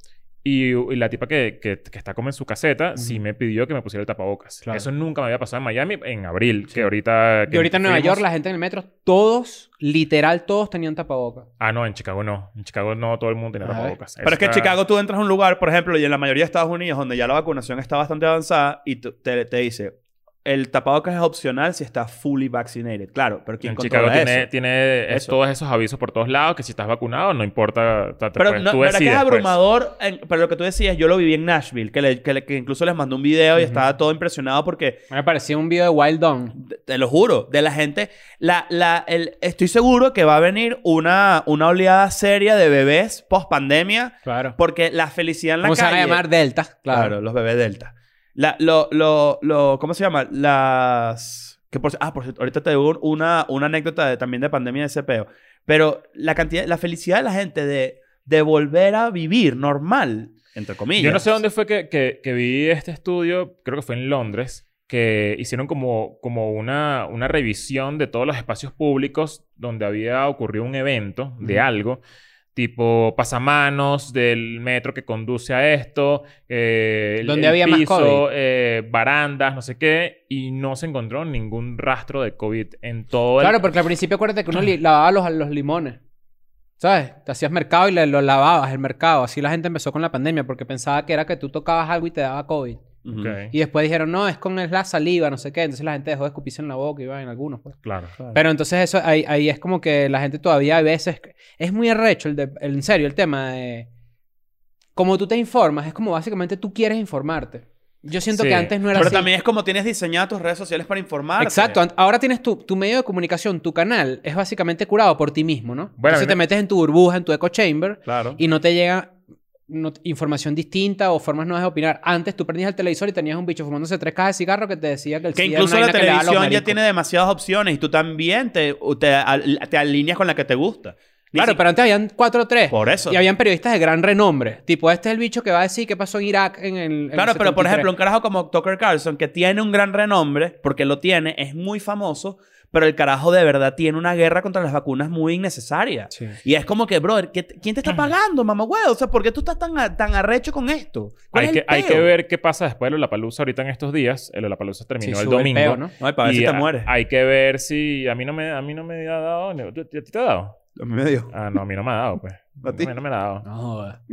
Speaker 2: y, y la tipa que, que- que está como en su caseta sí me pidió que me pusiera el tapabocas.
Speaker 4: Claro.
Speaker 2: Eso nunca me había pasado en Miami en abril, que ahorita...
Speaker 4: Y
Speaker 2: que
Speaker 4: ahorita en Nueva
Speaker 2: fuimos-
Speaker 4: York, la gente en el metro, todos, literal, todos tenían tapabocas.
Speaker 2: Ah, no, en Chicago no. En Chicago no todo el mundo tiene
Speaker 4: Ajá.
Speaker 2: tapabocas.
Speaker 3: Pero es que en
Speaker 2: Está-
Speaker 3: Chicago tú entras a un lugar, por ejemplo, y en la mayoría de Estados Unidos, donde ya la vacunación está bastante avanzada, y tú- te, te dice, el tapabocas es opcional si está fully vaccinated. Claro, pero ¿quién
Speaker 2: en Chicago
Speaker 3: controla
Speaker 2: tiene,
Speaker 3: eso?
Speaker 2: tiene es-
Speaker 3: Eso.
Speaker 2: todos esos avisos por todos lados que si estás vacunado no importa. o sea, te
Speaker 3: Pero
Speaker 2: puedes-
Speaker 3: no,
Speaker 2: tú
Speaker 3: ¿verdad que es
Speaker 2: decides, pues.
Speaker 3: abrumador? En- pero lo que tú decías, yo lo viví en Nashville, que, le- que le- que incluso les mandé un video y
Speaker 4: Ujú.
Speaker 3: estaba todo impresionado porque
Speaker 4: Me parecía un video de Wild Dawn.
Speaker 3: Te- Te lo juro, de la gente. La, la, el, estoy seguro que va a venir una, una oleada seria de bebés post pandemia,
Speaker 4: Claro.
Speaker 3: porque la felicidad en la
Speaker 4: ¿Cómo se van
Speaker 3: calle.
Speaker 4: a llamar Delta?
Speaker 3: Claro,
Speaker 4: Claro.
Speaker 3: los bebés Delta. La, lo, lo, lo, ¿Cómo se llama? Las. Que por, ah, por cierto, ahorita te digo una, una anécdota de- también de pandemia de ese peo. Pero la cantidad, la felicidad de la gente de, de volver a vivir normal, entre comillas.
Speaker 2: Yo no sé dónde fue que, que- que vi este estudio, creo que fue en Londres, que hicieron como, como una, una revisión de todos los espacios públicos donde había ocurrido un evento de algo, tipo pasamanos del metro que conduce a esto, eh, el-
Speaker 4: Donde
Speaker 2: el
Speaker 4: había más COVID.
Speaker 2: eh, barandas, no sé qué, y no se encontró ningún rastro de COVID en todo el...
Speaker 4: Claro, porque al principio acuérdate que uno li- lavaba los, los limones. ¿Sabes? Te hacías mercado y le- lo lavabas el mercado. Así la gente empezó con la pandemia porque pensaba que era que tú tocabas algo y te daba COVID.
Speaker 3: Ujú.
Speaker 2: Ok,
Speaker 4: Y después dijeron, no, es con el- la saliva, no sé qué. Entonces la gente dejó de escupirse en la boca y va en algunos. pues.
Speaker 2: claro.
Speaker 4: Pero entonces eso, ahí, ahí es como que la gente todavía a veces... Es muy arrecho, el de- el- en serio, el tema de... Como tú te informas, es como básicamente tú quieres informarte. Yo siento
Speaker 2: Sí.
Speaker 4: que antes no era
Speaker 3: Pero
Speaker 4: así.
Speaker 3: también es como tienes diseñadas tus redes sociales para informar.
Speaker 4: Exacto. Ant- Ahora tienes tu, tu medio de comunicación, tu canal, es básicamente curado por ti mismo, ¿no?
Speaker 2: Bueno, a mí
Speaker 4: Entonces te
Speaker 2: me-
Speaker 4: metes en tu burbuja, en tu echo chamber
Speaker 3: Claro.
Speaker 4: y no te llega no- información distinta o formas nuevas de opinar. Antes tú prendías el televisor y tenías un bicho fumándose tres cajas de cigarro que te decía que el
Speaker 3: Que
Speaker 4: SIDA
Speaker 3: incluso
Speaker 4: era
Speaker 3: la
Speaker 4: una vaina que le da a los
Speaker 3: televisión ya
Speaker 4: maricos.
Speaker 3: tiene demasiadas opciones y tú también te, te, al- te alineas con la que te gusta. Ni
Speaker 4: Claro,
Speaker 3: si-
Speaker 4: pero antes habían cuatro o tres.
Speaker 3: Por eso.
Speaker 4: Y habían periodistas de gran renombre. Tipo, este es el bicho que va a decir qué pasó en Irak en el. en el
Speaker 3: Claro, pero por
Speaker 4: 73.
Speaker 3: ejemplo, un carajo como Tucker Carlson, que tiene un gran renombre, porque lo tiene, es muy famoso, pero el carajo de verdad tiene una guerra contra las vacunas muy innecesaria.
Speaker 4: Sí.
Speaker 3: Y es como que, brother, ¿qué- ¿quién te
Speaker 4: Ah.
Speaker 3: está pagando, mamá huevo? O sea, ¿por qué tú estás tan, a- tan arrecho con esto?
Speaker 2: Hay
Speaker 3: ¿Cuál es
Speaker 2: que,
Speaker 3: el
Speaker 2: hay
Speaker 3: peo?
Speaker 2: que ver qué pasa después de Lollapalooza ahorita en estos días. El Lollapalooza
Speaker 4: Sí,
Speaker 2: terminó el
Speaker 4: sube
Speaker 2: domingo.
Speaker 4: peo, ¿no?
Speaker 3: No, y para ver
Speaker 2: Y
Speaker 3: si te
Speaker 2: a-
Speaker 3: mueres.
Speaker 2: Hay que ver si a mí no me a mí no me ha dado, ¿a ti te ha dado?
Speaker 3: A mí me dio.
Speaker 2: Ah, no, a mí no me ha dado, pues.
Speaker 3: ¿A ti?
Speaker 2: No, no me la ha dado.
Speaker 4: No joda.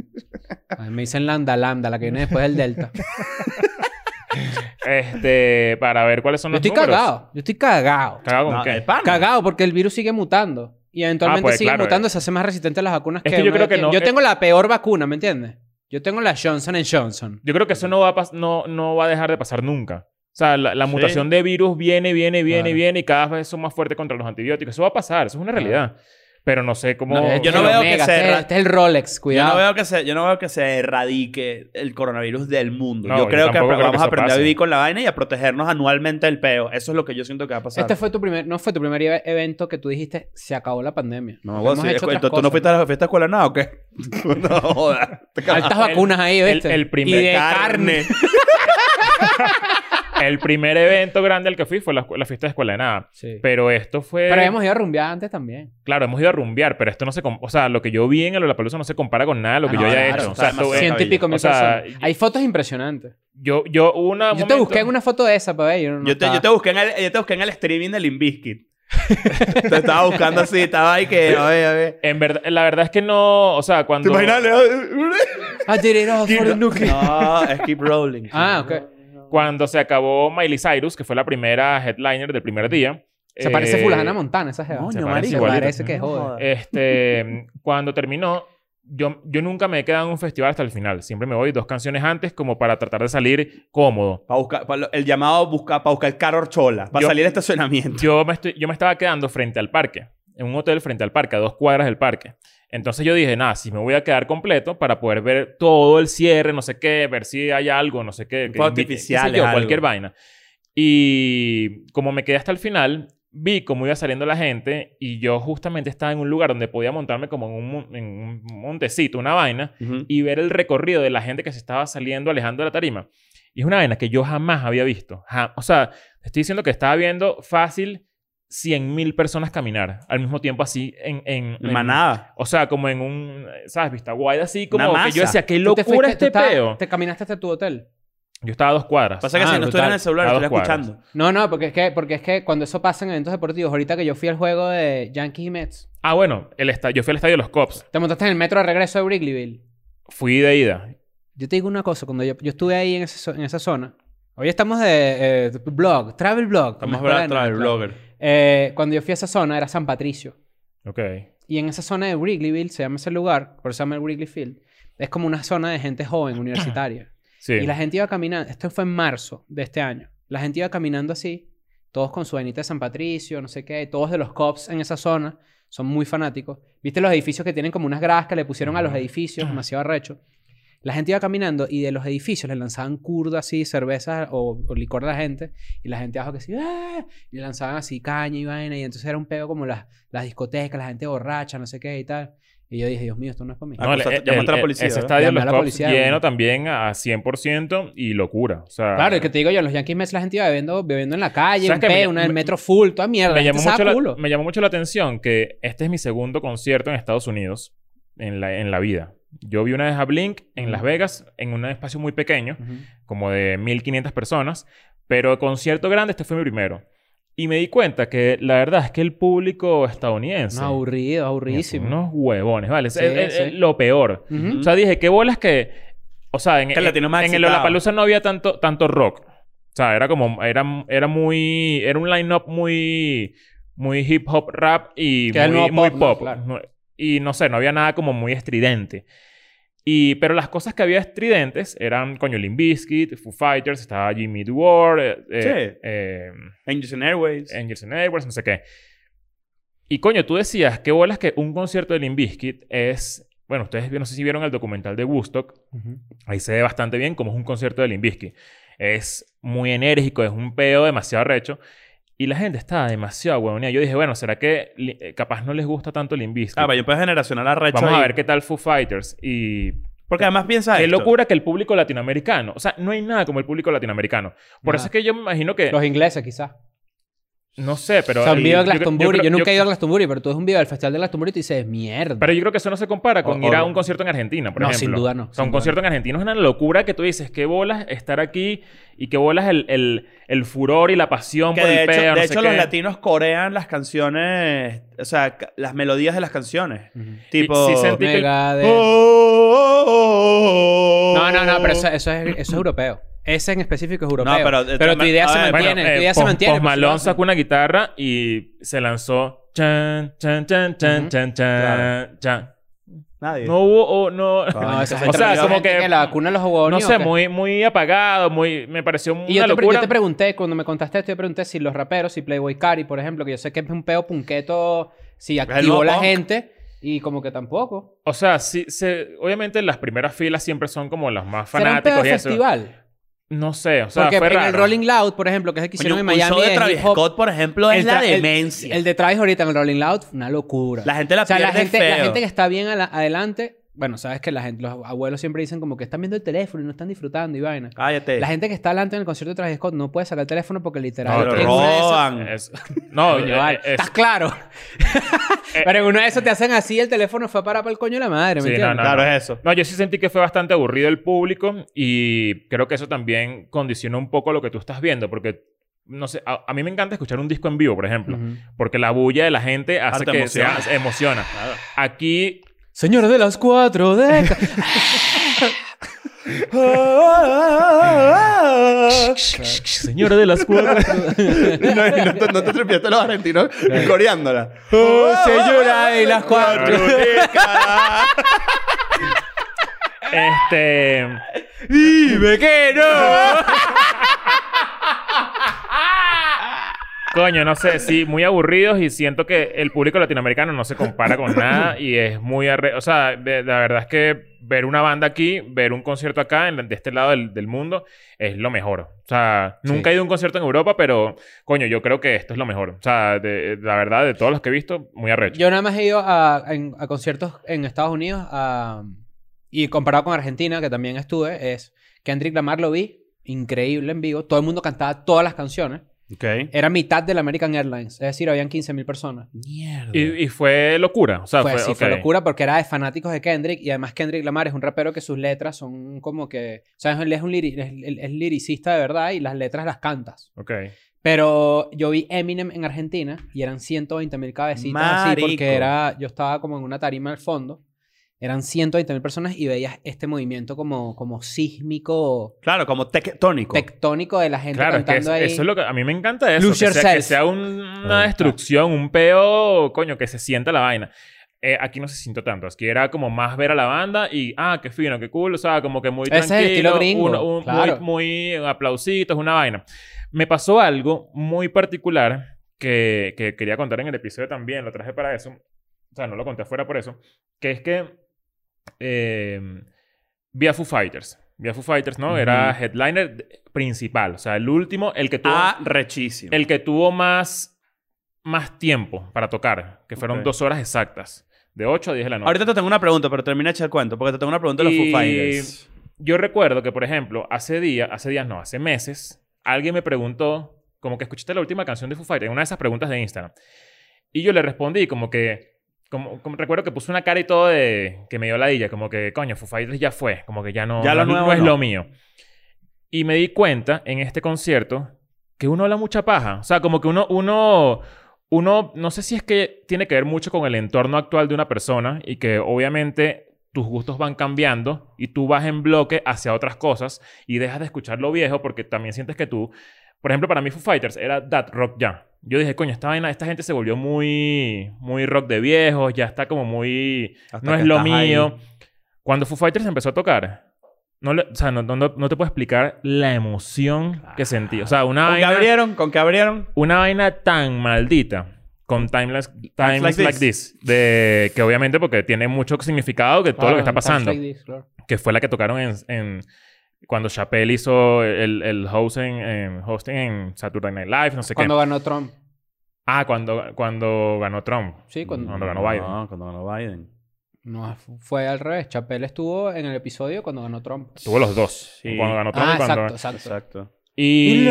Speaker 4: A mí me dicen lambda, lambda, la que viene después del delta.
Speaker 2: Este, para ver cuáles son
Speaker 4: Yo
Speaker 2: los
Speaker 4: estoy
Speaker 2: números.
Speaker 4: cagado. Yo estoy cagado.
Speaker 2: ¿Cagado con
Speaker 3: No, eh,
Speaker 2: qué?
Speaker 3: de pana.
Speaker 4: Cagado porque el virus sigue mutando. Y eventualmente
Speaker 2: Ah, pues,
Speaker 4: sigue
Speaker 2: claro,
Speaker 4: mutando,
Speaker 2: eh.
Speaker 4: se hace más resistente a las vacunas
Speaker 2: Es
Speaker 4: que,
Speaker 2: que yo
Speaker 4: uno
Speaker 2: creo
Speaker 4: ya
Speaker 2: que
Speaker 4: tiene.
Speaker 2: no,
Speaker 4: Yo
Speaker 2: eh.
Speaker 4: tengo la peor vacuna, ¿me entiendes? Yo tengo la Johnson Johnson.
Speaker 2: Yo creo que eso no va a pas- no, no va a dejar de pasar nunca. O sea, la, la
Speaker 3: Sí.
Speaker 2: mutación de virus viene, viene, viene,
Speaker 4: Claro.
Speaker 2: viene y cada vez son más fuertes contra los antibióticos. Eso va a pasar, eso es una realidad. Pero no sé cómo.
Speaker 4: No,
Speaker 3: yo no
Speaker 4: el
Speaker 3: veo que
Speaker 4: Omega,
Speaker 3: se
Speaker 4: Este,
Speaker 3: ra-
Speaker 4: es- este es el Rolex, cuidado.
Speaker 3: Yo no, veo que se, yo no veo que se erradique el coronavirus del mundo.
Speaker 2: No,
Speaker 3: yo
Speaker 2: yo
Speaker 3: creo que
Speaker 2: tampoco creo
Speaker 3: vamos
Speaker 2: que
Speaker 3: a
Speaker 2: eso
Speaker 3: aprender a
Speaker 2: pase.
Speaker 3: vivir con la vaina y a protegernos anualmente del peo. Eso es lo que yo siento que va a pasar.
Speaker 4: Este fue tu primer, no fue tu primer e- evento que tú dijiste, se acabó la pandemia.
Speaker 3: No,
Speaker 4: Hemos
Speaker 3: vos, sí,
Speaker 4: hecho
Speaker 3: escu-
Speaker 4: otras
Speaker 3: ¿tú, tú no
Speaker 4: cosas.
Speaker 3: fuiste a la fiesta de escuela nada o qué? no jodas.
Speaker 4: Altas vacunas ahí,
Speaker 2: el-
Speaker 4: ¿viste?
Speaker 2: el primer
Speaker 4: y de carne.
Speaker 2: El primer evento grande al que fui fue la, escu- la fiesta de escuela de nada.
Speaker 4: Sí. Pero,
Speaker 2: Pero esto fue.
Speaker 4: hemos ido a rumbear antes también.
Speaker 2: Claro, hemos ido a rumbear, pero esto no se. com- O sea, lo que yo vi en el Lollapalooza no se compara con nada de lo que
Speaker 4: Ah,
Speaker 2: yo
Speaker 4: no,
Speaker 2: haya
Speaker 4: claro,
Speaker 2: hecho. O
Speaker 3: está
Speaker 2: sea, esto-
Speaker 3: demasiado.
Speaker 4: Ciento y pico
Speaker 2: o
Speaker 4: mil
Speaker 2: sea,
Speaker 4: personas. Hay fotos impresionantes.
Speaker 2: yo, yo hubo una.
Speaker 4: Yo te busqué en una foto de esa, para ver. Yo, no
Speaker 3: Yo te, yo,
Speaker 4: estaba.
Speaker 3: te busqué en el, yo te busqué en el streaming del Inviskit. te estaba buscando así, estaba ahí que, a ver, a ver.
Speaker 2: En verdad, la verdad es que no. O sea, cuando.
Speaker 3: ¿Te imaginas?
Speaker 4: I did it all for the nuke.
Speaker 3: no, es Keep Rolling.
Speaker 4: Ah, ok.
Speaker 2: Cuando se acabó Miley Cyrus, que fue la primera headliner del primer día.
Speaker 4: Se
Speaker 2: eh,
Speaker 4: parece Fulana Montana, esa jeva.
Speaker 2: Se parece
Speaker 3: Coño, marico. Eh,
Speaker 2: igualito.
Speaker 4: Parece que joda.
Speaker 2: Este, cuando terminó, yo, yo nunca me he quedado en un festival hasta el final. Siempre me voy dos canciones antes como para tratar de salir cómodo.
Speaker 3: Para buscar, pa' lo- el llamado busca, para buscar carro chola, para
Speaker 2: Yo-
Speaker 3: salir al estacionamiento.
Speaker 2: Yo me, estoy- yo me estaba quedando frente al parque, en un hotel frente al parque, a dos cuadras del parque. Entonces yo dije, nada, si me voy a quedar completo para poder ver todo el cierre, no sé qué, ver si hay algo, no sé qué.
Speaker 3: Un
Speaker 2: que
Speaker 3: fuego
Speaker 2: invite- qué sé
Speaker 3: artificial,
Speaker 2: yo,
Speaker 3: algo.
Speaker 2: cualquier vaina. Y como me quedé hasta el final, vi cómo iba saliendo la gente y yo justamente estaba en un lugar donde podía montarme como en un, mon- en un montecito, una vaina,
Speaker 3: Ujú.
Speaker 2: y ver el recorrido de la gente que se estaba saliendo, alejando de la tarima. Y es una vaina que yo jamás había visto. Ja- o sea, te estoy diciendo que estaba viendo fácil 100.000 personas caminar al mismo tiempo así en... en, en-
Speaker 3: Manada.
Speaker 2: O sea, como en un, ¿sabes? Vista guay así, como
Speaker 3: Una
Speaker 2: que yo
Speaker 3: masa.
Speaker 2: decía, qué
Speaker 4: Tú te
Speaker 2: locura
Speaker 4: fuiste- tú
Speaker 2: este
Speaker 4: estabas-
Speaker 2: peo.
Speaker 4: Te caminaste hasta tu hotel.
Speaker 2: Yo estaba a dos cuadras.
Speaker 3: Pasa que
Speaker 4: Ah,
Speaker 3: si no estuviera en
Speaker 4: brutal.
Speaker 3: el celular,
Speaker 2: A dos
Speaker 3: estuviera
Speaker 2: cuadras.
Speaker 3: escuchando.
Speaker 4: No, no, porque es que, porque es que cuando eso pasa en eventos deportivos, ahorita que yo fui al juego de Yankees y Mets,
Speaker 2: Ah, bueno, el esta- yo fui al estadio de los Cops.
Speaker 4: te montaste en el metro de regreso de Wrigleyville.
Speaker 2: Fui de ida.
Speaker 4: Yo te digo una cosa, cuando yo, yo estuve ahí en, ese zo- en esa zona, Hoy estamos de eh, blog, travel blog.
Speaker 3: Estamos
Speaker 4: Bueno,
Speaker 3: hablando del
Speaker 4: claro.
Speaker 3: blogger.
Speaker 4: Eh, cuando yo fui a esa zona era San Patricio.
Speaker 2: Ok.
Speaker 4: Y en esa zona de Wrigleyville, se llama ese lugar, por eso se llama el Wrigley Field, es como una zona de gente joven, universitaria.
Speaker 2: Sí.
Speaker 4: Y la gente iba caminando, esto fue en marzo de este año, la gente iba caminando así, todos con su vainita de San Patricio, no sé qué, todos de los cops en esa zona, son muy fanáticos. ¿Viste los edificios que tienen como unas gradas que le pusieron a los edificios, demasiado arrecho? La gente iba caminando y de los edificios le lanzaban curda así, cervezas o, o licor a la gente. Y la gente abajo que sí, ¡ah! Y le lanzaban así caña y vaina. Y entonces era un peo como las, las discotecas, la gente borracha, no sé qué y tal. Y yo dije, Dios mío, esto no es para mí.
Speaker 3: Ah, cosa- llamaste a la policía,
Speaker 2: Ese
Speaker 3: ¿verdad?
Speaker 2: estadio de
Speaker 4: Llamé
Speaker 2: los
Speaker 4: a la
Speaker 2: Cubs
Speaker 4: policía,
Speaker 2: lleno
Speaker 4: ¿verdad?
Speaker 2: también a a 100% y locura. O sea,
Speaker 4: Claro, y que te digo yo, en los Yankees Mets la gente iba bebiendo, bebiendo en la calle,
Speaker 2: Ah, ¿Sabes
Speaker 4: un
Speaker 2: qué? Me
Speaker 4: peo,
Speaker 2: ll-
Speaker 4: una del
Speaker 2: me-
Speaker 4: metro full, toda mierda. este
Speaker 2: me, llamó mucho la,
Speaker 4: culo.
Speaker 2: me llamó mucho la atención que este es mi segundo concierto en Estados Unidos en la, en la vida. Yo vi una vez a Blink en Las Vegas, en un espacio muy pequeño, como de 1500 personas, pero concierto grande, este fue mi primero. Y me di cuenta que la verdad es que el público estadounidense...
Speaker 4: No, aburrido,
Speaker 2: mira, son
Speaker 4: aburridísimo.
Speaker 2: Unos huevones, ¿vale? Es-
Speaker 4: Sí,
Speaker 2: es- es-
Speaker 4: sí.
Speaker 2: es lo peor.
Speaker 4: Ujú.
Speaker 2: O sea, dije, qué bolas que. O sea, en,
Speaker 3: Que la tiene más
Speaker 2: en el
Speaker 3: excitada.
Speaker 2: Lollapalooza no había tanto, tanto rock. O sea, era como. Era, era muy. Era un line-up muy. Muy hip hop, rap y
Speaker 4: Que era el
Speaker 2: muy,
Speaker 4: nuevo
Speaker 2: muy
Speaker 4: pop,
Speaker 2: pop.
Speaker 4: ¿no? Claro.
Speaker 2: No- Y no sé, no había nada como muy estridente. Y, pero las cosas que había estridentes eran, coño, Limp Bizkit, Foo Fighters, estaba Jimmy Eat World, eh, eh,
Speaker 3: Sí.
Speaker 2: eh,
Speaker 3: Angels and Airways.
Speaker 2: Angels and Airways, no sé qué. Y coño, tú decías, qué bolas que un concierto de Limp Bizkit es... Bueno, ustedes no sé si vieron el documental de Woodstock.
Speaker 4: Ujú.
Speaker 2: Ahí se ve bastante bien cómo es un concierto de Limp Bizkit. Es muy enérgico, es un peo demasiado recho. Y la gente estaba demasiado huevonía. Yo dije, bueno, ¿será que li- eh, capaz no les gusta tanto Limp Bizkit?
Speaker 3: Ah, vaya, pues generacional arrecho
Speaker 2: Vamos a
Speaker 3: ahí.
Speaker 2: ver qué tal Foo Fighters. Y
Speaker 3: Porque además piensa
Speaker 2: qué
Speaker 3: esto.
Speaker 2: locura que el público latinoamericano... O sea, no hay nada como el público latinoamericano. Por
Speaker 4: Nada.
Speaker 2: eso es que yo me imagino que...
Speaker 4: Los ingleses, quizás.
Speaker 2: No sé, pero...
Speaker 4: O sea, un
Speaker 2: el-
Speaker 4: video de
Speaker 2: yo creo- yo
Speaker 4: Glastonbury. Yo,
Speaker 2: creo-
Speaker 4: nunca he ido a Glastonbury, pero tú ves un video del festival de Glastonbury y te dices, mierda.
Speaker 2: Pero yo creo que eso no se compara con
Speaker 3: O-
Speaker 2: ir
Speaker 3: o-
Speaker 2: a un concierto en Argentina, por
Speaker 4: No,
Speaker 2: ejemplo.
Speaker 4: sin duda no,
Speaker 2: O sea,
Speaker 4: sin
Speaker 2: un
Speaker 4: duda
Speaker 2: concierto en Argentina es una locura que tú dices, qué bolas estar aquí y qué bolas el, el, el furor y la pasión
Speaker 3: Que
Speaker 2: por
Speaker 3: de
Speaker 2: el
Speaker 3: hecho,
Speaker 2: peo,
Speaker 3: de
Speaker 2: no sé
Speaker 3: hecho los
Speaker 2: qué.
Speaker 3: latinos corean las canciones, o sea, ca- las melodías de las canciones.
Speaker 4: Ujú.
Speaker 3: Tipo... Oh,
Speaker 2: sí sentí-
Speaker 4: Megadeth.
Speaker 2: "Oh".
Speaker 4: No, no, no, pero eso, eso es, eso es europeo. Ese en específico es europeo.
Speaker 3: No, pero, eh,
Speaker 4: tu idea
Speaker 3: a
Speaker 4: se
Speaker 3: ver,
Speaker 4: mantiene.
Speaker 2: Bueno,
Speaker 4: tu
Speaker 2: eh,
Speaker 4: idea se
Speaker 2: Post-
Speaker 4: mantiene.
Speaker 2: Post
Speaker 4: por si
Speaker 2: Malone
Speaker 4: acaso.
Speaker 2: sacó una guitarra y se lanzó... Chan, chan, chan, chan,
Speaker 4: Ujú.
Speaker 2: chan, chan,
Speaker 3: Claro.
Speaker 2: chan.
Speaker 3: Nadie.
Speaker 2: No hubo... oh, no...
Speaker 3: Claro.
Speaker 4: No, esa
Speaker 3: O
Speaker 4: gente-
Speaker 2: sea,
Speaker 4: esa
Speaker 2: como
Speaker 4: gente
Speaker 2: que-
Speaker 4: la vacuna los
Speaker 2: No
Speaker 4: huevones, ¿o
Speaker 2: sé,
Speaker 4: qué?
Speaker 2: muy, muy apagado, muy... Me pareció una
Speaker 4: Y yo te, pre-
Speaker 2: locura.
Speaker 4: yo te pregunté, cuando me contaste esto, yo pregunté si los raperos, si Playboy Cari, por ejemplo, que yo sé que es un peo punqueto, si activó
Speaker 3: nuevo
Speaker 4: la
Speaker 3: punk.
Speaker 4: gente, y como que tampoco.
Speaker 2: O sea, sí, se, obviamente las primeras filas siempre son como las más
Speaker 4: Será un peo
Speaker 2: fanáticos
Speaker 4: de
Speaker 2: y eso.
Speaker 4: festival.
Speaker 2: No sé, o sea,
Speaker 4: Porque
Speaker 2: fue
Speaker 4: en el
Speaker 2: raro.
Speaker 4: Rolling Loud, por ejemplo, que es el que
Speaker 3: Coño,
Speaker 4: hicieron en
Speaker 3: un
Speaker 4: Miami.
Speaker 3: show de
Speaker 4: de
Speaker 3: Travis
Speaker 4: hip hop,
Speaker 3: Scott, por ejemplo, es
Speaker 4: el
Speaker 3: la
Speaker 4: tra- el-
Speaker 3: demencia.
Speaker 4: El de Travis ahorita en el Rolling Loud, una locura.
Speaker 3: La gente la
Speaker 4: o sea, la
Speaker 3: pierde
Speaker 4: gente,
Speaker 3: feo.
Speaker 4: la gente que está bien a la- adelante, bueno, sabes que la gente, los abuelos siempre dicen como que están viendo el teléfono y no están disfrutando y vaina.
Speaker 3: Cállate.
Speaker 4: La gente que está adelante en el concierto de Travis Scott no puede sacar el teléfono porque
Speaker 2: No,
Speaker 4: literal
Speaker 2: te
Speaker 4: en
Speaker 2: lo
Speaker 4: una de esas-
Speaker 3: roban.
Speaker 2: Es- no,
Speaker 4: Coño,
Speaker 2: eh,
Speaker 4: vale.
Speaker 2: es-
Speaker 4: Estás claro. Eh, Pero en uno de esos te hacen así, el teléfono fue para para el coño de la madre,
Speaker 2: Sí,
Speaker 4: ¿me
Speaker 2: no,
Speaker 4: entiendes?
Speaker 2: no.
Speaker 3: Claro, es eso.
Speaker 2: no, yo sí sentí que fue bastante aburrido el público y creo que eso también condiciona un poco lo que tú estás viendo porque, no sé, a, a mí me encanta escuchar un disco en vivo, por ejemplo, porque la bulla de la gente hace
Speaker 3: te
Speaker 2: que
Speaker 3: emociona.
Speaker 2: sea- se emociona. Aquí,
Speaker 4: Señor de las cuatro de...
Speaker 2: señora de las cuerdas.
Speaker 3: no, no te, no te trepiaste los argentinos coreándola.
Speaker 4: Oh, señora de las cuatro.
Speaker 2: este,
Speaker 4: ¡Dime que no!
Speaker 2: coño, no sé, sí, muy aburridos y siento que el público latinoamericano no se compara con nada y es muy, arre- o sea, de- la verdad es que ver una banda aquí, ver un concierto acá, en- de este lado del, del mundo, es lo mejor. O sea, nunca he ido a un concierto en Europa, pero coño, yo creo que esto es lo mejor. O sea, de- la verdad, de todos los que he visto, muy arrecho.
Speaker 4: Yo nada más he ido a, en- a conciertos en Estados Unidos a- y comparado con Argentina, que también estuve, es Kendrick Lamar lo vi, increíble en vivo. Todo el mundo cantaba todas las canciones.
Speaker 3: Ok.
Speaker 4: Era mitad de la American Airlines, es decir, habían 15.000 personas.
Speaker 3: Mierda.
Speaker 2: Y, y fue locura. O sea,
Speaker 4: fue,
Speaker 2: Ah, fue,
Speaker 4: Pues sí, fue
Speaker 2: ok.
Speaker 4: locura porque era de fanáticos de Kendrick y además Kendrick Lamar es un rapero que sus letras son como que, o sea, él es un liri- es- él- es liricista de verdad y las letras las cantas.
Speaker 2: Ok.
Speaker 4: Pero yo vi Eminem en Argentina y eran 120 mil cabecitas así
Speaker 3: Marico.
Speaker 4: porque era, yo estaba como en una tarima al fondo Eran 120 mil personas y veías este movimiento como, como sísmico,
Speaker 3: Claro, como tectónico.
Speaker 4: tectónico de la gente
Speaker 2: Claro, es que
Speaker 4: cantando
Speaker 2: es-
Speaker 4: ahí.
Speaker 2: eso es lo que a mí me encanta eso.
Speaker 4: Lose
Speaker 2: que, sea, que
Speaker 4: yourself.
Speaker 2: sea un- una destrucción, un peo, coño, que se sienta la vaina. Eh, aquí no se sintió tanto. Aquí era como más ver a la banda y, ah, qué fino, qué cool. O sea, como que muy
Speaker 4: Ese es el
Speaker 2: tranquilo.
Speaker 4: estilo gringo,
Speaker 2: uno- un- Muy,
Speaker 4: claro.
Speaker 2: muy aplausitos, una vaina. Me pasó algo muy particular que, que quería contar en el episodio también. Lo traje para eso. O sea, no lo conté afuera por eso. Que es que eh, vi a Foo Fighters. Vi a Foo Fighters, ¿no? Era headliner de- principal. O sea, el último, el que tuvo,
Speaker 3: Ah, rechísimo.
Speaker 2: el que tuvo más, más tiempo para tocar. Que fueron
Speaker 3: Ok.
Speaker 2: dos horas exactas. De 8 a 10 de la noche.
Speaker 3: Ahorita te tengo una pregunta, pero termina de echar cuento, porque te tengo una pregunta de los
Speaker 2: Y-
Speaker 3: Foo Fighters.
Speaker 2: Yo recuerdo que, por ejemplo, hace días, hace días no, hace meses, alguien me preguntó, como que escuchaste la última canción de Foo Fighters, en una de esas preguntas de Instagram. Y yo le respondí, como que, como, como- recuerdo que puse una cara y todo de, que me dio ladilla, como que, coño, Foo Fighters ya fue, como que ya no,
Speaker 3: Ya lo
Speaker 2: no- no
Speaker 3: nuevo
Speaker 2: es
Speaker 3: no.
Speaker 2: lo mío. Y me di cuenta en este concierto que uno habla mucha paja. O sea, como que uno, uno, uno, no sé si es que tiene que ver mucho con el entorno actual de una persona y que obviamente tus gustos van cambiando y tú vas en bloque hacia otras cosas y dejas de escuchar lo viejo porque también sientes que tú, por ejemplo, para mí Foo Fighters era that rock ya. Yo dije, coño, esta vaina, esta gente se volvió muy, muy rock de viejos, ya está como muy,
Speaker 3: Hasta
Speaker 2: no
Speaker 3: que
Speaker 2: es lo
Speaker 3: estás ahí.
Speaker 2: mío. Cuando Foo Fighters empezó a tocar, no le- o sea, no, no- no- no te puedo explicar la emoción que sentí. O sea, una
Speaker 3: ¿Con qué
Speaker 2: vaina
Speaker 3: abrieron? ¿Con qué abrieron?
Speaker 2: una vaina tan maldita con Timeless, timeless
Speaker 3: Like
Speaker 2: like, this. de que obviamente porque tiene mucho significado que todo lo que está
Speaker 4: Claro, Times
Speaker 2: pasando,
Speaker 4: Like This, claro.
Speaker 2: que fue la que tocaron en, en- cuando Chappelle hizo el, el host en- en- hosting en Saturday Night Live, no sé
Speaker 4: Cuando
Speaker 2: qué.
Speaker 4: ganó Trump.
Speaker 2: Ah, cuando, cuando ganó Trump.
Speaker 4: Sí, cuando-
Speaker 2: ganó Biden.
Speaker 3: No, cuando ganó Biden.
Speaker 4: No, fu- fue al revés. Chappelle estuvo en el episodio cuando ganó Trump.
Speaker 2: Tuvo los dos.
Speaker 3: Sí.
Speaker 2: Cuando ganó Trump
Speaker 4: Ah,
Speaker 2: y cuando...
Speaker 4: exacto, exacto.
Speaker 3: Exacto.
Speaker 2: Y...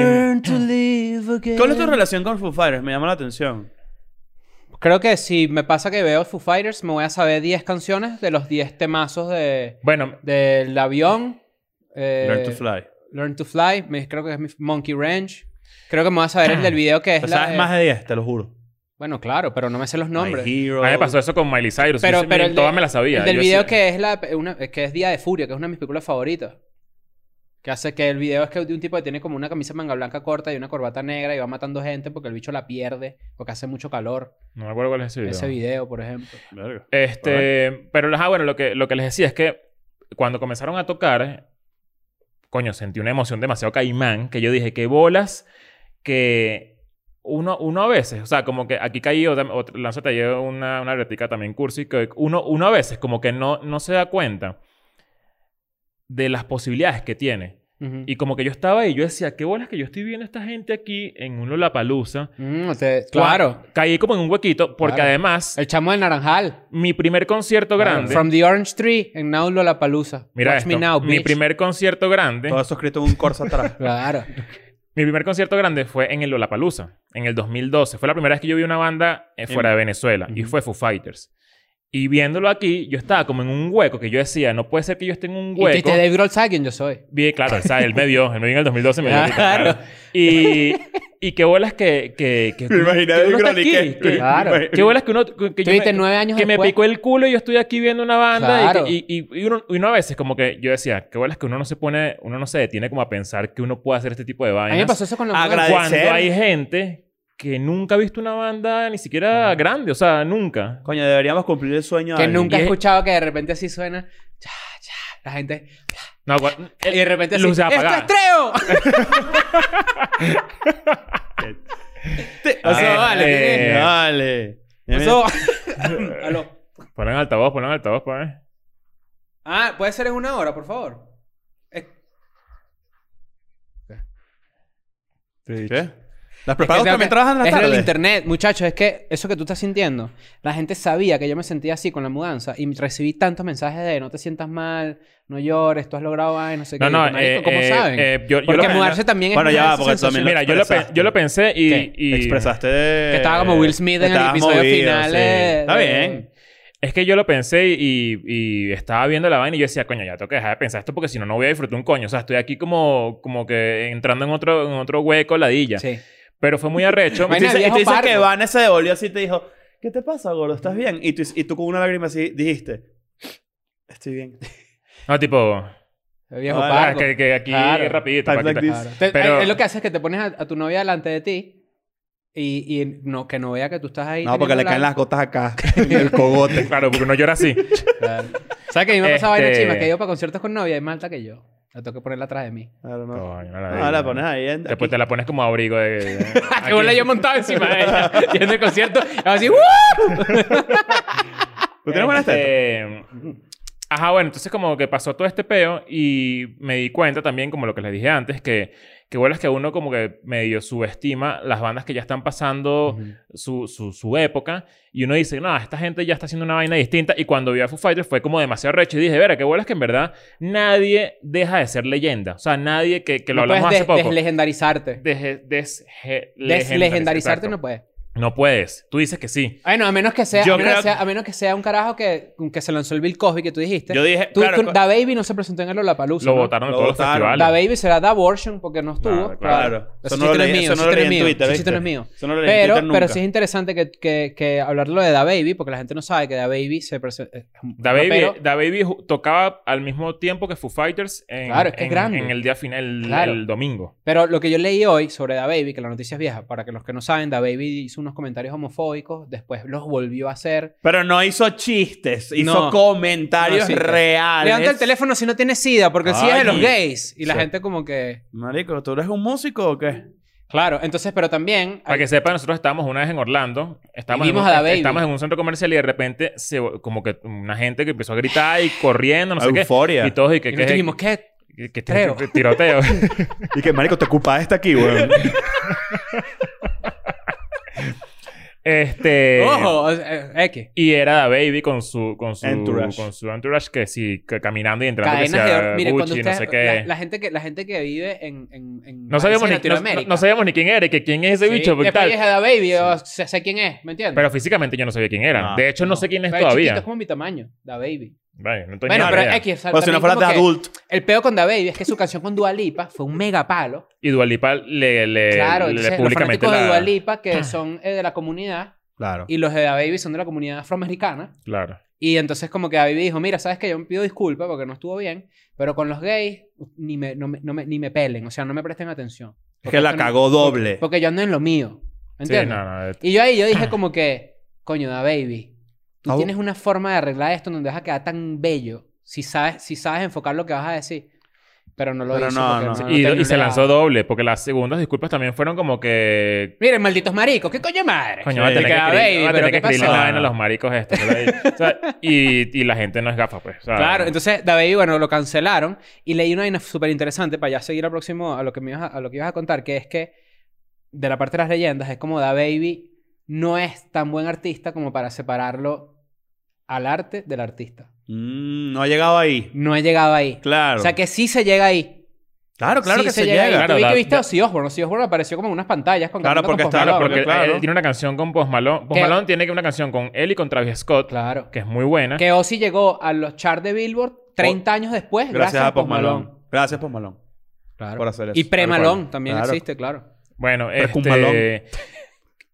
Speaker 3: ¿Cuál es tu relación con Foo Fighters? Me llama la atención.
Speaker 4: Creo que si me pasa que veo Foo Fighters, me voy a saber 10 canciones de los 10 temazos de,
Speaker 2: Bueno,
Speaker 4: del avión. eh,
Speaker 3: Learn to Fly.
Speaker 4: Learn to Fly. me- creo que es mi Monkey Ranch. Creo que me voy a saber el del video que es
Speaker 3: Pero
Speaker 4: la...
Speaker 3: sabes
Speaker 4: de-
Speaker 3: más de 10, te lo juro.
Speaker 4: Bueno, claro, pero no me sé los nombres.
Speaker 3: My Hero.
Speaker 2: a mí me pasó eso con Miley Cyrus.
Speaker 4: Pero,
Speaker 2: Yo
Speaker 4: pero
Speaker 2: sí,
Speaker 4: el de-
Speaker 2: todas me las sabía.
Speaker 4: El del
Speaker 2: Yo
Speaker 4: video
Speaker 2: sí-
Speaker 4: que es, la, una- que es Día de Furia, que es una de mis películas favoritas. Que hace que el video es que de un tipo que tiene como una camisa manga blanca corta y una corbata negra y va matando gente porque el bicho la pierde, porque hace mucho calor.
Speaker 2: No me acuerdo cuál es ese video.
Speaker 4: Ese video, por ejemplo.
Speaker 3: Verga.
Speaker 2: Este, pero las ah, bueno, lo que, lo que les decía es que cuando comenzaron a tocar, coño, sentí una emoción demasiado caimán que yo dije, qué bolas que uno, uno a veces, o sea, como que aquí caí, otra, otra- lánzate ahí una, una vertica también cursi, que uno, uno a veces como que no, no se da cuenta de las posibilidades que tiene.
Speaker 4: Ujú.
Speaker 2: Y como que yo estaba ahí, yo decía, qué bolas que yo estoy viendo a esta gente aquí en un Lollapalooza.
Speaker 4: Mm, te- claro.
Speaker 2: Caí como en un huequito, porque
Speaker 4: Claro.
Speaker 2: además,
Speaker 4: El chamo del naranjal.
Speaker 2: mi primer concierto grande...
Speaker 4: From the Orange Tree en Now Lollapalooza.
Speaker 2: Mira
Speaker 4: Watch me
Speaker 2: esto,
Speaker 4: now,
Speaker 2: mi
Speaker 4: bitch.
Speaker 2: primer concierto grande,
Speaker 3: Todo eso escrito en un corsa atrás.
Speaker 4: Claro.
Speaker 2: mi primer concierto grande fue en el Lollapalooza, en el 2012. Fue la primera vez que yo vi una banda eh, fuera de Venezuela y
Speaker 4: Ujú.
Speaker 2: fue Foo Fighters. Y viéndolo aquí, yo estaba como en un hueco que yo decía, no puede ser que yo esté en un
Speaker 4: Y te-
Speaker 2: hueco.
Speaker 4: te Dave Grohl sabe quién yo soy.
Speaker 2: Vi, claro, o sea, él me vio, él me vio en el 2012 y me vio. ahorita,
Speaker 4: Claro.
Speaker 2: claro. Y, y qué bolas que... que, que
Speaker 3: Me imaginé
Speaker 2: que
Speaker 3: de
Speaker 2: uno está aquí,
Speaker 3: Chronicle.
Speaker 2: que-
Speaker 4: Claro.
Speaker 2: Qué bolas que uno... Que, que yo me-
Speaker 4: 39 años
Speaker 2: que me
Speaker 4: después.
Speaker 2: picó el culo y yo estoy aquí viendo una banda y
Speaker 4: Claro.
Speaker 2: que- y, y- y uno, y uno a veces como que yo decía qué bueno es que uno no se pone uno no se detiene como a pensar que uno puede hacer este tipo de
Speaker 4: A
Speaker 2: vainas Ah,
Speaker 4: mí me pasó eso con la
Speaker 3: Agra-
Speaker 2: cuando
Speaker 3: Agradecer.
Speaker 2: hay gente que nunca ha visto una banda ni siquiera grande o sea nunca
Speaker 3: Coño, deberíamos cumplir el sueño de
Speaker 4: Que
Speaker 3: alguien.
Speaker 4: nunca
Speaker 2: Y
Speaker 4: he
Speaker 2: es-
Speaker 4: escuchado que de repente así suena. Ya, ya. La gente.
Speaker 2: no, cua-
Speaker 4: Y de repente así.
Speaker 2: Luces
Speaker 4: ¡Esto es
Speaker 2: apagadas.
Speaker 4: Treo!
Speaker 3: O sea,
Speaker 2: Ah,
Speaker 3: vale.
Speaker 2: eh.
Speaker 3: Vale. Mira, mira.
Speaker 4: Eso- Aló.
Speaker 2: ponlo en altavoz ponlo en altavoz para ver
Speaker 4: Ah, ¿puede ser en una hora, por favor? Eh,
Speaker 3: ¿Qué? ¿Las
Speaker 4: es que
Speaker 3: preparados
Speaker 4: tengo
Speaker 3: también
Speaker 4: que-
Speaker 3: trabajan en la
Speaker 4: es
Speaker 3: tarde?
Speaker 4: el internet, muchachos. Es que eso que tú estás sintiendo, la gente sabía que yo me sentía así con la mudanza y recibí tantos mensajes de no te sientas mal, no llores, tú has logrado, ay, no sé
Speaker 2: no
Speaker 4: qué.
Speaker 2: no
Speaker 4: Yo, marico,
Speaker 2: eh,
Speaker 4: ¿Cómo
Speaker 2: eh,
Speaker 4: saben?
Speaker 2: eh, yo, yo
Speaker 3: Bueno,
Speaker 2: lo,
Speaker 4: Porque
Speaker 3: que-
Speaker 4: mudarse también es
Speaker 3: Bueno, ya
Speaker 4: una
Speaker 3: va,
Speaker 4: de esas
Speaker 3: porque tú también
Speaker 4: sensaciones.
Speaker 2: mira yo lo, pe-
Speaker 3: expresaste.
Speaker 2: yo lo pensé y,
Speaker 4: ¿Qué?
Speaker 2: y-
Speaker 3: Expresaste... Que
Speaker 4: estaba como Will Smith en el episodio final, eh,
Speaker 3: Está
Speaker 4: de-
Speaker 3: bien.
Speaker 2: Es que yo lo pensé y, y- y estaba viendo la vaina y yo decía, coño, ya tengo que dejar de pensar esto porque si no, no voy a disfrutar un coño. O sea, estoy aquí como, como que entrando en otro, en otro hueco, ladilla.
Speaker 4: Sí.
Speaker 2: Pero fue muy arrecho.
Speaker 4: Vaina
Speaker 3: Y tú dices- y
Speaker 4: viejo
Speaker 3: tú dices que
Speaker 4: pardo.
Speaker 3: Vanessa se devolvió así y te dijo... ¿Qué te pasa, gordo? ¿Estás bien? Y tú, y tú con una lágrima así dijiste... Estoy bien.
Speaker 2: No, tipo.
Speaker 4: El viejo
Speaker 3: Ah,
Speaker 2: ah,
Speaker 4: parco.
Speaker 2: que, que aquí
Speaker 4: Claro.
Speaker 2: rapidito.
Speaker 3: Type
Speaker 2: para
Speaker 3: like
Speaker 2: quitar-
Speaker 3: this.
Speaker 4: Claro. Te-
Speaker 2: Pero-
Speaker 4: es- Es lo que haces es que te pones a, a tu novia delante de ti y, y no, que no vea que tú estás ahí.
Speaker 3: No, porque le caen
Speaker 4: teniendo
Speaker 3: las gotas acá. en el cogote.
Speaker 2: Claro, porque uno llora así.
Speaker 4: Claro. ¿Sabes que a mí me ha pasado vaina
Speaker 2: Este-
Speaker 4: chima? Que he ido para conciertos con novia y es más alta que yo. La tengo que ponerla atrás de mí.
Speaker 3: Claro, no.
Speaker 2: Coño, no la
Speaker 3: No,
Speaker 2: digo.
Speaker 3: Ah, la pones ahí. en-
Speaker 2: Después
Speaker 3: aquí.
Speaker 2: te la pones como abrigo de.
Speaker 3: Ah,
Speaker 4: Que bola yo montado encima de ella. Yendo al concierto. Y ahora así,
Speaker 3: ¿Tú tienes buenas tetas?
Speaker 2: Este, Ajá, bueno, entonces como que pasó todo este peo y me di cuenta también, como lo que les dije antes, que, que bueno es que uno como que medio subestima las bandas que ya están pasando su, su, su época y uno dice, no, esta gente ya está haciendo una vaina distinta y cuando vi a Foo Fighters fue como demasiado recho y dije, verá, qué bueno es que en verdad nadie deja de ser leyenda. O sea, nadie que, que lo
Speaker 4: no
Speaker 2: hablamos
Speaker 4: puedes
Speaker 2: hace
Speaker 4: des-
Speaker 2: poco.
Speaker 4: deslegendarizarte.
Speaker 2: Deje- desge-
Speaker 4: Deslegendarizarte
Speaker 2: exacto.
Speaker 4: no puedes.
Speaker 2: No puedes. Tú dices que sí.
Speaker 4: Bueno, a menos que sea,
Speaker 3: Yo
Speaker 4: a menos,
Speaker 3: creo-
Speaker 4: que sea, a menos que sea un carajo que, que se lanzó el Bill Cosby que tú dijiste.
Speaker 3: Yo dije,
Speaker 4: Tú,
Speaker 3: claro,
Speaker 4: tú-
Speaker 3: co-
Speaker 4: Da Baby no se presentó en el Lollapalooza,
Speaker 2: Lo
Speaker 4: ¿no?
Speaker 2: votaron en
Speaker 3: Lo
Speaker 2: todos
Speaker 3: votaron.
Speaker 2: los
Speaker 4: Da
Speaker 2: festivales.
Speaker 4: Baby será Da Abortion porque no estuvo.
Speaker 2: Claro,
Speaker 4: pero-
Speaker 3: claro.
Speaker 4: Ese
Speaker 3: Eso no lo
Speaker 4: chiste no es
Speaker 3: leí-
Speaker 4: mío,
Speaker 3: eso
Speaker 4: ese
Speaker 3: no lo leí
Speaker 4: chiste no es
Speaker 3: en
Speaker 4: mío,
Speaker 3: Twitter.
Speaker 4: ese chiste no es
Speaker 3: ¿viste?
Speaker 4: mío.
Speaker 3: Eso no lo leí en
Speaker 4: Pero,
Speaker 3: Twitter nunca.
Speaker 4: pero sí es interesante que, que, que hablarlo de Da Baby, porque la gente no sabe que Da Baby se presenta.
Speaker 2: Da Baby, Da Baby ju- tocaba al mismo tiempo que Foo Fighters en,
Speaker 4: Claro, es que es
Speaker 2: en-
Speaker 4: grande.
Speaker 2: en el día final, el,
Speaker 4: Claro.
Speaker 2: el domingo.
Speaker 4: Pero lo que yo leí hoy sobre Da Baby, que la noticia es vieja, para que los que no saben, Da Baby hizo unos comentarios homofóbicos, después los volvió a hacer.
Speaker 3: Pero no hizo chistes, hizo
Speaker 4: No.
Speaker 3: comentarios
Speaker 4: No, sí.
Speaker 3: reales.
Speaker 4: Levanta el teléfono si no tienes SIDA, porque el SIDA es de los
Speaker 3: Ah, Ay.
Speaker 4: gays. Y la
Speaker 2: Sí.
Speaker 4: gente como que...
Speaker 3: Marico, ¿tú eres un músico o qué?
Speaker 4: Claro, entonces, pero también...
Speaker 2: Para que sepan, nosotros estábamos una vez en Orlando. Estábamos,
Speaker 4: Y
Speaker 2: en
Speaker 4: vimos
Speaker 2: un,
Speaker 4: a Da Baby.
Speaker 2: estábamos en un centro comercial y de repente se, como que una gente que empezó a gritar y corriendo, no sé qué.
Speaker 3: Euforia.
Speaker 2: Y todos, y que,
Speaker 4: y
Speaker 2: que-
Speaker 4: nosotros dijimos, ¿qué?
Speaker 2: que- que-
Speaker 4: creo.
Speaker 2: que tiroteo.
Speaker 3: Y que, marico, te ocupas esta aquí, weón.
Speaker 2: este...
Speaker 4: Ojo, o sea, eh, X.
Speaker 2: Y era Da Baby con su... Con su
Speaker 3: Entourage.
Speaker 2: Con su entourage que sí, que caminando y entrando que
Speaker 4: Cadenas de
Speaker 2: sea
Speaker 4: oro. Mire, cuando
Speaker 2: Gucci,
Speaker 4: ustedes...
Speaker 2: no sé
Speaker 4: la,
Speaker 2: qué.
Speaker 4: la gente que, la gente que vive en... en, en
Speaker 2: no, sabíamos
Speaker 4: países
Speaker 2: ni,
Speaker 4: de
Speaker 2: no, no-
Speaker 4: Latinoamérica.
Speaker 2: no sabíamos ni quién era y que quién es ese
Speaker 4: Sí,
Speaker 2: bicho. porque
Speaker 4: después
Speaker 2: tal.
Speaker 4: dije Da Baby, o sé, sé quién es, ¿me entiendes?
Speaker 2: Pero físicamente yo no sabía quién era.
Speaker 3: No.
Speaker 2: de hecho, no, sé quién es
Speaker 4: Pero
Speaker 2: todavía.
Speaker 4: chiquito, es como mi tamaño, Da Baby.
Speaker 2: Vale, no tenía
Speaker 4: Bueno,
Speaker 2: ni
Speaker 4: pero
Speaker 2: idea.
Speaker 4: X, o
Speaker 3: O
Speaker 4: sea,
Speaker 3: Pues si no
Speaker 4: también
Speaker 3: fueras de
Speaker 4: como que
Speaker 3: adulto.
Speaker 4: El peo con Da Baby es que su canción con Dua Lipa fue un mega palo.
Speaker 2: Y Dualipa le, le,
Speaker 4: Claro,
Speaker 2: Eh, le
Speaker 4: entonces, los
Speaker 2: públicamente
Speaker 4: fanáticos
Speaker 2: la- Ah.
Speaker 4: de Dua Lipa que son eh, de la comunidad
Speaker 3: Claro.
Speaker 4: y los de Da Baby son de la comunidad afroamericana.
Speaker 2: Claro.
Speaker 4: Y entonces como que Da Baby dijo, mira, sabes que yo me pido disculpas porque no estuvo bien, pero con los gays ni me, no me- no me- ni me pelen, o sea, no me presten atención.
Speaker 3: Es
Speaker 4: Porque
Speaker 3: que la
Speaker 4: esto no-
Speaker 3: cagó doble.
Speaker 4: Porque yo ando en lo mío,
Speaker 2: Sí,
Speaker 4: ¿entiendes?
Speaker 2: no, no.
Speaker 4: Y yo ahí yo dije como que, coño, Da Baby, tú
Speaker 3: Ah,
Speaker 4: tienes una forma de arreglar esto en donde vas a quedar tan bello si sabes, si sabes enfocar lo que vas a decir. Pero no lo
Speaker 3: Pero
Speaker 4: hizo
Speaker 3: no,
Speaker 4: porque
Speaker 3: no.
Speaker 4: no
Speaker 2: y,
Speaker 4: tenía
Speaker 2: y se
Speaker 4: idea.
Speaker 2: lanzó doble, porque las segundas disculpas también fueron como que.
Speaker 4: Miren, malditos maricos, ¿qué coño de madre?
Speaker 2: Coño, va a
Speaker 3: Sí,
Speaker 2: tener que,
Speaker 4: que,
Speaker 2: escribir-
Speaker 4: "Baby,
Speaker 2: va a
Speaker 4: pero
Speaker 2: tener que
Speaker 4: ¿qué pasó?"
Speaker 2: escribirle una vaina a los maricos estos. ¿verdad? Y, o sea, y, y la gente no es gafa, pues. o sea,
Speaker 4: Claro, entonces Da Baby, bueno, lo cancelaron y leí una vaina súper interesante para ya seguir al próximo a lo que me ibas a, a lo que ibas a contar, que es que de la parte de las leyendas es como Da Baby no es tan buen artista como para separarlo al arte del artista.
Speaker 3: Mm, no ha llegado ahí.
Speaker 4: No he llegado ahí.
Speaker 3: Claro.
Speaker 4: O sea que sí se llega ahí.
Speaker 3: claro, claro
Speaker 4: Sí
Speaker 3: que se, llega.
Speaker 4: ahí.
Speaker 2: Claro,
Speaker 4: ¿Tú vi
Speaker 2: da-
Speaker 4: que viste
Speaker 2: da-
Speaker 4: a Ozzy Osbourne? Ozzy Osbourne apareció como en unas pantallas con
Speaker 3: Claro,
Speaker 4: cantando con
Speaker 3: porque
Speaker 4: Post
Speaker 3: estaba-
Speaker 4: Malone.
Speaker 2: porque
Speaker 3: claro.
Speaker 2: él tiene una canción con Post Malone. Post
Speaker 4: Que-
Speaker 2: Malone tiene que una canción con él y con Travis Scott,
Speaker 4: Claro.
Speaker 2: que es muy buena.
Speaker 4: Que Ozzy llegó a los charts de Billboard 30 años después
Speaker 3: Gracias, a Post Malone. Gracias, Post Malone.
Speaker 4: Claro.
Speaker 3: Por hacer eso.
Speaker 4: Y
Speaker 3: Tal cual.
Speaker 4: Pre-Malone también
Speaker 3: Claro.
Speaker 4: existe, claro.
Speaker 2: Bueno,
Speaker 3: Pero con Malone.
Speaker 2: este...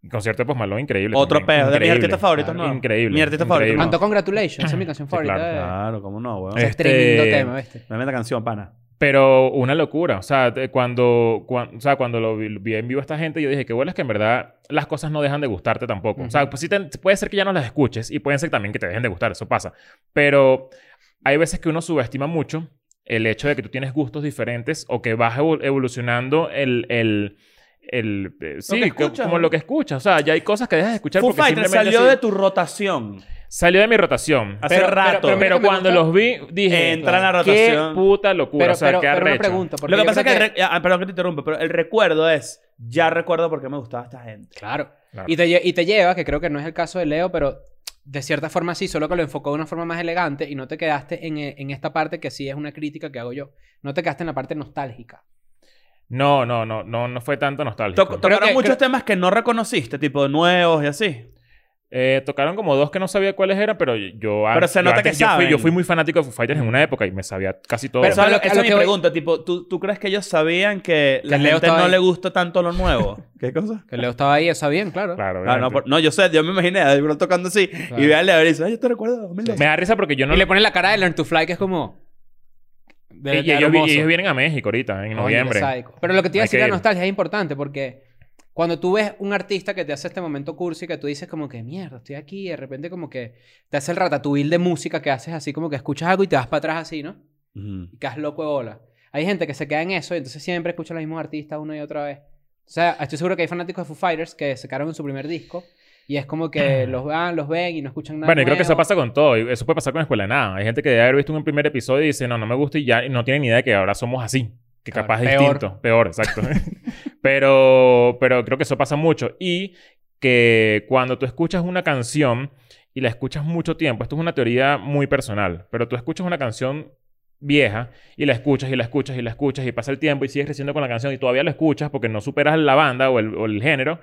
Speaker 2: Concierto de Post Malone, increíble.
Speaker 3: Otro
Speaker 2: también.
Speaker 3: peo. De mis
Speaker 2: Increíble.
Speaker 3: artistas favoritos,
Speaker 2: Claro,
Speaker 3: no.
Speaker 2: Increíble.
Speaker 3: Mi artista favorito,
Speaker 2: increíble.
Speaker 4: Cantó Congratulations, esa es mi canción
Speaker 2: Sí,
Speaker 4: favorita.
Speaker 2: claro,
Speaker 4: de-
Speaker 3: Claro, cómo no, weón.
Speaker 4: Ese es
Speaker 2: Este-
Speaker 4: tremendo tema, ¿viste?
Speaker 3: Tremenda canción, pana.
Speaker 2: Pero una locura. O sea, te- cuando, cuan- o sea, cuando lo vi, vi en vivo a esta gente, yo dije que bueno es que en verdad las cosas no dejan de gustarte tampoco. O sea,
Speaker 4: Ujú.
Speaker 2: pues sí te- puede ser que ya no las escuches y pueden ser también que te dejen de gustar, eso pasa. Pero hay veces que uno subestima mucho el hecho de que tú tienes gustos diferentes o que vas evol- evolucionando el... el el, eh, sí,
Speaker 3: que
Speaker 2: co-
Speaker 3: escuchas,
Speaker 2: como
Speaker 3: ¿no?
Speaker 2: lo que escuchas. O sea, ya hay cosas que dejas de escuchar
Speaker 3: Foo
Speaker 2: porque
Speaker 3: Fighters
Speaker 2: simplemente
Speaker 3: salió
Speaker 2: sí-
Speaker 3: de tu rotación
Speaker 2: salió de mi rotación.
Speaker 3: hace
Speaker 4: Pero- pero-
Speaker 3: rato.
Speaker 4: pero-
Speaker 2: Pero
Speaker 4: me
Speaker 2: cuando
Speaker 4: gusta-
Speaker 2: los vi, dije...
Speaker 3: Entra en la
Speaker 2: Qué
Speaker 3: rotación.
Speaker 2: puta locura.
Speaker 4: Pero,
Speaker 2: o sea,
Speaker 4: pero,
Speaker 2: qué
Speaker 4: pero una
Speaker 2: arrecho.
Speaker 4: pregunta. porque
Speaker 3: Lo que
Speaker 4: yo
Speaker 3: pasa es que...
Speaker 4: creo
Speaker 3: el re- ah, perdón que te interrumpa, pero el recuerdo es... Ya recuerdo por qué me gustaba esta gente.
Speaker 4: Claro.
Speaker 2: Claro.
Speaker 4: Y te, lle- y te lleva, que creo que no es el caso de Leo, pero de cierta forma sí, solo que lo enfocó de una forma más elegante y no te quedaste en, eh, en esta parte que sí es una crítica que hago yo. No te quedaste en la parte nostálgica.
Speaker 2: No, no, no, no, no fue tanto nostálgico.
Speaker 3: Toc- tocaron
Speaker 4: que-
Speaker 3: muchos
Speaker 4: creo-
Speaker 3: temas que no reconociste, tipo nuevos y así.
Speaker 2: Eh, tocaron como dos que no sabía cuáles eran, pero yo...
Speaker 3: Pero se
Speaker 2: yo
Speaker 3: nota
Speaker 2: antes-
Speaker 3: que
Speaker 2: yo fui,
Speaker 3: saben.
Speaker 2: yo fui muy fanático de Foo Fighters en una época y me sabía casi todo.
Speaker 3: Pero,
Speaker 4: Pero-
Speaker 3: ¿sabes lo-
Speaker 4: a lo- a
Speaker 3: esa
Speaker 4: lo
Speaker 3: es mi
Speaker 4: que voy-
Speaker 3: pregunta. Tipo, ¿tú, ¿tú crees que ellos sabían que la
Speaker 4: Leo
Speaker 3: gente
Speaker 4: estaba
Speaker 3: no
Speaker 4: ahí.
Speaker 3: le gusta tanto lo nuevo? ¿Qué cosa?
Speaker 4: Que Leo estaba ahí, está bien, claro.
Speaker 2: claro,
Speaker 3: No, no,
Speaker 2: obviamente.
Speaker 3: por- no, yo sé, yo me imaginé a Dave Grohl tocando así y ve a Leo y dice, ay, yo te recuerdo de 2012.
Speaker 2: Me da risa porque yo no...
Speaker 4: Y le ponen la cara de Learn to Fly, que es como...
Speaker 2: y-
Speaker 4: de-
Speaker 2: y
Speaker 4: de
Speaker 2: ellos, vi-
Speaker 4: hermoso.
Speaker 2: ellos vienen a México ahorita, en
Speaker 4: Coño,
Speaker 2: noviembre.
Speaker 4: qué sádico. Pero lo que te iba a
Speaker 2: Hay que
Speaker 4: decir de la
Speaker 2: ir.
Speaker 4: nostalgia es importante porque cuando tú ves un artista que te hace este momento cursi que tú dices como que mierda, estoy aquí y de repente como que te hace el ratatouille de música que haces así como que escuchas algo y te vas para atrás así, ¿no?
Speaker 3: Ujú.
Speaker 4: Y quedas loco de bola. Hay gente que se queda en eso y entonces siempre escucha a los mismos artistas una y otra vez. O sea, estoy seguro que hay fanáticos de Foo Fighters que se quedaron en su primer disco y es como que los van, los ven y no escuchan nada
Speaker 2: Bueno, yo creo que eso
Speaker 4: nuevo.
Speaker 2: pasa con todo. y Eso puede pasar con Escuela de Nada. Hay gente que debe haber visto un primer episodio y dice, no, no me gusta y ya y no tiene ni idea de que ahora somos así. Que
Speaker 4: Claro,
Speaker 2: capaz es
Speaker 4: peor.
Speaker 2: distinto. Peor, exacto. pero, pero creo que eso pasa mucho. Y que cuando tú escuchas una canción y la escuchas mucho tiempo, esto es una teoría muy personal, pero tú escuchas una canción vieja y la escuchas y la escuchas y la escuchas y pasa el tiempo y sigues creciendo con la canción y todavía la escuchas porque no superas la banda o el, o el género,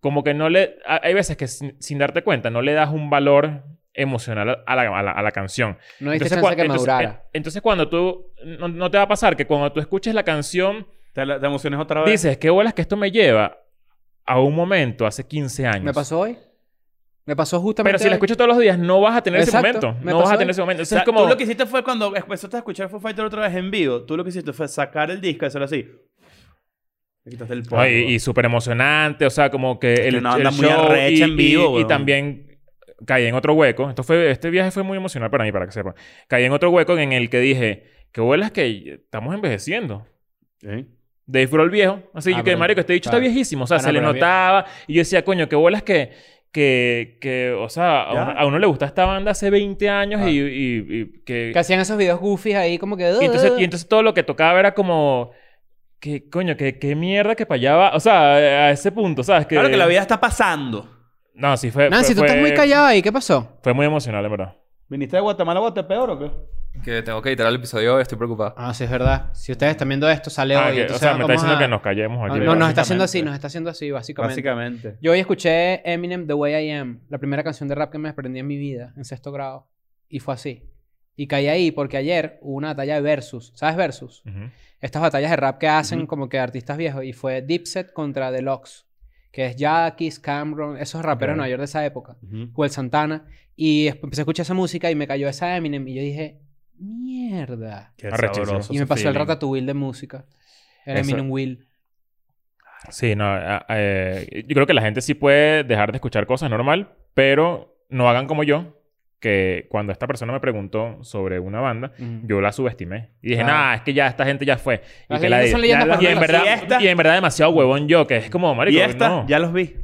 Speaker 2: como que no le... a- Hay veces que sin, sin darte cuenta no le das un valor emocional a la, a la- a la canción.
Speaker 4: No diste
Speaker 2: cua-
Speaker 4: chance que
Speaker 2: entonces-
Speaker 4: madurara.
Speaker 2: en- entonces cuando tú... No, no te va a pasar que cuando tú escuches la canción
Speaker 3: ¿Te, la- te emociones otra vez?
Speaker 2: dices, qué bolas que esto me lleva a un momento hace 15 años.
Speaker 4: ¿Me pasó hoy? ¿Me pasó justamente
Speaker 2: eh, Pero si la
Speaker 4: hoy?
Speaker 2: escuchas todos los días, no vas a tener ese
Speaker 4: Exacto.
Speaker 2: momento.
Speaker 4: Me
Speaker 2: No vas a
Speaker 4: pasó
Speaker 2: tener
Speaker 4: eso.
Speaker 2: ese momento.
Speaker 3: O
Speaker 2: Entonces,
Speaker 3: sea,
Speaker 2: es como...
Speaker 3: tú lo que hiciste fue cuando empezaste a escuchar Foo Fighter otra vez en vivo. Tú lo que hiciste fue sacar el disco y hacerlo así. Le quitaste el polvo.
Speaker 2: No, y y súper emocionante, o sea, como que el,
Speaker 3: una banda
Speaker 2: el
Speaker 3: muy
Speaker 2: show
Speaker 3: arrecha
Speaker 2: y,
Speaker 3: en vivo,
Speaker 2: y- y
Speaker 3: weón.
Speaker 2: también caí en otro hueco. Esto fue, este viaje fue muy emocional para mí, para que sepan. Caí en otro hueco en el que dije, qué bolas que estamos envejeciendo.
Speaker 3: ¿Eh?
Speaker 2: Dave Grohl viejo. Así
Speaker 4: Ah,
Speaker 2: que,
Speaker 4: pero-
Speaker 2: marico, este dicho está
Speaker 4: claro.
Speaker 2: viejísimo. O sea,
Speaker 4: Ah, no,
Speaker 2: se le
Speaker 4: pero bien.
Speaker 2: notaba. Y yo decía, coño, qué bolas que... Que, que, o sea, a
Speaker 3: Ya.
Speaker 2: uno, a uno le gusta esta banda hace 20 años
Speaker 4: Ah.
Speaker 2: y, y- y que...
Speaker 4: Que hacían esos videos goofies ahí como que...
Speaker 2: Y entonces, y entonces todo lo que tocaba era como... Que, coño, que, que mierda que para allá va. O sea, a ese punto, ¿sabes?
Speaker 3: Claro que la vida está pasando.
Speaker 2: No, sí fue...
Speaker 4: Nancy,
Speaker 2: fue-
Speaker 4: tú estás
Speaker 2: fue-
Speaker 4: muy callada ahí. ¿Qué pasó?
Speaker 2: Fue muy emocional, en verdad.
Speaker 3: ¿Viniste de Guatemala a Guatepeor o qué?
Speaker 5: Que tengo que editar el episodio hoy, estoy preocupado.
Speaker 4: Ah, sí, es verdad. Si ustedes están viendo esto, sale
Speaker 2: Ah,
Speaker 4: hoy.
Speaker 2: que- o
Speaker 4: entonces
Speaker 2: sea, me está
Speaker 4: vamos
Speaker 2: diciendo
Speaker 4: a-
Speaker 2: que nos callemos aquí.
Speaker 4: No, nos está
Speaker 2: básicamente.
Speaker 4: haciendo así. Nos está haciendo así, básicamente.
Speaker 3: Básicamente.
Speaker 4: Yo hoy escuché Eminem, The Way I Am. La primera canción de rap que me aprendí en mi vida, en sexto grado. Y fue así. Y caí ahí porque ayer hubo una batalla de Versus. ¿Sabes Versus?
Speaker 2: Ujú.
Speaker 4: estas batallas de rap que hacen
Speaker 3: Ujú.
Speaker 4: como que artistas viejos. Y fue Dipset contra Deluxe, que es Jackies, Cameron, esos raperos
Speaker 2: Ok.
Speaker 4: de Nueva York de esa época. Joel Santana. Y después empecé a escuchar esa música y me cayó esa Eminem. Y yo dije, mierda.
Speaker 3: Qué
Speaker 2: Arrechísimo.
Speaker 3: sabroso
Speaker 4: Y
Speaker 3: ese
Speaker 4: me pasó el
Speaker 3: feeling.
Speaker 4: ratatouille de música. El
Speaker 2: Eso-
Speaker 4: Eminem Will.
Speaker 2: Sí, no. a- a- eh, yo creo que la gente sí puede dejar de escuchar cosas normal, pero no hagan como yo, que cuando esta persona me preguntó sobre una banda,
Speaker 4: Ujú.
Speaker 2: yo la subestimé. Y dije,
Speaker 4: Claro.
Speaker 2: nah, es que ya esta gente ya fue. Y,
Speaker 4: Las
Speaker 2: que la
Speaker 4: leyendas son
Speaker 2: de- ya la-
Speaker 4: leyendas
Speaker 2: y en
Speaker 4: para
Speaker 3: nosotros. Y
Speaker 2: verdad,
Speaker 3: esta-
Speaker 2: y en verdad demasiado huevón yo, que es como, marico,
Speaker 3: y esta,
Speaker 2: no.
Speaker 3: ya los vi.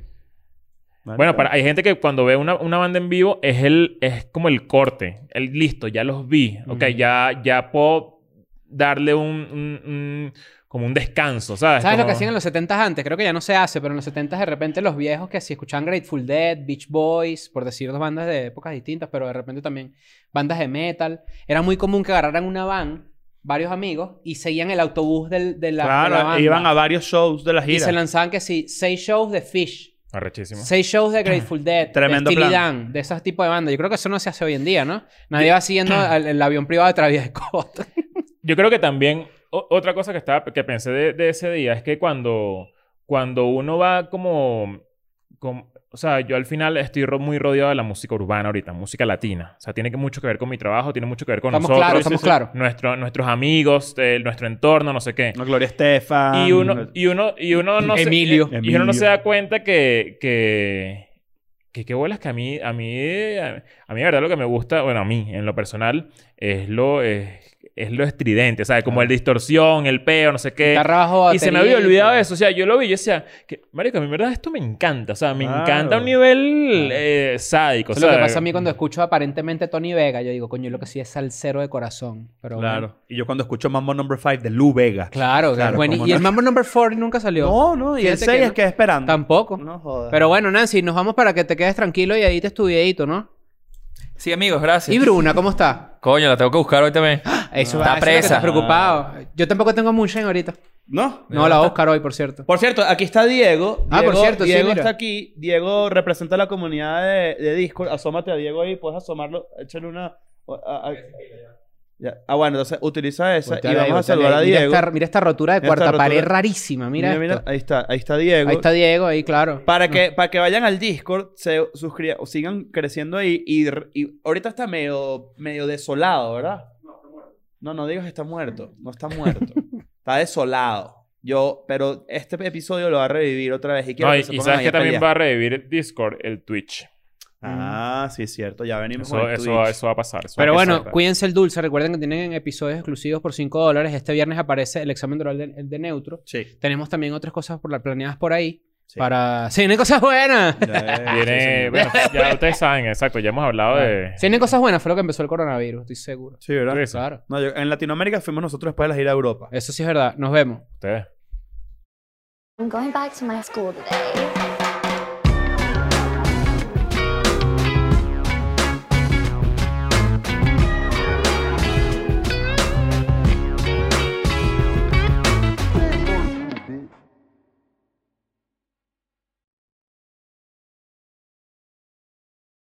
Speaker 2: Bueno, para, hay gente que cuando ve una, una banda en vivo es el es como el corte. El listo, ya los vi. Ok,
Speaker 4: Ujú.
Speaker 2: ya, ya puedo darle un, un- un- como un descanso, ¿sabes?
Speaker 4: ¿Sabes lo
Speaker 2: Como-
Speaker 4: que hacían en los 70 antes? Creo que ya no se hace, pero en los 70 de repente los viejos que si escuchaban Grateful Dead, Beach Boys, por decir dos bandas de épocas distintas, pero de repente también bandas de metal, era muy común que agarraran una van, varios amigos, y seguían el autobús del, de la, de
Speaker 3: Claro,
Speaker 4: la banda.
Speaker 3: iban a varios shows de la
Speaker 4: Y
Speaker 3: gira.
Speaker 4: se lanzaban que sí, seis shows de Fish,
Speaker 2: Arrechísimo.
Speaker 4: seis shows de Grateful Dead,
Speaker 3: Tremendo
Speaker 4: de Steely
Speaker 3: plan.
Speaker 4: Dan, de esos tipos de bandas. Yo creo que eso no se hace hoy en día, ¿no? Nadie va siguiendo al- el avión privado de Travis Scott.
Speaker 2: Yo creo que también o- otra cosa que estaba que pensé de, de ese día es que cuando cuando uno va como, como- o sea, yo al final estoy ro- muy rodeado de la música urbana ahorita, música latina. O sea, tiene que mucho que ver con mi trabajo, tiene mucho que ver con
Speaker 4: Estamos
Speaker 2: nosotros,
Speaker 4: claros, estamos claros.
Speaker 2: nuestro- nuestros amigos, eh, nuestro entorno, no sé qué.
Speaker 3: No, Gloria Estefan.
Speaker 2: Y uno, y uno, y uno no
Speaker 4: Emilio.
Speaker 2: Se, eh, y uno no
Speaker 3: Ah, Emilio.
Speaker 2: se da cuenta que, que, que qué bolas que a mí, a mí, a mí, la verdad, lo que me gusta, bueno, a mí, en lo personal, es lo, es, es lo estridente, ¿sabes?
Speaker 3: Ah.
Speaker 2: Como el distorsión, el peo, no sé qué.
Speaker 4: Guitarra, bajo,
Speaker 2: Eh, Y se me
Speaker 4: batería
Speaker 2: había
Speaker 4: y
Speaker 2: olvidado
Speaker 4: todo.
Speaker 2: eso. O sea, yo lo vi y yo decía, que, marico, a mí en verdad esto me encanta. O sea, me
Speaker 3: Claro.
Speaker 2: encanta a un nivel eh, sádico.
Speaker 4: Eso es lo que
Speaker 2: ¿sabes?
Speaker 4: pasa a mí cuando escucho aparentemente Tony Vega. Yo digo, coño, yo lo que sí es salsero de corazón. Pero bueno.
Speaker 3: Claro. Y yo cuando escucho Mambo Number 5 de Lou Vega.
Speaker 4: Claro,
Speaker 3: Claro,
Speaker 4: claro. Bueno,
Speaker 3: cómo
Speaker 4: y
Speaker 3: no.
Speaker 4: el Mambo Number 4 nunca salió.
Speaker 3: No, no. Y el
Speaker 4: Fíjate que
Speaker 3: 6 es
Speaker 4: no.
Speaker 3: que esperando.
Speaker 4: Tampoco.
Speaker 3: No jodas.
Speaker 4: Pero bueno, Nancy, nos vamos para que te quedes tranquilo y edites tu videito, ¿no?
Speaker 5: Sí, amigos, gracias.
Speaker 6: ¿Y Bruna, cómo está?
Speaker 5: Coño, la tengo que buscar hoy también.
Speaker 6: Eso
Speaker 5: Está
Speaker 6: va a
Speaker 5: presa.
Speaker 6: Estás preocupado. Yo tampoco tengo Moonshine ahorita.
Speaker 3: ¿No?
Speaker 6: No, la voy a buscar hoy, por cierto.
Speaker 3: Por cierto, aquí está Diego.
Speaker 6: Ah, por
Speaker 3: Diego-
Speaker 6: cierto, sí,
Speaker 3: Diego
Speaker 6: mira.
Speaker 3: está aquí. Diego representa a la comunidad de, de Discord. Asómate a Diego ahí, puedes asomarlo, échale una. a- a- Ya. Ah, bueno, entonces utiliza esa
Speaker 6: Voltea
Speaker 3: y
Speaker 6: ahí,
Speaker 3: vamos a
Speaker 6: voltea
Speaker 3: saludar a
Speaker 6: ahí. Mira
Speaker 3: Diego.
Speaker 6: esta- mira esta rotura de
Speaker 3: Mira esta
Speaker 6: cuarta pared
Speaker 3: rotura.
Speaker 6: rarísima. Mira,
Speaker 3: Mira, mira,
Speaker 6: esto.
Speaker 3: ahí está, ahí está Diego.
Speaker 6: Ahí está Diego, ahí, claro.
Speaker 3: Para,
Speaker 6: No.
Speaker 2: Ah.
Speaker 3: que, para que vayan al Discord, se suscriban, o sigan creciendo ahí. Y, y ahorita está medio, medio desolado, ¿verdad? No, no digas está muerto. No está muerto. está desolado. Yo, pero este episodio lo va a revivir otra vez. Y quiero
Speaker 2: No, y,
Speaker 3: que
Speaker 2: y
Speaker 3: se pongan
Speaker 2: sabes
Speaker 3: ahí
Speaker 2: que
Speaker 3: a
Speaker 2: también
Speaker 3: pelear.
Speaker 2: va a revivir el Discord, el Twitch.
Speaker 3: Ah, sí, es cierto. Ya venimos
Speaker 2: Eso,
Speaker 3: con el
Speaker 2: eso,
Speaker 3: Twitch.
Speaker 2: eso va a pasar. eso
Speaker 4: Pero
Speaker 2: va a
Speaker 4: bueno,
Speaker 2: pasar.
Speaker 4: cuídense el dulce. Recuerden que tienen episodios exclusivos por 5 dólares. Este viernes aparece el examen de oral de, el de neutro.
Speaker 3: Sí.
Speaker 4: Tenemos también otras cosas por la, planeadas por ahí.
Speaker 3: Sí.
Speaker 4: Para... ¡Se vienen cosas buenas!
Speaker 3: Ya,
Speaker 2: Viene,
Speaker 3: sí,
Speaker 2: bueno, ya ustedes saben, exacto. Ya hemos hablado de.
Speaker 4: Se vienen cosas buenas. Fue lo que empezó el coronavirus, estoy seguro.
Speaker 3: Sí, ¿verdad?
Speaker 2: de eso.
Speaker 4: Claro.
Speaker 3: No, yo- en Latinoamérica fuimos nosotros después de la gira a Europa.
Speaker 4: Eso sí es verdad. Nos vemos.
Speaker 2: Ustedes.
Speaker 1: I'm going back to my school today.